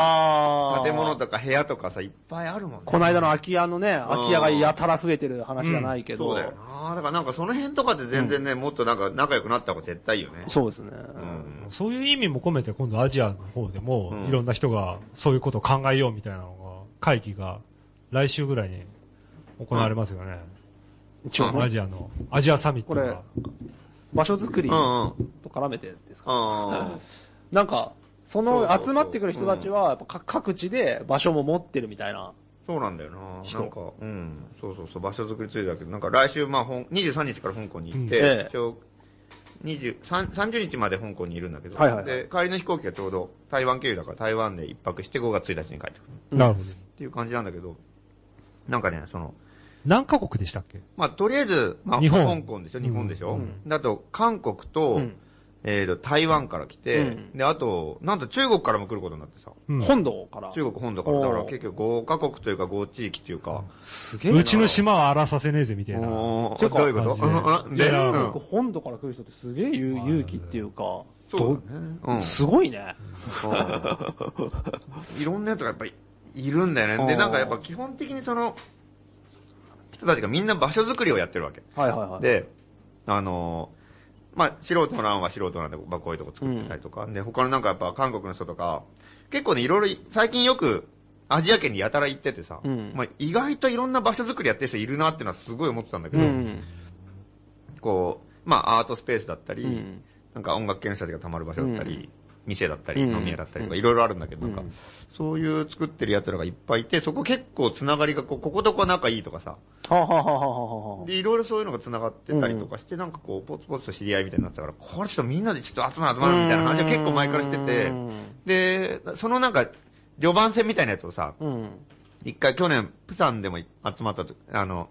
Speaker 5: あ
Speaker 4: 建物とか部屋とかさ、いっぱいあるもんね。
Speaker 5: この間の空き家のね、空き家がやたら増えてる話じゃないけど、
Speaker 4: そうだよな。だからなんかその辺とかで全然ね、もっとなんか仲良くなった方が絶対いいよね。
Speaker 5: そうですね。
Speaker 4: うん。
Speaker 3: そういう意味も込めて今度アジアの方でも、
Speaker 4: うん
Speaker 3: いろんな人がそういうことを考えようみたいなのが、会議が来週ぐらいに行われますよね。
Speaker 5: 一応
Speaker 3: ア
Speaker 5: ね、
Speaker 3: ジアの、アジアサミットが。
Speaker 5: 場所づくり
Speaker 4: うんうん。
Speaker 5: と絡めてですか、
Speaker 4: うん。
Speaker 5: なんか、そ
Speaker 4: そうそう
Speaker 5: の
Speaker 4: そう
Speaker 5: 集まってくる人たちは、やっぱ各各地で場所も持ってるみたいな。
Speaker 4: そうなんだよな。
Speaker 5: 人
Speaker 4: なんか、うん。そうそうそう、場所作りついだけど、なんか来週、まあ、ほん23日から香港に行っ
Speaker 5: うん
Speaker 4: て
Speaker 5: ええ、
Speaker 4: ちょう20 3 30日まで香港にいるんだけど、
Speaker 5: はいはいはい
Speaker 4: で、帰りの飛行機がちょうど台湾経由だから台湾で一泊して5月1日に帰ってくる
Speaker 5: うん
Speaker 3: なるほど。
Speaker 4: っていう感じなんだけど、なんかね、その、
Speaker 3: 何カ国でしたっけ
Speaker 4: まあ、とりあえず、まあ、
Speaker 3: 日
Speaker 4: 香
Speaker 3: 本
Speaker 4: 港でしょ、日本でしょ、
Speaker 5: うん
Speaker 4: だと、韓国と、
Speaker 5: うん
Speaker 4: えーと、台湾から来て、
Speaker 5: うん
Speaker 4: で、あと、なんと中国からも来ることになってさ、
Speaker 3: うん
Speaker 5: 本土から。
Speaker 4: 中国本土から、だから
Speaker 5: おー
Speaker 4: 結局5カ国というか5地域というか、
Speaker 5: すげえな。
Speaker 3: うちの島は荒らさせねえぜみたいな。
Speaker 4: おー
Speaker 5: ていうか
Speaker 4: どういうこ
Speaker 3: 感
Speaker 4: と
Speaker 3: じで
Speaker 4: うんうんで
Speaker 5: いや
Speaker 3: う
Speaker 5: 中
Speaker 3: ん
Speaker 5: 国本土から来る人ってすげえ勇勇気っていうか、
Speaker 4: そうだね。うん
Speaker 5: どすごいね。
Speaker 4: うん。いろんなやつがやっぱりいるんだよね。で、
Speaker 5: うん
Speaker 4: なんかやっぱ基本的にその、人たちがみんな場所づくりをやってるわけ。
Speaker 5: はいはいはい。
Speaker 4: で、あのーまあ、素人の欄は素人なんで、まあ、こういうとこ作ってたりとか、で、他のなんかやっぱ韓国の人とか、結構ね、いろいろ、最近よく、アジア圏にやたら行っててさ、
Speaker 5: うん
Speaker 4: まあ、意外といろんな場所づくりやってる人いるなってのはすごい思ってたんだけ
Speaker 5: う
Speaker 4: ど、
Speaker 5: ん。
Speaker 4: こう、まあ、アートスペースだったり、
Speaker 5: うん
Speaker 4: なんか音楽系の人たちがたまる場所だったり、
Speaker 5: うん
Speaker 4: 店だったり、
Speaker 5: うん
Speaker 4: 飲み屋だったりとか、
Speaker 5: うん
Speaker 4: いろいろあるんだけど、なんか
Speaker 5: うん、
Speaker 4: そういう作ってる奴らがいっぱいいて、そこ結構つながりがこう、こことこは仲いいとかさ、
Speaker 5: はあ、はあはあはあはあは
Speaker 4: で、いろいろそういうのが繋がってたりとかして、なんかこう、ポツポツと知り合いみたいになってたから、これちょっとみんなでちょっと集まる集まるみたいな話を結構前からしてて
Speaker 5: うん、
Speaker 4: で、そのなんか、序盤戦みたいなやつをさ、
Speaker 5: あ。うん。
Speaker 4: 一回去年、プサンでも集まったと、あの、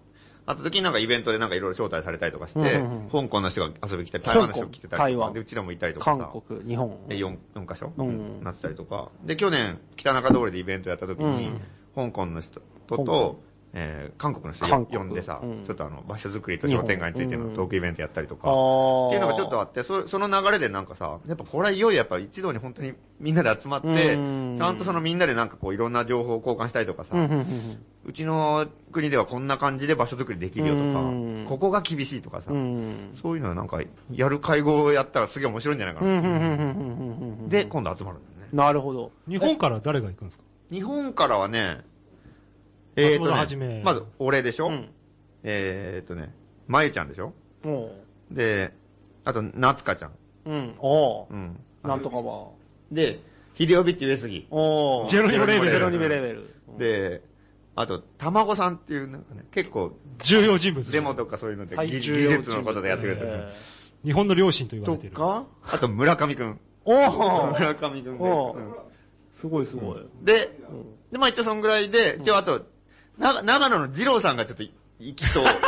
Speaker 4: あった時になんかイベントでなんかいろいろ招待されたりとかして、
Speaker 5: うんうんうん
Speaker 4: 香港の人が遊びに来たり、台湾の人が来て
Speaker 5: 香港
Speaker 4: たり
Speaker 5: 台
Speaker 4: とか、
Speaker 5: 湾
Speaker 4: で、うちらもいたりとかさ
Speaker 5: 韓、国、日本。
Speaker 4: で、4、四箇所、
Speaker 5: うん
Speaker 4: なってたりとか、で、去年、北中通りでイベントやった時に、香港の人、ト
Speaker 5: 香
Speaker 4: と
Speaker 5: 港、
Speaker 4: えー韓国の人
Speaker 5: 韓
Speaker 4: 呼
Speaker 5: 国
Speaker 4: んでさ、
Speaker 5: うん
Speaker 4: ちょっとあの、場所づくりと商店街について
Speaker 5: 日
Speaker 4: の
Speaker 5: 本
Speaker 4: トークイベントやったりとか、っ
Speaker 5: って
Speaker 4: いうのがちょっとあって、そその流れでなんかさ、やっぱこれはいよいよやっぱ一度に本当にみんなで集まって、ち
Speaker 5: うん
Speaker 4: ゃんとそのみんなでなんかこういろんな情報を交換したりとかさ、うちの国ではこんな感じで場所づくりできるよとか
Speaker 5: うん、
Speaker 4: ここが厳しいとかさ
Speaker 5: う、ん
Speaker 4: そういうのはなんかやる会合をやったらすげえ面白いんじゃないか
Speaker 5: うんうんう
Speaker 4: な。
Speaker 5: んうんうんうんうん
Speaker 4: で、今度集まるんだよね。
Speaker 5: なるほど。
Speaker 3: 日本から誰が行くんですか
Speaker 4: 日本からはね、えー
Speaker 3: 松本は
Speaker 4: と
Speaker 3: じ
Speaker 4: ね
Speaker 3: め、
Speaker 4: まずお礼でしょ、
Speaker 5: うん
Speaker 4: えーとね、まゆちゃんでしょ
Speaker 5: も
Speaker 4: で、あと、なつかちゃん。
Speaker 5: う、うん、お
Speaker 4: うん。
Speaker 5: うなんとかは。
Speaker 4: で、ヒデオビッチ上杉。
Speaker 5: おう
Speaker 3: ジェロニモレーベル
Speaker 5: ジェロニモレーベル。
Speaker 4: で、あと、たまごさんっていう、なんかね、結構、
Speaker 3: 重要人物。
Speaker 4: デモとかそういうので、
Speaker 5: 最
Speaker 4: 技技
Speaker 5: 重要
Speaker 4: 術のことでやってくれて
Speaker 5: え
Speaker 4: る。
Speaker 3: 日本の両親と言わ
Speaker 4: と
Speaker 3: れてる。
Speaker 4: か、あと村上くん。
Speaker 5: えおう
Speaker 4: 村上くん
Speaker 5: おう
Speaker 4: で
Speaker 5: すごいすごい。
Speaker 4: うん。で、で、まあ一応そんぐらいで、一応あと、な長野の二郎さんがちょっとい行きそう。
Speaker 5: お
Speaker 4: はい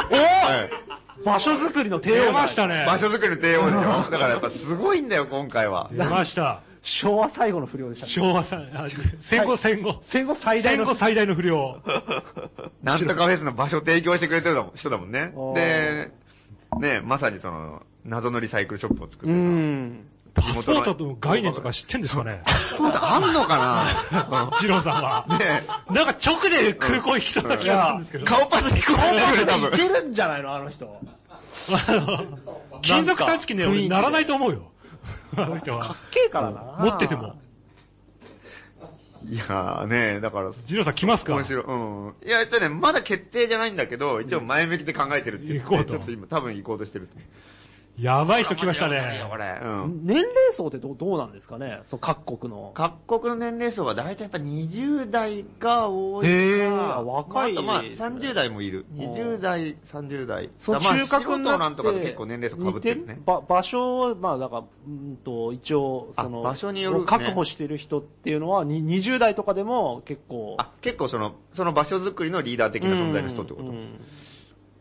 Speaker 5: 場所づくりの帝王
Speaker 3: 出
Speaker 5: だ
Speaker 3: ましたね。
Speaker 4: 場所作りの帝王でしょだからやっぱすごいんだよ、今回は
Speaker 3: 出。ました。
Speaker 5: 昭和最後の不良でしたね。
Speaker 3: 昭和さん、あ戦後戦後。
Speaker 5: 戦後最大
Speaker 3: 戦
Speaker 5: の
Speaker 3: 後。最大の不良。
Speaker 4: なんとかフェスの場所提供してくれてるだもん人だもんね
Speaker 5: お。ー
Speaker 4: で、ね、まさにその、謎のリサイクルショップを作ってさ。
Speaker 5: うん。
Speaker 3: パスポートの概念とか知ってんですかね
Speaker 4: そうだあんのか
Speaker 3: 二郎さんは。
Speaker 4: なね
Speaker 3: なんか直で空港行きそうな気がするんですけど。
Speaker 4: 顔パス聞こえてくる、多
Speaker 5: いけ
Speaker 4: 分。
Speaker 5: るんじゃないのあの人。
Speaker 3: あの金属探知機ね、
Speaker 5: なんか雰囲気
Speaker 3: 俺
Speaker 5: で
Speaker 3: ならないと思うよ。あの人は。
Speaker 5: けえからな。
Speaker 3: 持ってても。。
Speaker 4: いやーね、だから、
Speaker 3: 二郎さん来ますか
Speaker 4: 面白い。うん。いや、えっとね、まだ決定じゃないんだけど、一応前向きで考えてるって言って
Speaker 3: 行こうと
Speaker 4: ちょっと今、多分行こうとしてると思う。
Speaker 3: やばい人来ましたね。
Speaker 4: これ。うん。
Speaker 5: 年齢層ってどうどうなんですかねそう、各国の。
Speaker 4: 各国の年齢層は大体やっぱ20代が多いか。
Speaker 5: へー若い
Speaker 4: まああとまあ30代もいる。
Speaker 5: お
Speaker 4: 20代、30代。
Speaker 5: その
Speaker 4: だからま
Speaker 5: 中
Speaker 4: あ
Speaker 5: 核に
Speaker 4: 素人
Speaker 5: なって
Speaker 4: なんとかと結構年齢層被ってるね
Speaker 5: 似。ば場所を、まあだから、うんと、一応、そ
Speaker 4: あ
Speaker 5: の、
Speaker 4: 場所によるね
Speaker 5: 確保してる人っていうのは、に20代とかでも結構、
Speaker 4: あ、結構その、その場所づくりのリーダー的な存在の人ってこと、
Speaker 5: うんうん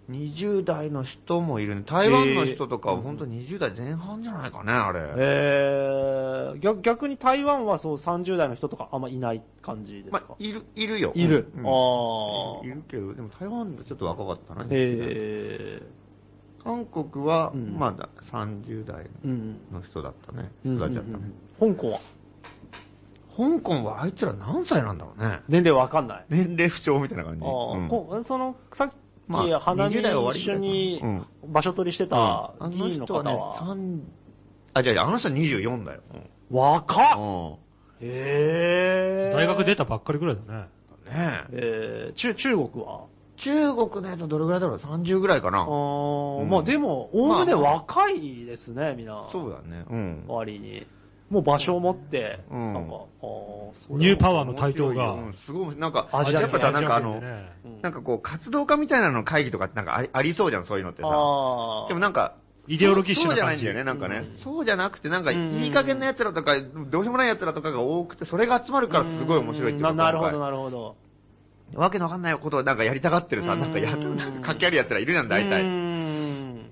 Speaker 4: 20代の人もいるね。台湾の人とかは本当20代前半じゃないかね、あれ。
Speaker 5: えー、逆逆に台湾はそう30代の人とかあんまいない感じですか、
Speaker 4: まあ、いる、いるよ。
Speaker 5: いる。
Speaker 4: うん
Speaker 5: ああ
Speaker 4: いるけど、でも台湾がちょっと若かったな。
Speaker 5: ー。へ
Speaker 4: 韓国は、
Speaker 5: うん
Speaker 4: まだ30代
Speaker 5: ー。うん。
Speaker 4: の人だったね。
Speaker 5: うん
Speaker 4: 育ちだったね。
Speaker 5: 香港は
Speaker 4: 香港はあいつら何歳なんだろうね。
Speaker 5: 年齢わかんない。
Speaker 4: 年齢不調みたいな感
Speaker 5: あ
Speaker 4: じ。
Speaker 5: ー
Speaker 4: うん
Speaker 5: こその、さっき、
Speaker 4: まあ
Speaker 5: 花見
Speaker 4: 20代は終
Speaker 5: 一
Speaker 4: わ
Speaker 5: 緒
Speaker 4: り
Speaker 5: に
Speaker 4: ぐらいかな
Speaker 5: 場所取りして
Speaker 4: うんあ
Speaker 5: た
Speaker 4: の
Speaker 5: P の
Speaker 4: 人
Speaker 5: 方
Speaker 4: はね、
Speaker 5: は、
Speaker 4: 3、あ、じゃああの人は24だよ。うん
Speaker 5: 若っ
Speaker 4: うん
Speaker 5: へー。
Speaker 3: 大学出たばっかりぐらいだね。
Speaker 4: ねえ
Speaker 5: えー、中、中国は
Speaker 4: 中国のやつはどれぐらいだろう ?30 ぐらいか
Speaker 5: あ
Speaker 4: な。
Speaker 5: ー、
Speaker 4: うん
Speaker 5: まあでも、おおむね
Speaker 4: まあ
Speaker 5: 若いですね、みんな。
Speaker 4: そうだね。うん。
Speaker 5: 割に。もう場所を持って、
Speaker 4: うん
Speaker 5: なんか、ああ、そう
Speaker 3: ニューパワーの台頭が。
Speaker 4: 面白いようんすごい、なんか、
Speaker 5: アジア
Speaker 4: やっぱさ、なんかあの、
Speaker 5: ー
Speaker 4: なんかこう、活動家みたいなの会議とかってなんかありありそうじゃん、そういうのってさ。
Speaker 5: ああ。
Speaker 4: でもなんか、
Speaker 3: イデオロギッシュ
Speaker 4: そう
Speaker 3: な
Speaker 4: じゃな
Speaker 3: 感
Speaker 4: いん
Speaker 3: じ
Speaker 4: だよね、なんかね。
Speaker 5: うん
Speaker 4: そうじゃなくて、なんか、
Speaker 5: うん
Speaker 4: いい加減な奴らとか、どうしようもない奴らとかが多くて、それが集まるからすごい面白いっていう
Speaker 5: な
Speaker 4: か
Speaker 5: なるほど、
Speaker 4: 今
Speaker 5: なるほど。
Speaker 4: 回わけのわかんないことをなんかやりたがってるさ、
Speaker 5: うん
Speaker 4: なんかや、なんか書きある奴らいるじゃん、大
Speaker 5: うー
Speaker 4: 体。
Speaker 5: ん。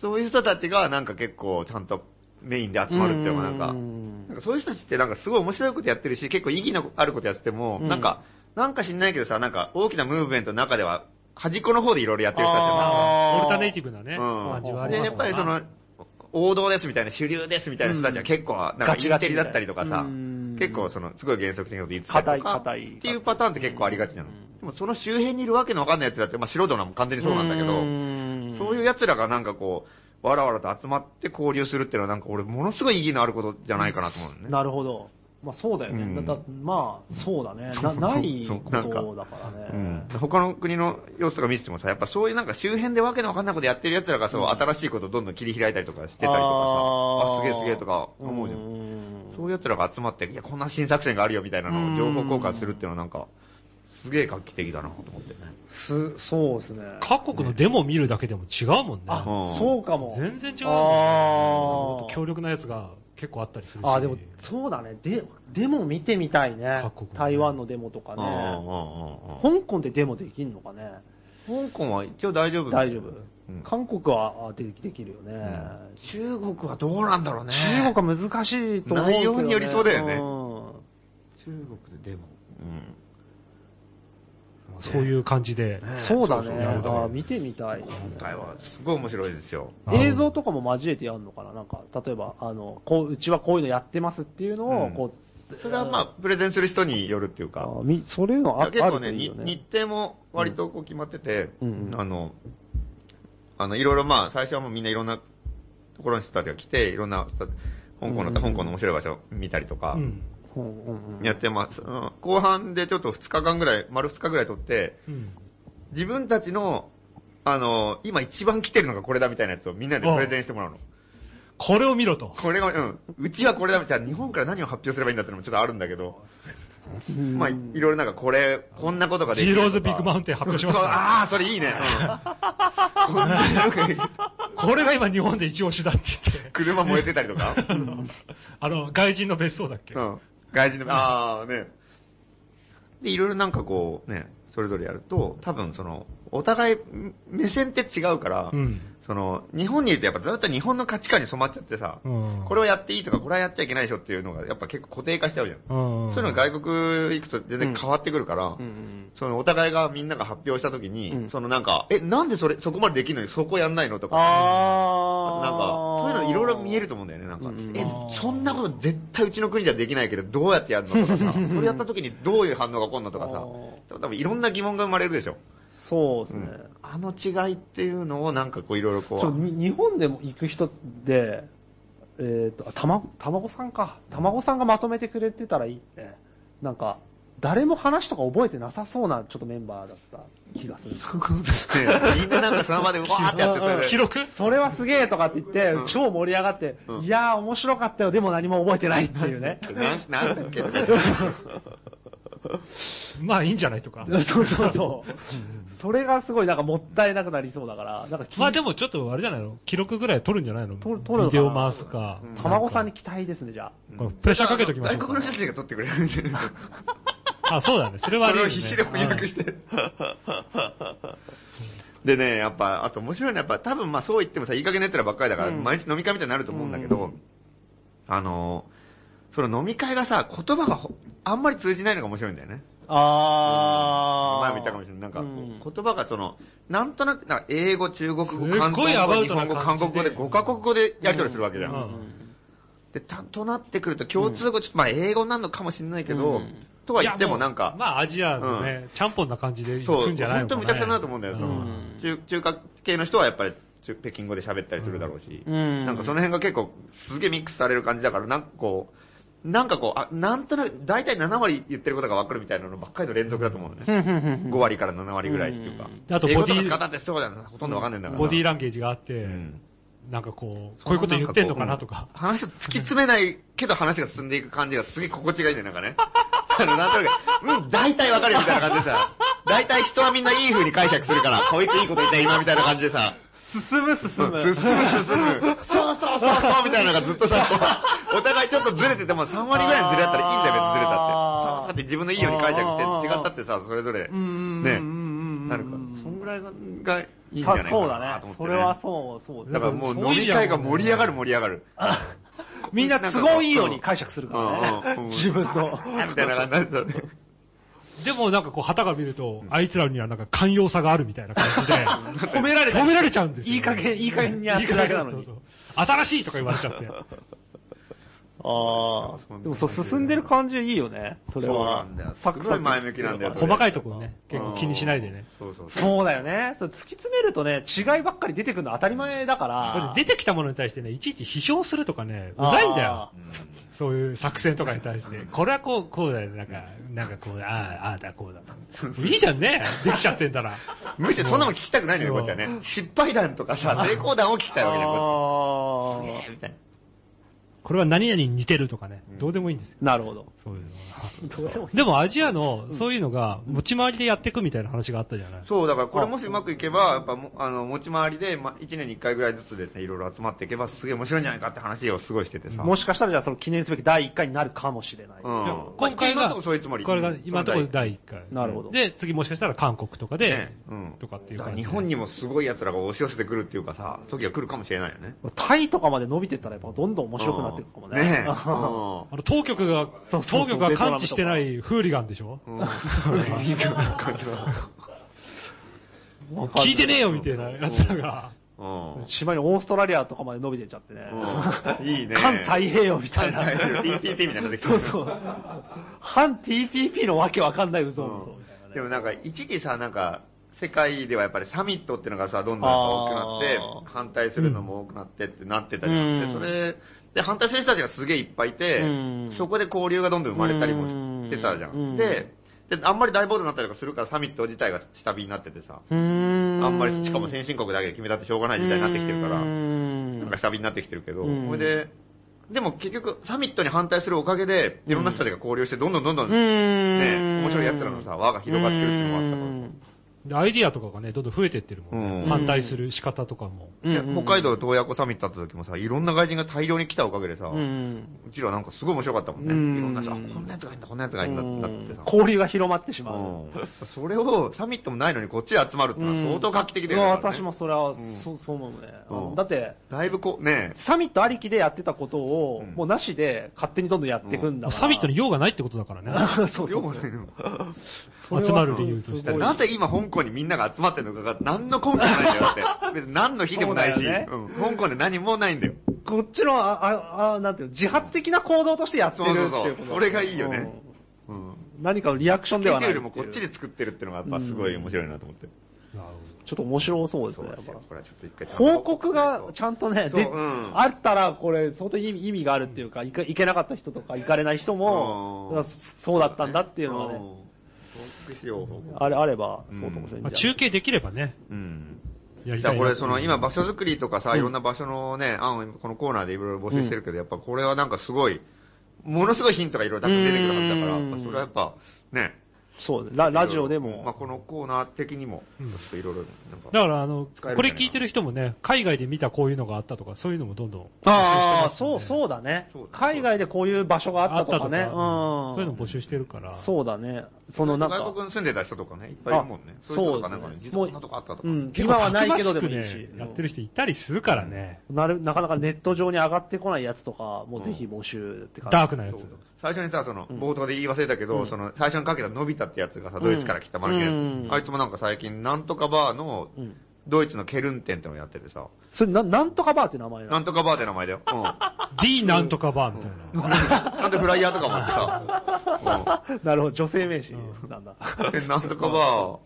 Speaker 4: そういう人たちが、なんか結構、ちゃんとメインで集まるっていうのがなんか、なんかそういう人たちってなんかすごい面白いことやってるし、結構意義のあることやってても、
Speaker 5: うん
Speaker 4: なんか、なんか知んないけどさ、なんか大きなムーブメントの中では、端っこの方でいろいろやってる人たちが
Speaker 5: あー
Speaker 3: オルタネイティブなね、
Speaker 4: うん
Speaker 3: 感じはあり
Speaker 4: で、
Speaker 3: ます
Speaker 4: やっぱりその、王道ですみたいな、主流ですみたいな人たちは結構、なんか
Speaker 5: ガチ
Speaker 4: イン
Speaker 5: ガ
Speaker 4: テ
Speaker 5: チ
Speaker 4: リだ
Speaker 5: みたいな
Speaker 4: ったりとかさ
Speaker 5: う、ん
Speaker 4: 結構その、すごい原則的なこと言ってたりとか、
Speaker 5: 硬い硬い
Speaker 4: っていうパターンって結構ありがちなの。でもその周辺にいるわけのわかんない奴らって、まあ素人なのも完全にそうなんだけど、
Speaker 5: ど
Speaker 4: そういう
Speaker 5: や
Speaker 4: 奴らがなんかこう、わらわらと集まって交流するっていうのはなんか俺ものすごい意義のあることじゃないかなと思うのね。
Speaker 5: なるほど。まあそうだよね。
Speaker 4: うん
Speaker 5: だだまあそうだ ね。
Speaker 4: そう
Speaker 5: な
Speaker 4: そう
Speaker 5: ない
Speaker 4: そう
Speaker 5: こ
Speaker 4: なんか
Speaker 5: とだからね。
Speaker 4: うん他の国の様子とか見ててもさ、やっぱそういうなんか周辺でわけのわかんないことやってる奴らがそう、新しいことをどんどん切り開いたりとかしてたりとかさ、あ
Speaker 5: あ
Speaker 4: す
Speaker 5: ー
Speaker 4: げえすげえとか思うじゃん。
Speaker 5: ん
Speaker 4: そういう奴らが集まって、いや、こんな新作戦があるよみたいなのを情報交換するっていうのはなんか、すげえ画期的だなと思ってね。
Speaker 5: す、そうですね。
Speaker 3: 各国のデモを見るだけでも違うもんね。
Speaker 5: あ
Speaker 4: うん、
Speaker 5: そうかも。
Speaker 3: 全然違うんだよね。
Speaker 5: あー
Speaker 3: もっと強力なやつが結構あったりするし。
Speaker 5: あ、でも、そうだね。で、デモ見てみたいね
Speaker 3: 各国。の
Speaker 5: 台湾のデモとか
Speaker 4: うんうん
Speaker 5: ね。
Speaker 4: うんうん
Speaker 5: 香港でデモできんのかね。
Speaker 4: 香港は一応大丈夫
Speaker 5: 大丈夫
Speaker 4: うん。
Speaker 5: 韓国はあでできるよね。
Speaker 4: 中国はどうなんだろうね。
Speaker 5: 中国は難しいと思うけどね。
Speaker 4: 内容によりそうだよね
Speaker 5: うん
Speaker 4: 中国でデモ。うん。もね
Speaker 3: そういう感じで。
Speaker 5: そうだね。
Speaker 4: そうそうやると
Speaker 5: あー見てみたい。
Speaker 4: 今回はすごい面白いですよ。
Speaker 3: あの
Speaker 5: 映像とかも交えてやるのかななんか、例えば、あの、こう、うちはこういうのやってますっていうの
Speaker 4: う
Speaker 5: を、
Speaker 4: ん
Speaker 5: こ
Speaker 4: それはまあ、プレゼンする人によるっていう
Speaker 5: う、あ
Speaker 4: か。
Speaker 5: ーみそういうのあある
Speaker 4: 結構
Speaker 5: と
Speaker 4: ね、
Speaker 5: いい
Speaker 4: に
Speaker 5: よ
Speaker 4: 日
Speaker 5: ね。
Speaker 4: 程も割とこう決まってて、
Speaker 5: うんうん
Speaker 4: あの、あの、いろいろまあ、最初はもうみんないろんなところの人たちが来て、いろんな、香港の、
Speaker 5: うん
Speaker 4: 香港の面白い場所見たりとか
Speaker 3: う、ん。
Speaker 5: うんうんうん
Speaker 4: やってます。うん後半でちょっと2日間ぐらい、丸2日ぐらい撮って、
Speaker 3: うん。
Speaker 4: 自分たちの、あの、今一番来てるのがこれだみたいなやつをみんなでプレゼンしてもらうの。
Speaker 3: これを見ろと。
Speaker 4: これが、うん。うちはこれだみたいな、日本から何を発表すればいいんだってのもちょっとあるんだけど、
Speaker 5: うん
Speaker 4: まあ、いろいろなんかこれ、こんなことができ
Speaker 3: ジー
Speaker 4: ると
Speaker 3: ロ
Speaker 4: か。
Speaker 3: ーズビッグマウンテン発表します
Speaker 4: そうそう
Speaker 3: か
Speaker 4: ああ、それいいね。うん。こんな
Speaker 3: ら。これが今日本で一押しだって言って。
Speaker 4: 車燃えてたりとか。
Speaker 3: あの、外人の別荘だっけ
Speaker 4: うん。外人の、ああ、ね。で、いろいろなんかこう、ね、それぞれやると、多分その、お互い目線って違うから、
Speaker 3: うん。
Speaker 4: その、日本にいるとやっぱずっと日本の価値観に染まっちゃってさ、
Speaker 3: うん
Speaker 4: これをやっていいとか、これはやっちゃいけないでしょっていうのが、やっぱ結構固定化しちゃうじゃん。
Speaker 3: うん。
Speaker 4: そういうのが外国行くと全然変わってくるから、
Speaker 5: うんうん
Speaker 4: そのお互いがみんなが発表したときに、
Speaker 5: うん
Speaker 4: そのなんか、え、なんでそれ、そこまでできるのにそこやんないのとか、あとなんか、
Speaker 5: あ
Speaker 4: そういうのいろいろ見え
Speaker 5: る。
Speaker 4: ると思うんだよね、なんか。
Speaker 5: うん
Speaker 4: え、そんなこと絶対うちの国じゃできないけど、どうやってやるのと かさ、それやった時にどういう反応が起こるのとか
Speaker 5: あ
Speaker 4: さ、多分いろんな疑問が生まれるでしょ。
Speaker 5: そうです
Speaker 4: う
Speaker 5: ね。
Speaker 4: んあの違いっていうのをなんかこういろいろこ
Speaker 5: そう
Speaker 4: う、
Speaker 5: に日本でも行く人で、えっ、と、あたま、たまごさんか。たまごさんがまとめてくれてたらいいって。なんか、誰も話とか覚えてなさそうなちょっとメンバーだった気がする。
Speaker 4: ねみんななんかその場でわーってやってたよね
Speaker 3: 記録
Speaker 5: それはすげえとかって言って、超盛り上がって、
Speaker 4: うん
Speaker 5: いやー面白かったよ、でも何も覚えてないっていうね。
Speaker 4: なんなんだっけとか
Speaker 3: まあいいんじゃないとか。
Speaker 5: そうそうそう。それがすごいなんかもったいなくなりそうだから、なんかき
Speaker 3: まあでもちょっとあれじゃないの記録ぐらい取るんじゃないの
Speaker 5: 取る取るのかな
Speaker 3: ビデオ回すか。
Speaker 5: たまごさんに期待ですね、じゃ あ。
Speaker 3: これプレッシャーかけときましょう
Speaker 4: 外国の人たちが撮ってくれるんで
Speaker 3: あ、そうだね。それはあ
Speaker 4: そ
Speaker 3: り
Speaker 4: れ
Speaker 3: 得るね
Speaker 4: を必死で翻訳して。でね、やっぱ、あと面白いのは、やっぱ多分まあそう言ってもさ、いい加減な奴らばっかりだから、
Speaker 5: うん
Speaker 4: 毎日飲み会みたいになると思うんだけど、あの、その飲み会がさ、言葉がほあんまり通じないのが面白いんだよね。
Speaker 5: あ
Speaker 4: 前も言ったかもしれない。なんか、
Speaker 5: うん
Speaker 4: 言葉がその、なんとなく、なんか英語、中国語、
Speaker 3: すっごい
Speaker 4: 韓国
Speaker 3: アバ
Speaker 4: 語、
Speaker 3: ウ
Speaker 4: 日
Speaker 3: ト
Speaker 4: 本
Speaker 3: な
Speaker 4: 語、韓
Speaker 3: 感じ
Speaker 4: 国
Speaker 3: で
Speaker 4: 語で5カ国語でやり取りするわけじゃん。
Speaker 3: うん
Speaker 4: で、た、となってくると共通語、ちょっとまあ英語になるのかもしれないけど、
Speaker 5: うん
Speaker 4: とは言ってもなんか、
Speaker 3: まあアジアのね、ちゃんぽんな感じで行
Speaker 4: そ
Speaker 3: く
Speaker 4: う、
Speaker 3: んじゃないの
Speaker 4: 本当
Speaker 3: かね
Speaker 4: むちゃくちゃになると思うんだよ。その
Speaker 5: ん
Speaker 4: 中中華系の人はやっぱり中北京語で喋ったりするだろうし、
Speaker 5: うん
Speaker 4: なんかその辺が結構すげえミックスされる感じだから、なんかこう、なんかこう、あ、なんとなく、だいたい7割言ってることがわかるみたいなのばっかりの連続だと思うのね。5割から7割ぐらいっていうか。
Speaker 3: うんあと
Speaker 4: 英語
Speaker 3: ボ
Speaker 4: と
Speaker 3: ディ
Speaker 4: か使ったってそうだな、ほとんどわかんないんだからな。
Speaker 3: ボディーランゲージがあって、
Speaker 4: うん
Speaker 3: なんかこう、こういうこと言ってんのかなとか。
Speaker 4: 話を突き詰めないけど話が進んでいく感じがすげえ心地がいいんだよ、なんかね。あの、なんとなく、うん、大体わかるよみたいな感じでさ、大体人はみんないい風に解釈するから、こいついいこと言ったよ今みたいな感じでさ、
Speaker 5: 進む進
Speaker 4: 進む進む、そうそうそうそうみたいなのがずっとさ、こうお互いちょっとずれてても3割ぐらいのずれだったらいいんだよ、別にずれたって。そう
Speaker 5: あー
Speaker 4: そうって自分のいいように解釈して、違ったってさ、それぞれ、ね、なるから、そんぐらいがいいんじゃないかな
Speaker 5: そうだ
Speaker 4: と
Speaker 5: ね
Speaker 4: 思っ。て
Speaker 5: それはそう、そう
Speaker 4: だからもう飲み会が盛り上がる盛り上がる。
Speaker 5: みんな都合いいように解釈するから
Speaker 4: うんうん
Speaker 5: ね。自分の。
Speaker 4: みたいな感じなんだ よね。
Speaker 3: でもなんかこう、旗が見ると、あいつらにはなんか寛容さがあるみたいな感じで、 褒められ褒められちゃうんですよ。
Speaker 5: いい加減、いい加減にやってるだけなのに
Speaker 3: そう。そう新しいとか言われちゃ って。
Speaker 5: ああ。でもそう、進んでる感じいいよね。それ
Speaker 4: そうな
Speaker 5: は
Speaker 4: んだよ。。
Speaker 5: サ
Speaker 4: す
Speaker 5: ク
Speaker 4: ご
Speaker 5: サ
Speaker 4: い
Speaker 5: ク。
Speaker 4: 前向きなんだよ。
Speaker 3: 細かいところね、結構気にしないでね。
Speaker 4: そうそうそう。
Speaker 5: そうだよね。それ突き詰めるとね、違いばっかり出てくるの当たり前だから。
Speaker 3: 出てきたものに対してね、いちいち批評するとかね、うざいんだよ
Speaker 5: あ。
Speaker 3: そういう作戦とかに対して。これはこう、こうだよ。なんか、なんかこうだ、ああ、ああだ、こうだ。 いいじゃんね。できちゃってんだら。
Speaker 4: むしろそんなもん聞きたくないのよ、こっちはね。失敗談とかさ、成功談を聞きたいわけじゃん、こ
Speaker 5: あ
Speaker 4: っちはね
Speaker 5: ー
Speaker 4: みたいな。
Speaker 3: これは何々に似てるとかね。どうでもいいんですよ。
Speaker 5: なるほど。
Speaker 3: そういうのは。
Speaker 5: どうでもいい
Speaker 3: でもアジアの、そういうのが、持ち回りでやっていくみたいな話があったじゃない。
Speaker 4: そう、だからこれもしうまくいけば、やっぱも、あの、持ち回りで、ま、1年に1回ぐらいずつですね、いろいろ集まっていけば、すげえ面白いんじゃないかって話をすごいしててさ。
Speaker 5: もしかしたらじゃあその記念すべき第1回になるかもしれない。
Speaker 4: うん。
Speaker 3: 今回
Speaker 4: 今のと
Speaker 3: が、
Speaker 4: こそういうつもり。
Speaker 3: これが今のところ
Speaker 4: その
Speaker 3: 第1回。
Speaker 5: なるほど。
Speaker 3: で、次もしかしたら韓国とか
Speaker 4: 第一
Speaker 3: で
Speaker 4: ね、うん。
Speaker 3: とかっていう
Speaker 4: だ
Speaker 3: 感
Speaker 4: か
Speaker 3: じ
Speaker 4: ら
Speaker 3: で。
Speaker 4: 日本にもすごい奴らが押し寄せてくるっていうかさ、時が来るかもしれないよね。
Speaker 5: タイとかまで伸びてったらやっぱどんどん面白くなってるかもね。
Speaker 4: ねえ。
Speaker 3: あの、当局が、
Speaker 5: そうそうそう
Speaker 3: 当局が感知してないフーリガンでしょ
Speaker 4: うん。うん。いい感じだ
Speaker 3: 聞いてねえよみたいなやつらが。
Speaker 4: うん
Speaker 5: 島にオーストラリアとかまで伸びてっちゃってね。
Speaker 4: うん。いいね。
Speaker 5: 環太平洋みたいな。
Speaker 4: 反対する TTP みたいなのができて
Speaker 5: そ
Speaker 4: る
Speaker 5: うそう。反 TPP のわけわかんない嘘
Speaker 4: うん
Speaker 5: 嘘みたいなね。
Speaker 4: でもなんか、一時さ、なんか、世界ではやっぱりサミットっていうのがさ、どんどんやっぱ多くなって
Speaker 5: あー、
Speaker 4: 反対するのも多くなってってなってたりして、
Speaker 5: うん
Speaker 4: それ、で、反対する人たちがすげえいっぱいいて
Speaker 5: うん、
Speaker 4: そこで交流がどんどん生まれたりもしてたじゃ
Speaker 5: うん
Speaker 4: ん。で、で、あんまり大暴動になったりとかするからサミット自体が下火になっててさ、
Speaker 5: うーん
Speaker 4: あんまり、しかも先進国だけで決めたってしょうがない時代になってきてるから、
Speaker 5: うーん
Speaker 4: なんか下火になってきてるけど、
Speaker 5: うん
Speaker 4: それで、でも結局、サミットに反対するおかげで、いろんな人たちが交流して、どんどんどんどん、
Speaker 5: うーん
Speaker 4: ね、面白い奴らのさ、輪が広がってるっていうのもあったからさ。
Speaker 3: で、アイディアとかがね、どんどん増えてってるもんね。
Speaker 4: うん
Speaker 3: 反対する仕方とかも。
Speaker 5: うん
Speaker 4: で北海道洞爺湖サミットあった時もさ、いろんな外人が大量に来たおかげでさ、う
Speaker 5: うん
Speaker 4: ちらなんかすごい面白かったもんね。
Speaker 5: うん
Speaker 4: いろんな人、あ、こんなやつがいいんだ、こんなやつがいいんだだってさ。
Speaker 5: 交流が広まってしまう。
Speaker 4: うんそれをサミットもないのにこっちで集まるってのは相当画期的だよ
Speaker 5: う
Speaker 4: ね
Speaker 5: んうわ
Speaker 4: だからね。
Speaker 5: 私もそれは、
Speaker 4: ん
Speaker 5: そう、そう思うね。
Speaker 4: うん
Speaker 5: だって、
Speaker 4: だいぶこう、ね
Speaker 5: サミットありきでやってたことを、
Speaker 4: うん
Speaker 5: もうなしで勝手にどんどんやっていくんだから。
Speaker 3: サミットに用がないってことだからね。
Speaker 5: そうそう
Speaker 4: 要
Speaker 5: そ
Speaker 4: は
Speaker 5: う。
Speaker 4: ね
Speaker 5: それは
Speaker 3: 集まる理由として
Speaker 5: すごい
Speaker 4: なぜ今香港にみんなが集まってるのかが何の根拠もないんだよ だって。別に何の日でもないし、
Speaker 5: そうだよね
Speaker 4: うん香港で何もないんだよ。
Speaker 5: こっちの、あ、あ、あなんていうの、自発的な行動としてやってるっていうことだよ
Speaker 4: そうそうそうそれがいいよねうん。
Speaker 5: うん何かのリアクション
Speaker 4: ケ
Speaker 5: で
Speaker 4: テ
Speaker 5: はない
Speaker 4: よ
Speaker 5: って
Speaker 4: り
Speaker 5: いう
Speaker 4: もこっちで作ってるっていうのがやっぱすごい面白いなと思って。
Speaker 5: ちょっと面白そうです
Speaker 4: そう
Speaker 5: ね、や
Speaker 4: なんで
Speaker 5: っ
Speaker 4: す
Speaker 5: ぱ
Speaker 4: よ。これはちょっと一回
Speaker 5: 報告がちゃんとね、
Speaker 4: そう
Speaker 5: で、
Speaker 4: うん
Speaker 5: あったら、これ、相当意味意味があるっていうか、いか行けなかった人とか、行かれない人も、
Speaker 4: うん
Speaker 5: だからそうだったんだっていうのは
Speaker 4: ん
Speaker 5: ね、
Speaker 4: 報告しよう、報告
Speaker 5: あれ、あれば、相当面白いんじゃ
Speaker 3: ま
Speaker 5: な
Speaker 3: あ、
Speaker 5: い
Speaker 3: 中継できればね、
Speaker 4: うん。
Speaker 3: やり
Speaker 4: じゃ
Speaker 3: た
Speaker 4: あ
Speaker 3: いな。
Speaker 4: これ、その今場所作りとかさ、いろんな場所のね、案をこのコーナーでいろいろ募集してるけど、やっぱこれはなんかすごい、ものすごいヒントがいろいろ出てくるはずだから、
Speaker 5: う
Speaker 4: や
Speaker 5: ん
Speaker 4: っぱそれはやっぱ、ね。
Speaker 5: そうですラ、ラジオで
Speaker 4: まあ
Speaker 5: も、
Speaker 4: このコーナー的にも、ちょ
Speaker 3: うん
Speaker 4: っといろいろ、なんか。
Speaker 3: だから、あの、
Speaker 4: 使えるんじゃないかな
Speaker 3: これ聞いてる人もね、海外で見たこういうのがあったとか、そういうのもどんどん。
Speaker 5: ああ、そう、
Speaker 3: う。
Speaker 5: そうだね
Speaker 4: そうだ。
Speaker 5: 海外でこういう場所があ
Speaker 3: あ
Speaker 5: っ
Speaker 3: った
Speaker 5: と
Speaker 3: た
Speaker 5: か
Speaker 3: とか、
Speaker 5: ね、うん。
Speaker 3: そういうの募集してるから。
Speaker 5: そうだね。そのなんか、
Speaker 4: 外国に住んでた人とかね、いっぱいいるもんね。
Speaker 5: あ
Speaker 4: そういう人とかなんか
Speaker 5: そう
Speaker 4: ね、
Speaker 5: ですね
Speaker 4: 実はこんなとこあったとか。
Speaker 5: うん、
Speaker 3: 結構
Speaker 5: 今はないけどでもいい
Speaker 3: たくまし
Speaker 5: し
Speaker 3: く。ねやってる人いたりするからね。
Speaker 5: なる、なかなかネット上に上がってこないやつとか、もうぜひ募集って感じ。
Speaker 3: ダークなや
Speaker 4: そ
Speaker 3: つ
Speaker 4: う。最初にさ、その、冒頭で言い忘れたけど、その、最初にかけたのび太ってやつがさ、
Speaker 5: ん
Speaker 4: ドイツから来たマルゲン
Speaker 5: うん
Speaker 4: あいつもなんか最近、なんとかバーの
Speaker 5: ん、
Speaker 4: ドイツのケルンテンってのをやっててさ、
Speaker 5: それな、なんとかバーって名前
Speaker 4: な
Speaker 5: なの
Speaker 4: んとかバーって名前だよ。う
Speaker 3: D なんとかバーみたいな。
Speaker 4: ん。ちゃんとフライヤーとかもあってさ、
Speaker 5: なるほど、女性名詞なんだ。
Speaker 4: うん。で、なんとかバー、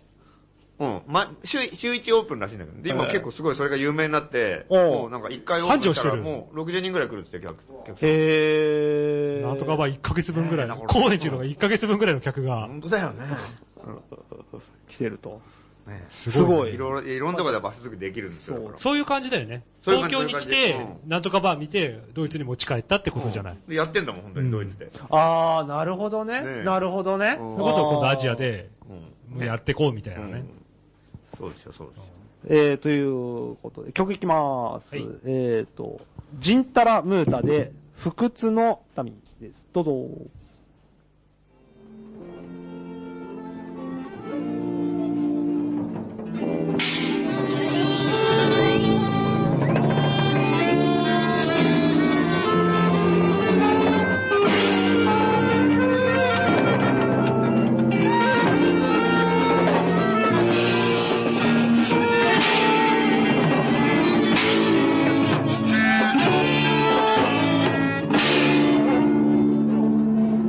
Speaker 4: うん。ま、週、週1オープンらしいんだけど、で、今
Speaker 5: はい
Speaker 4: 結構すごいそれが有名になって、
Speaker 5: おう
Speaker 4: もうなんか1回オープンしたら
Speaker 3: 繁盛してる
Speaker 4: もう60人ぐらい来るって言ってたよ客、客さん。
Speaker 5: へー。
Speaker 3: なんとかバー1ヶ月分ぐらい
Speaker 4: え
Speaker 3: の、
Speaker 4: ー
Speaker 3: 高円寺のが1ヶ月分ぐらいの客が、
Speaker 4: 本当だよね。
Speaker 5: 来てると。
Speaker 4: ね
Speaker 5: すご
Speaker 4: いろいろ、いろんなとこで場所作りできるんですよ。
Speaker 5: そう
Speaker 4: だから
Speaker 3: そういう感じだよね。
Speaker 4: そういう感
Speaker 3: 東
Speaker 4: じ
Speaker 3: 京に来
Speaker 4: そうい
Speaker 3: て
Speaker 4: う感じ、
Speaker 3: なんとかバー見て、ドイツに持ち帰ったってことじゃない。
Speaker 4: うんやってんだもん、本当に、ドイツで。
Speaker 5: あー、なるほどね。
Speaker 4: ねえ
Speaker 5: なるほどね。
Speaker 4: うん
Speaker 3: そういうことを今度アジアで、
Speaker 4: うん。
Speaker 3: やってこうみたいな
Speaker 4: う
Speaker 3: ね
Speaker 4: ん。そうですよ、そうですよ。
Speaker 5: えー、ということで、曲いきまーす。
Speaker 3: はい
Speaker 5: えーと、ジンタラムータで、不屈の民です。どうぞ。
Speaker 6: 「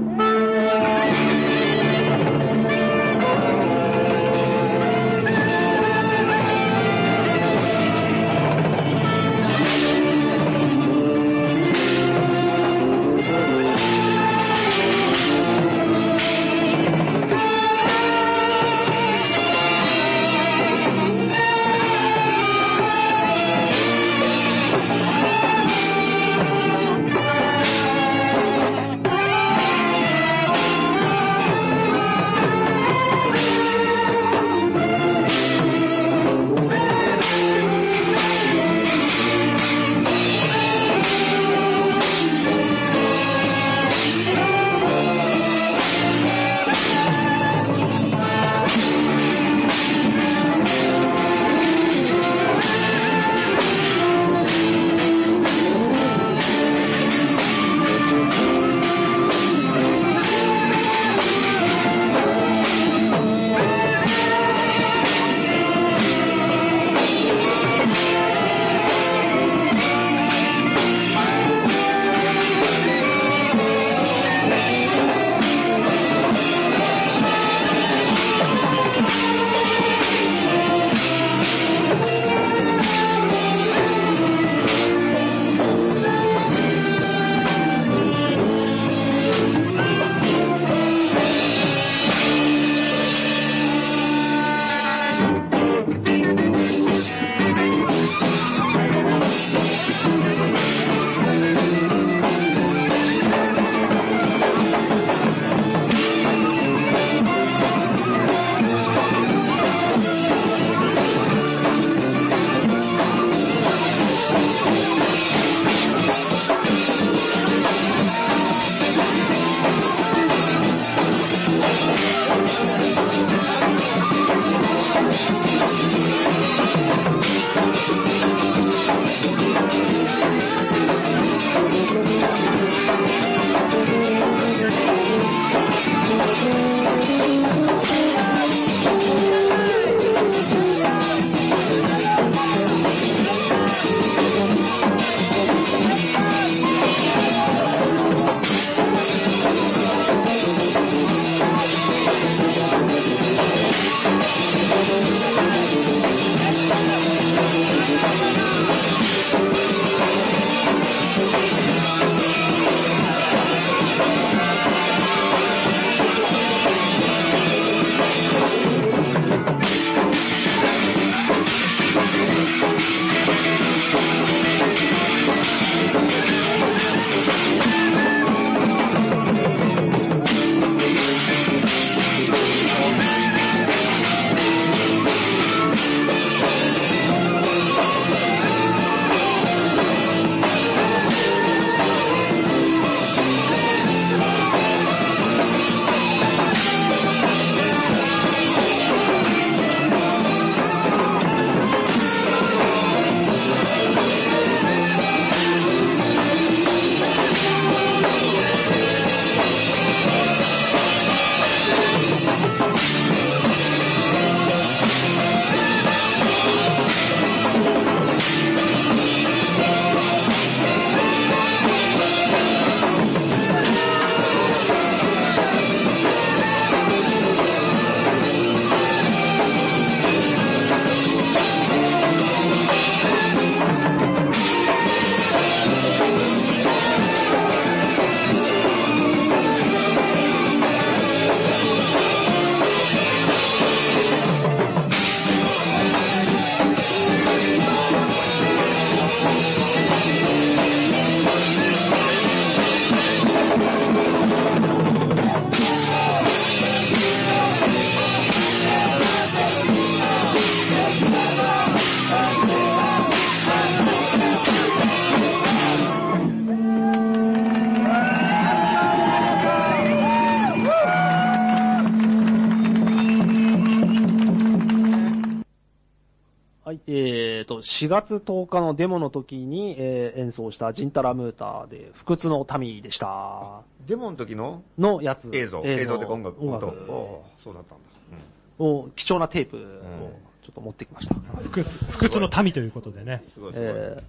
Speaker 5: えっ、と、4月10日のデモの時に、えー演奏したジンタラムーターで、不屈の民でした。
Speaker 4: デモの時の
Speaker 5: のやつ。
Speaker 4: 映像、映像で音楽、音。
Speaker 5: 音楽
Speaker 4: おーそうだったんだ。うん
Speaker 5: を、貴重なテープをちょっと持って きました。
Speaker 3: 不屈不屈の民ということでね。
Speaker 4: すごい、すごい
Speaker 5: え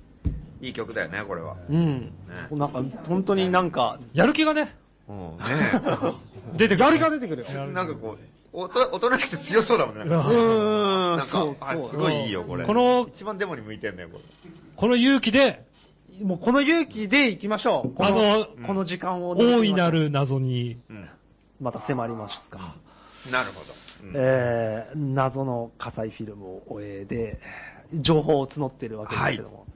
Speaker 4: いい曲だよね、これは。
Speaker 5: ーうん。なんか、本当になんか、
Speaker 3: やる気がね、
Speaker 4: うん、ね
Speaker 3: 出てくる。やる気が
Speaker 5: 出てくるよ
Speaker 4: え。なんかこう、おと大人しくて強そうだもんね。なんかな
Speaker 5: う
Speaker 4: ん
Speaker 5: ーん、そう
Speaker 4: か、あ
Speaker 5: そう。
Speaker 4: すごいいいよ、これ。
Speaker 3: この
Speaker 4: 一番デモに向いてんだよ、これ。
Speaker 3: この勇気で、
Speaker 5: もうこの勇気で行きましょう。この、
Speaker 3: あ
Speaker 4: の
Speaker 5: この時間を。
Speaker 3: 大いな。る謎に、
Speaker 4: うん。
Speaker 5: また迫りますか。
Speaker 4: なるほど。うん
Speaker 5: えー、謎の火災フィルムを終えで、情報を募っているわけですけども。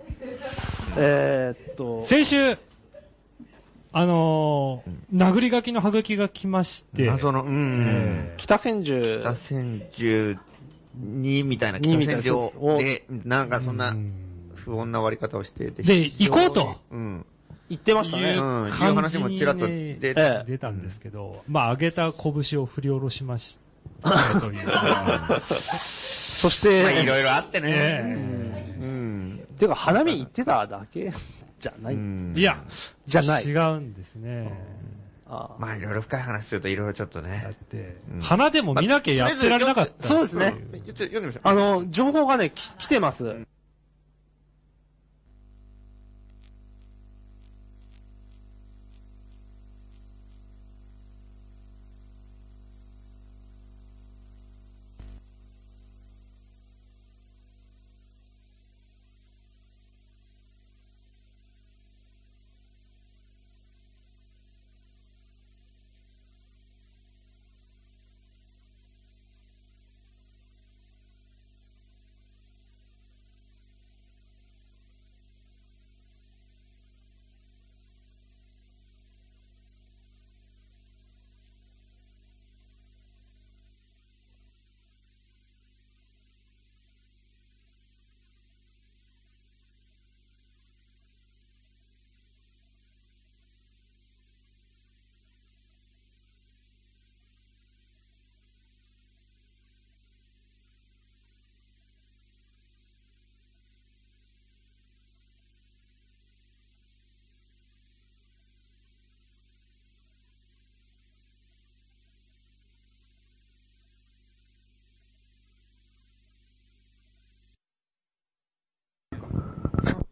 Speaker 5: えーっと、
Speaker 3: 先週、あのー、殴り書きのハガキが来まして、
Speaker 4: 謎の、うん。
Speaker 5: 北千住、
Speaker 4: 北千住にみたいな、
Speaker 5: に
Speaker 4: 北
Speaker 5: みたいな
Speaker 4: 千住をで、なんかそん
Speaker 3: う
Speaker 4: なん不穏な割り方をしていて。
Speaker 3: で
Speaker 4: 非常に
Speaker 3: 行こうと
Speaker 4: うん。
Speaker 5: 行ってました
Speaker 4: う
Speaker 5: ね。
Speaker 4: ん。いう話もちらっと出て
Speaker 5: ええ
Speaker 3: 出たんですけど、まあ、上げた拳を振り下ろしました、という。
Speaker 5: そし
Speaker 4: まあい
Speaker 5: て、
Speaker 4: ろいろあってね。
Speaker 5: うん
Speaker 4: うん。
Speaker 5: てか花見行ってただけじゃない、
Speaker 4: うん
Speaker 3: いや、
Speaker 5: じゃない。
Speaker 3: 違うんですね。
Speaker 5: あ
Speaker 4: まあいろいろ深い話するといろいろちょっと
Speaker 3: だっ
Speaker 4: ね。
Speaker 3: て
Speaker 4: う、ん
Speaker 3: 花でも見なきゃやってられなかった。
Speaker 5: そうです
Speaker 4: ち
Speaker 5: ね
Speaker 4: ょっと読んでみましょう。
Speaker 5: あの、情報がね、き来てます。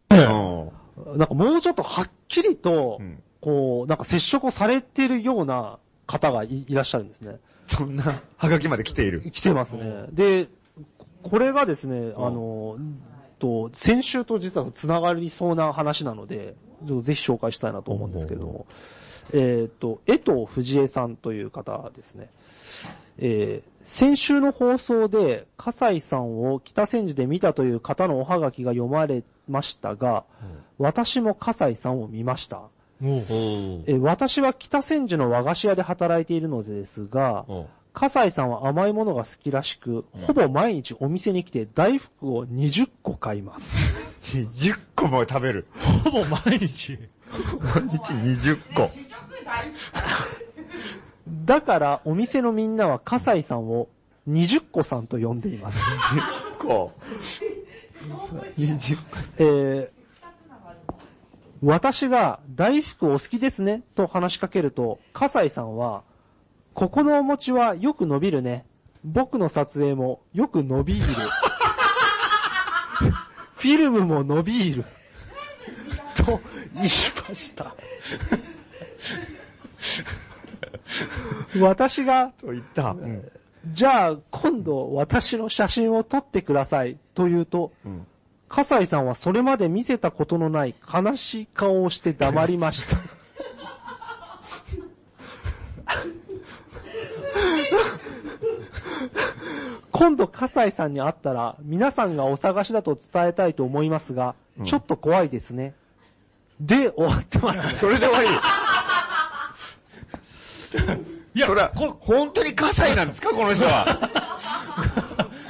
Speaker 5: なんかもうちょっとはっきりと、
Speaker 4: うん
Speaker 5: こう、なんか接触をされてるような方がいいらっしゃるんですね。
Speaker 4: そんな、はがきまで来ている。
Speaker 5: 来てますね。で、これがですね、あの、と、先週と実は繋がりそうな話なので、ちょっとぜひ紹介したいなと思うんですけれども、えっと、江藤藤江さんという方ですね。えー先週の放送で、笠井さんを北千住で見たという方のおはがきが読まれましたが、私も笠井さんを見ました。
Speaker 3: も
Speaker 5: えー私は北千住の和菓子屋で働いているのですが、笠井さんは甘いものが好きらしく、ほぼ毎日お店に来て大福を20個買います。
Speaker 4: 10個も食べる。
Speaker 3: う、ほぼ毎日。
Speaker 4: 毎日20個。
Speaker 5: だからお店のみんなは笠井さんを20個さんと呼んでいます。
Speaker 4: 10個。20
Speaker 5: えー私が大福お好きですねと話しかけると、笠井さんは、ここのお餅はよく伸びるね。僕の撮影もよく伸びる。 フィルムも伸びる。と言いました。 私が
Speaker 4: 個。と言った。うん。
Speaker 5: じゃあ、今度私の写真を撮ってくださいと言うと、
Speaker 4: うん
Speaker 5: 笠井さんはそれまで見せたことのない悲しい顔をして黙りました。今度笠井さんに会ったら、皆さんがお探しだと伝えたいと思いますが、ちょっと怖いですね。で、終わってますね。
Speaker 4: それで終わり。
Speaker 3: いや、
Speaker 4: それは、
Speaker 3: こ
Speaker 4: 本当に火災なんですか、この人 は。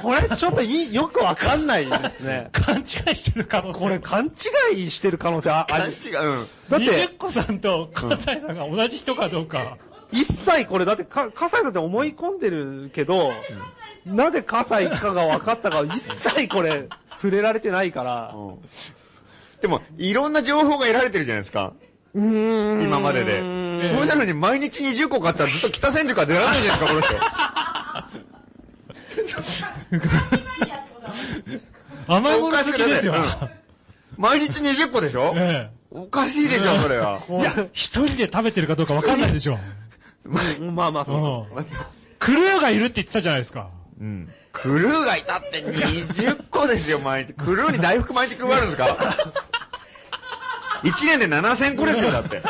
Speaker 5: これちょっといいよくわかんないですね。
Speaker 3: 勘違いしてる可能性。
Speaker 5: これ勘違いしてる可能性ああ
Speaker 4: 勘
Speaker 5: り
Speaker 4: 違い。うん。
Speaker 5: だって
Speaker 3: 20、個さんと葛西さんが同じ人かどうか。
Speaker 5: 一切これだってか、笠井だって思い込んでるけど、なぜ笠井かが分かったか、一切これ、触れられてないから、
Speaker 4: でも、いろんな情報が得られてるじゃないですか。今
Speaker 5: 今
Speaker 4: までで。それなのに毎日20個買ったらずっと北千住から出られないじゃないですか、
Speaker 3: 甘いもの好きですよ
Speaker 4: お。かしくなこの人。毎日20個でしょ
Speaker 3: え
Speaker 4: おかしいでしょ、それは。
Speaker 3: え。いや、一人で食べてるかどうかわかんないでし ょ。
Speaker 5: まあまあ、
Speaker 3: う。
Speaker 5: そうん
Speaker 3: クルーがいるって言ってたじゃないですか。
Speaker 4: うん。クルーがいたって20個ですよ、毎日。クルーに大福毎日配るんですか ?1 年で7000個ですよ、だって。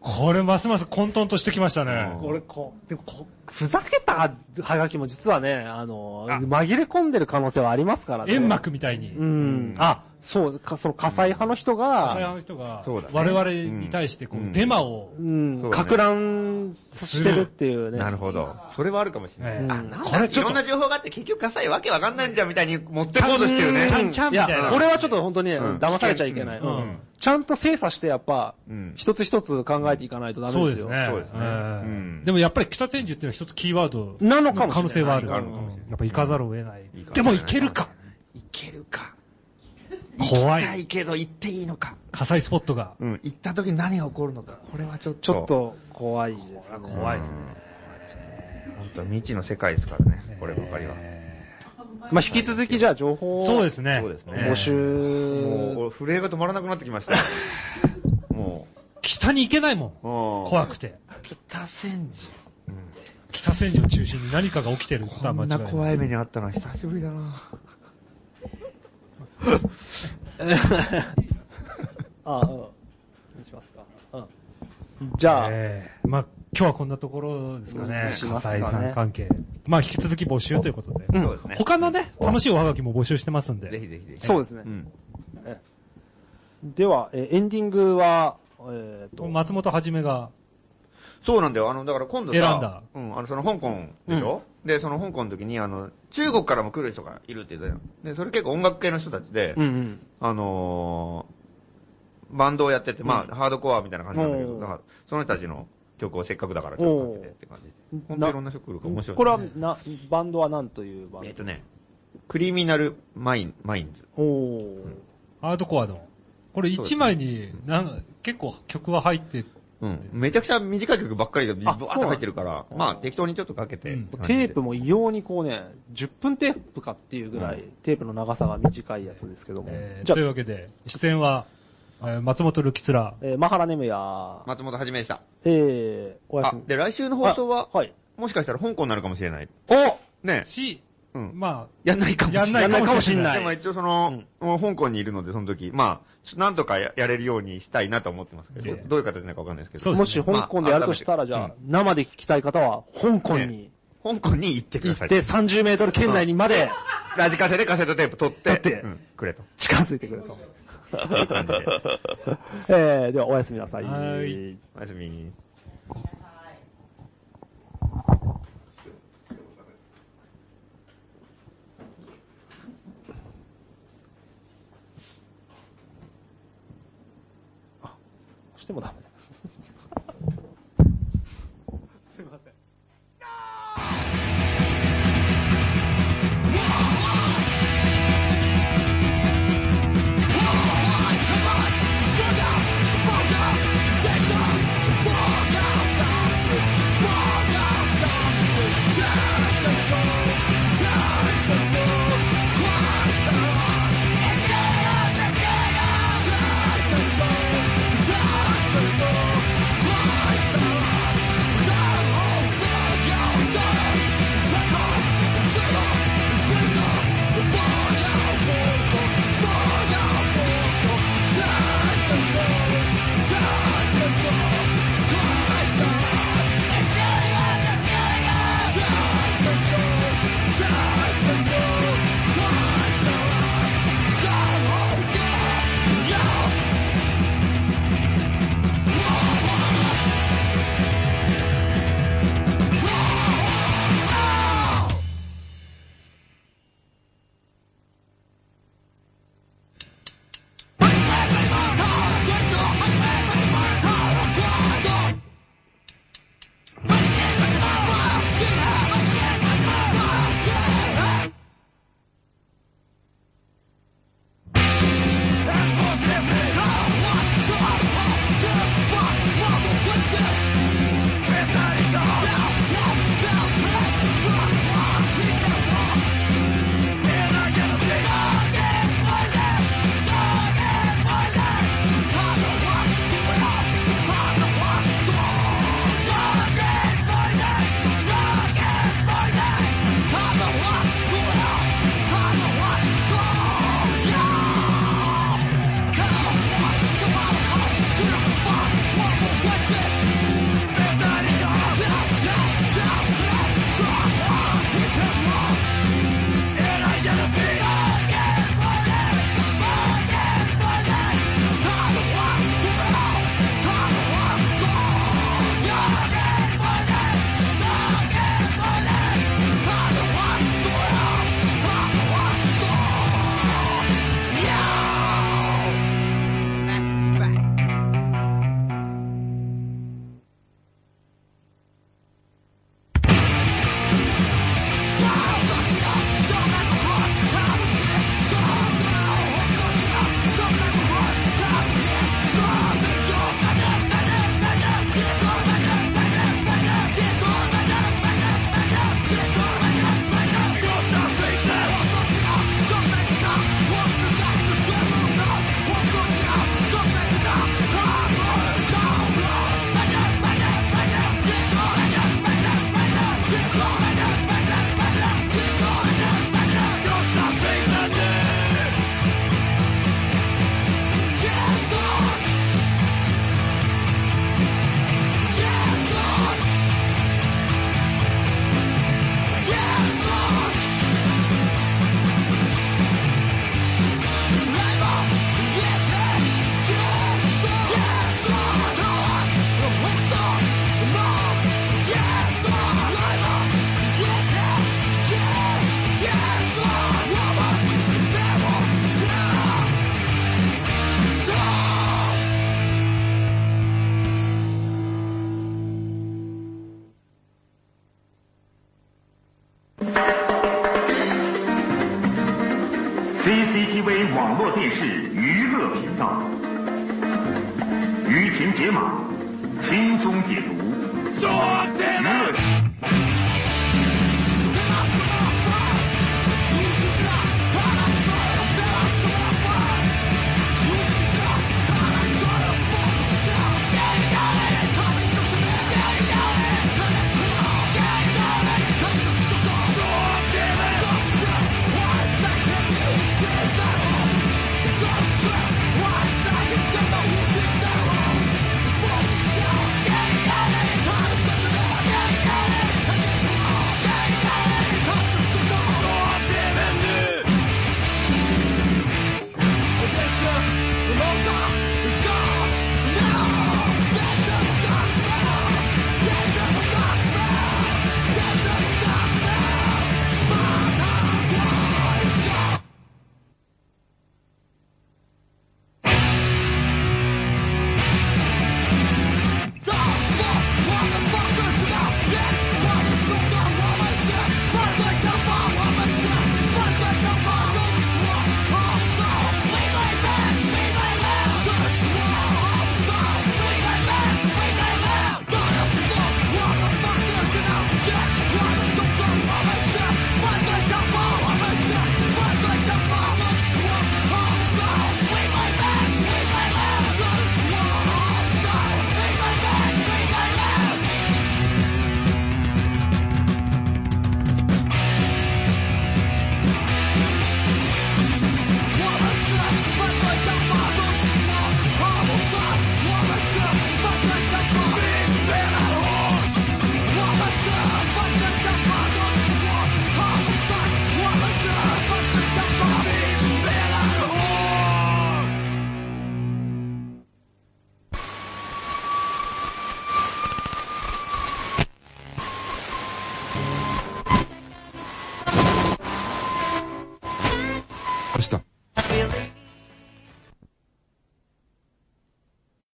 Speaker 3: これますます混沌としてきましたね。
Speaker 5: これこ、でもこ、ふざけたハガキも実はね、あの、
Speaker 3: あ
Speaker 5: 紛れ込んでる可能性はありますからね。
Speaker 3: 煙幕みたいに。
Speaker 5: うん。あ、そう、か、その火災派の
Speaker 3: そ
Speaker 5: 人
Speaker 3: うい
Speaker 5: が、
Speaker 3: う人が
Speaker 4: そうだね、
Speaker 3: 我々に対してこ
Speaker 4: う
Speaker 3: うんデマを、
Speaker 5: うん、
Speaker 4: そうだね
Speaker 5: 拡乱してるっていうね。
Speaker 4: なるほど。それはあるかもしれない。
Speaker 3: ええ
Speaker 5: あなん
Speaker 4: なんだ
Speaker 3: これち
Speaker 4: い
Speaker 3: ょ
Speaker 4: ろ
Speaker 3: っ
Speaker 4: んな
Speaker 3: と、
Speaker 4: 情報があって結局火災わけわかんないんじゃんみたいに持ってこうとしてるね。
Speaker 3: ちゃんちゃんみたいな
Speaker 5: や、これはちょっと本当にね、
Speaker 4: うん
Speaker 5: 騙されちゃいけない、
Speaker 3: うん
Speaker 5: うんちゃんと精査してやっぱ、
Speaker 4: うん
Speaker 5: 一つ一つ考えていかないとダ
Speaker 3: そ
Speaker 5: メ
Speaker 3: う
Speaker 5: で
Speaker 3: ですす
Speaker 5: よ。
Speaker 3: ね。
Speaker 4: そうですね
Speaker 3: ええ
Speaker 4: うん
Speaker 3: でもやっぱり北千住っていうのは一つキーワード
Speaker 5: なのかもしれない
Speaker 3: 可能性はある。
Speaker 4: なるかもしれない
Speaker 3: やっぱ行かざるを得ない
Speaker 4: いいか。も
Speaker 3: で
Speaker 4: しれな
Speaker 3: も
Speaker 4: い
Speaker 3: 行けるか。
Speaker 4: いけるか。
Speaker 3: 怖
Speaker 4: 行きた
Speaker 3: い。
Speaker 4: いけど行っていいのか。
Speaker 3: 火災スポットが。
Speaker 4: うん。行った時に何が起こるのか。これはちょっと。
Speaker 5: ちょっと怖いですね。
Speaker 4: 怖いですね。本当未知の世界ですからね。こればかりは。
Speaker 5: まあ引き続きじゃあ情報を
Speaker 3: そうですね。
Speaker 4: そうですね
Speaker 5: 募集。
Speaker 4: もう、震えが止まらなくなってきま した。も
Speaker 3: 北に行けないもん。
Speaker 4: う。怖
Speaker 3: 怖くて。
Speaker 4: 北千住。
Speaker 3: 北千住を中心に何かが起きてることは
Speaker 4: こ
Speaker 3: 間違
Speaker 4: ん
Speaker 3: いな。
Speaker 4: ない怖い目にあったのは久しぶりだな。
Speaker 5: ああ、うん。どうしますか。うん。じゃあ、
Speaker 3: ええまあ、今日はこんなところですかね。
Speaker 5: し
Speaker 3: 火
Speaker 5: ますかね
Speaker 3: 災さん関係。まあ、引き続き募集ということで。
Speaker 5: うん
Speaker 4: そうですね。
Speaker 3: 他のね、楽しいおはがきも募集してますん
Speaker 4: ぜひ
Speaker 3: で。
Speaker 4: ぜひぜひ。
Speaker 5: そうですね
Speaker 4: うん。
Speaker 5: では、えーエンディングは、えっ、と、
Speaker 3: 松本はじめが、
Speaker 4: そうなんだよ。あの、だから今度さ、
Speaker 3: 選んだ
Speaker 4: うん、あの、その香港でしょ、で、その香港の時に、あの、中国からも来る人がいるって言ったよ。で、それ結構音楽系の人たちで、
Speaker 5: うんうん。
Speaker 4: あのーバンドをやってて、まあ、ハードコアみたいな感じなんだけ
Speaker 5: う
Speaker 4: ど、
Speaker 5: ん
Speaker 4: だから、その人たちの曲をせっかくだからちょっとかけてって感じで。ほんといろんな人来るから面白い、
Speaker 5: これは、な、バンドは何というバンド
Speaker 4: えっとね、クリミナルマイン、マインズ。
Speaker 5: おおー。
Speaker 3: ハードコアの。これ
Speaker 4: そうです
Speaker 3: 1
Speaker 4: ね
Speaker 3: 枚に、なん結構曲は入って、
Speaker 4: うん。めちゃくちゃ短い曲ばっかりがブワーって入ってるから、
Speaker 5: そうなんだ
Speaker 4: まあ、適当にちょっとかけて、
Speaker 3: うん
Speaker 5: テープも異様にこうね、10分テープかっていうぐらい、テープの長さが短いやつですけども。
Speaker 3: えー
Speaker 5: じゃ
Speaker 3: と
Speaker 5: あ
Speaker 3: いう、わけで、出演は、えー松本るきつら、
Speaker 5: えーマハラネムや、
Speaker 4: 松本はじめでした。
Speaker 5: えー、おやす
Speaker 4: あ
Speaker 5: み、。
Speaker 4: で、来週の放送は
Speaker 5: あ、はい。
Speaker 4: もしかしたら香港になるかもしれない。おね
Speaker 3: し、
Speaker 4: うん。
Speaker 3: ま
Speaker 4: やんないかもしれない。
Speaker 3: やんないかもし
Speaker 5: んない
Speaker 4: でも一応その、もう香港にいるので、その時、まあ、ちょなんとかややれるようあのしたいなと思ってますけど、
Speaker 3: ええ
Speaker 4: どういう形になるかわかんないですけ
Speaker 3: そう
Speaker 4: ど、
Speaker 3: で
Speaker 5: も
Speaker 3: す
Speaker 5: し
Speaker 3: ね
Speaker 5: 香港でやるとしたら、じゃあ、生で聞きたい方は、香港に
Speaker 4: 香港に行ってく
Speaker 5: 行
Speaker 4: ださ
Speaker 5: っ
Speaker 4: い。
Speaker 5: て30メートル圏内にまで
Speaker 4: ラジカセでカセットテープ取って、
Speaker 5: 取って
Speaker 4: うんくれと。
Speaker 5: 近づいてくると。
Speaker 4: いい感じで
Speaker 5: えー、ではおやすみなさい。
Speaker 3: はーい
Speaker 4: おやすみ。
Speaker 5: 押してもダメだ。すいません。
Speaker 1: Time to go.
Speaker 8: 道，舆情解码，轻松解读，娱乐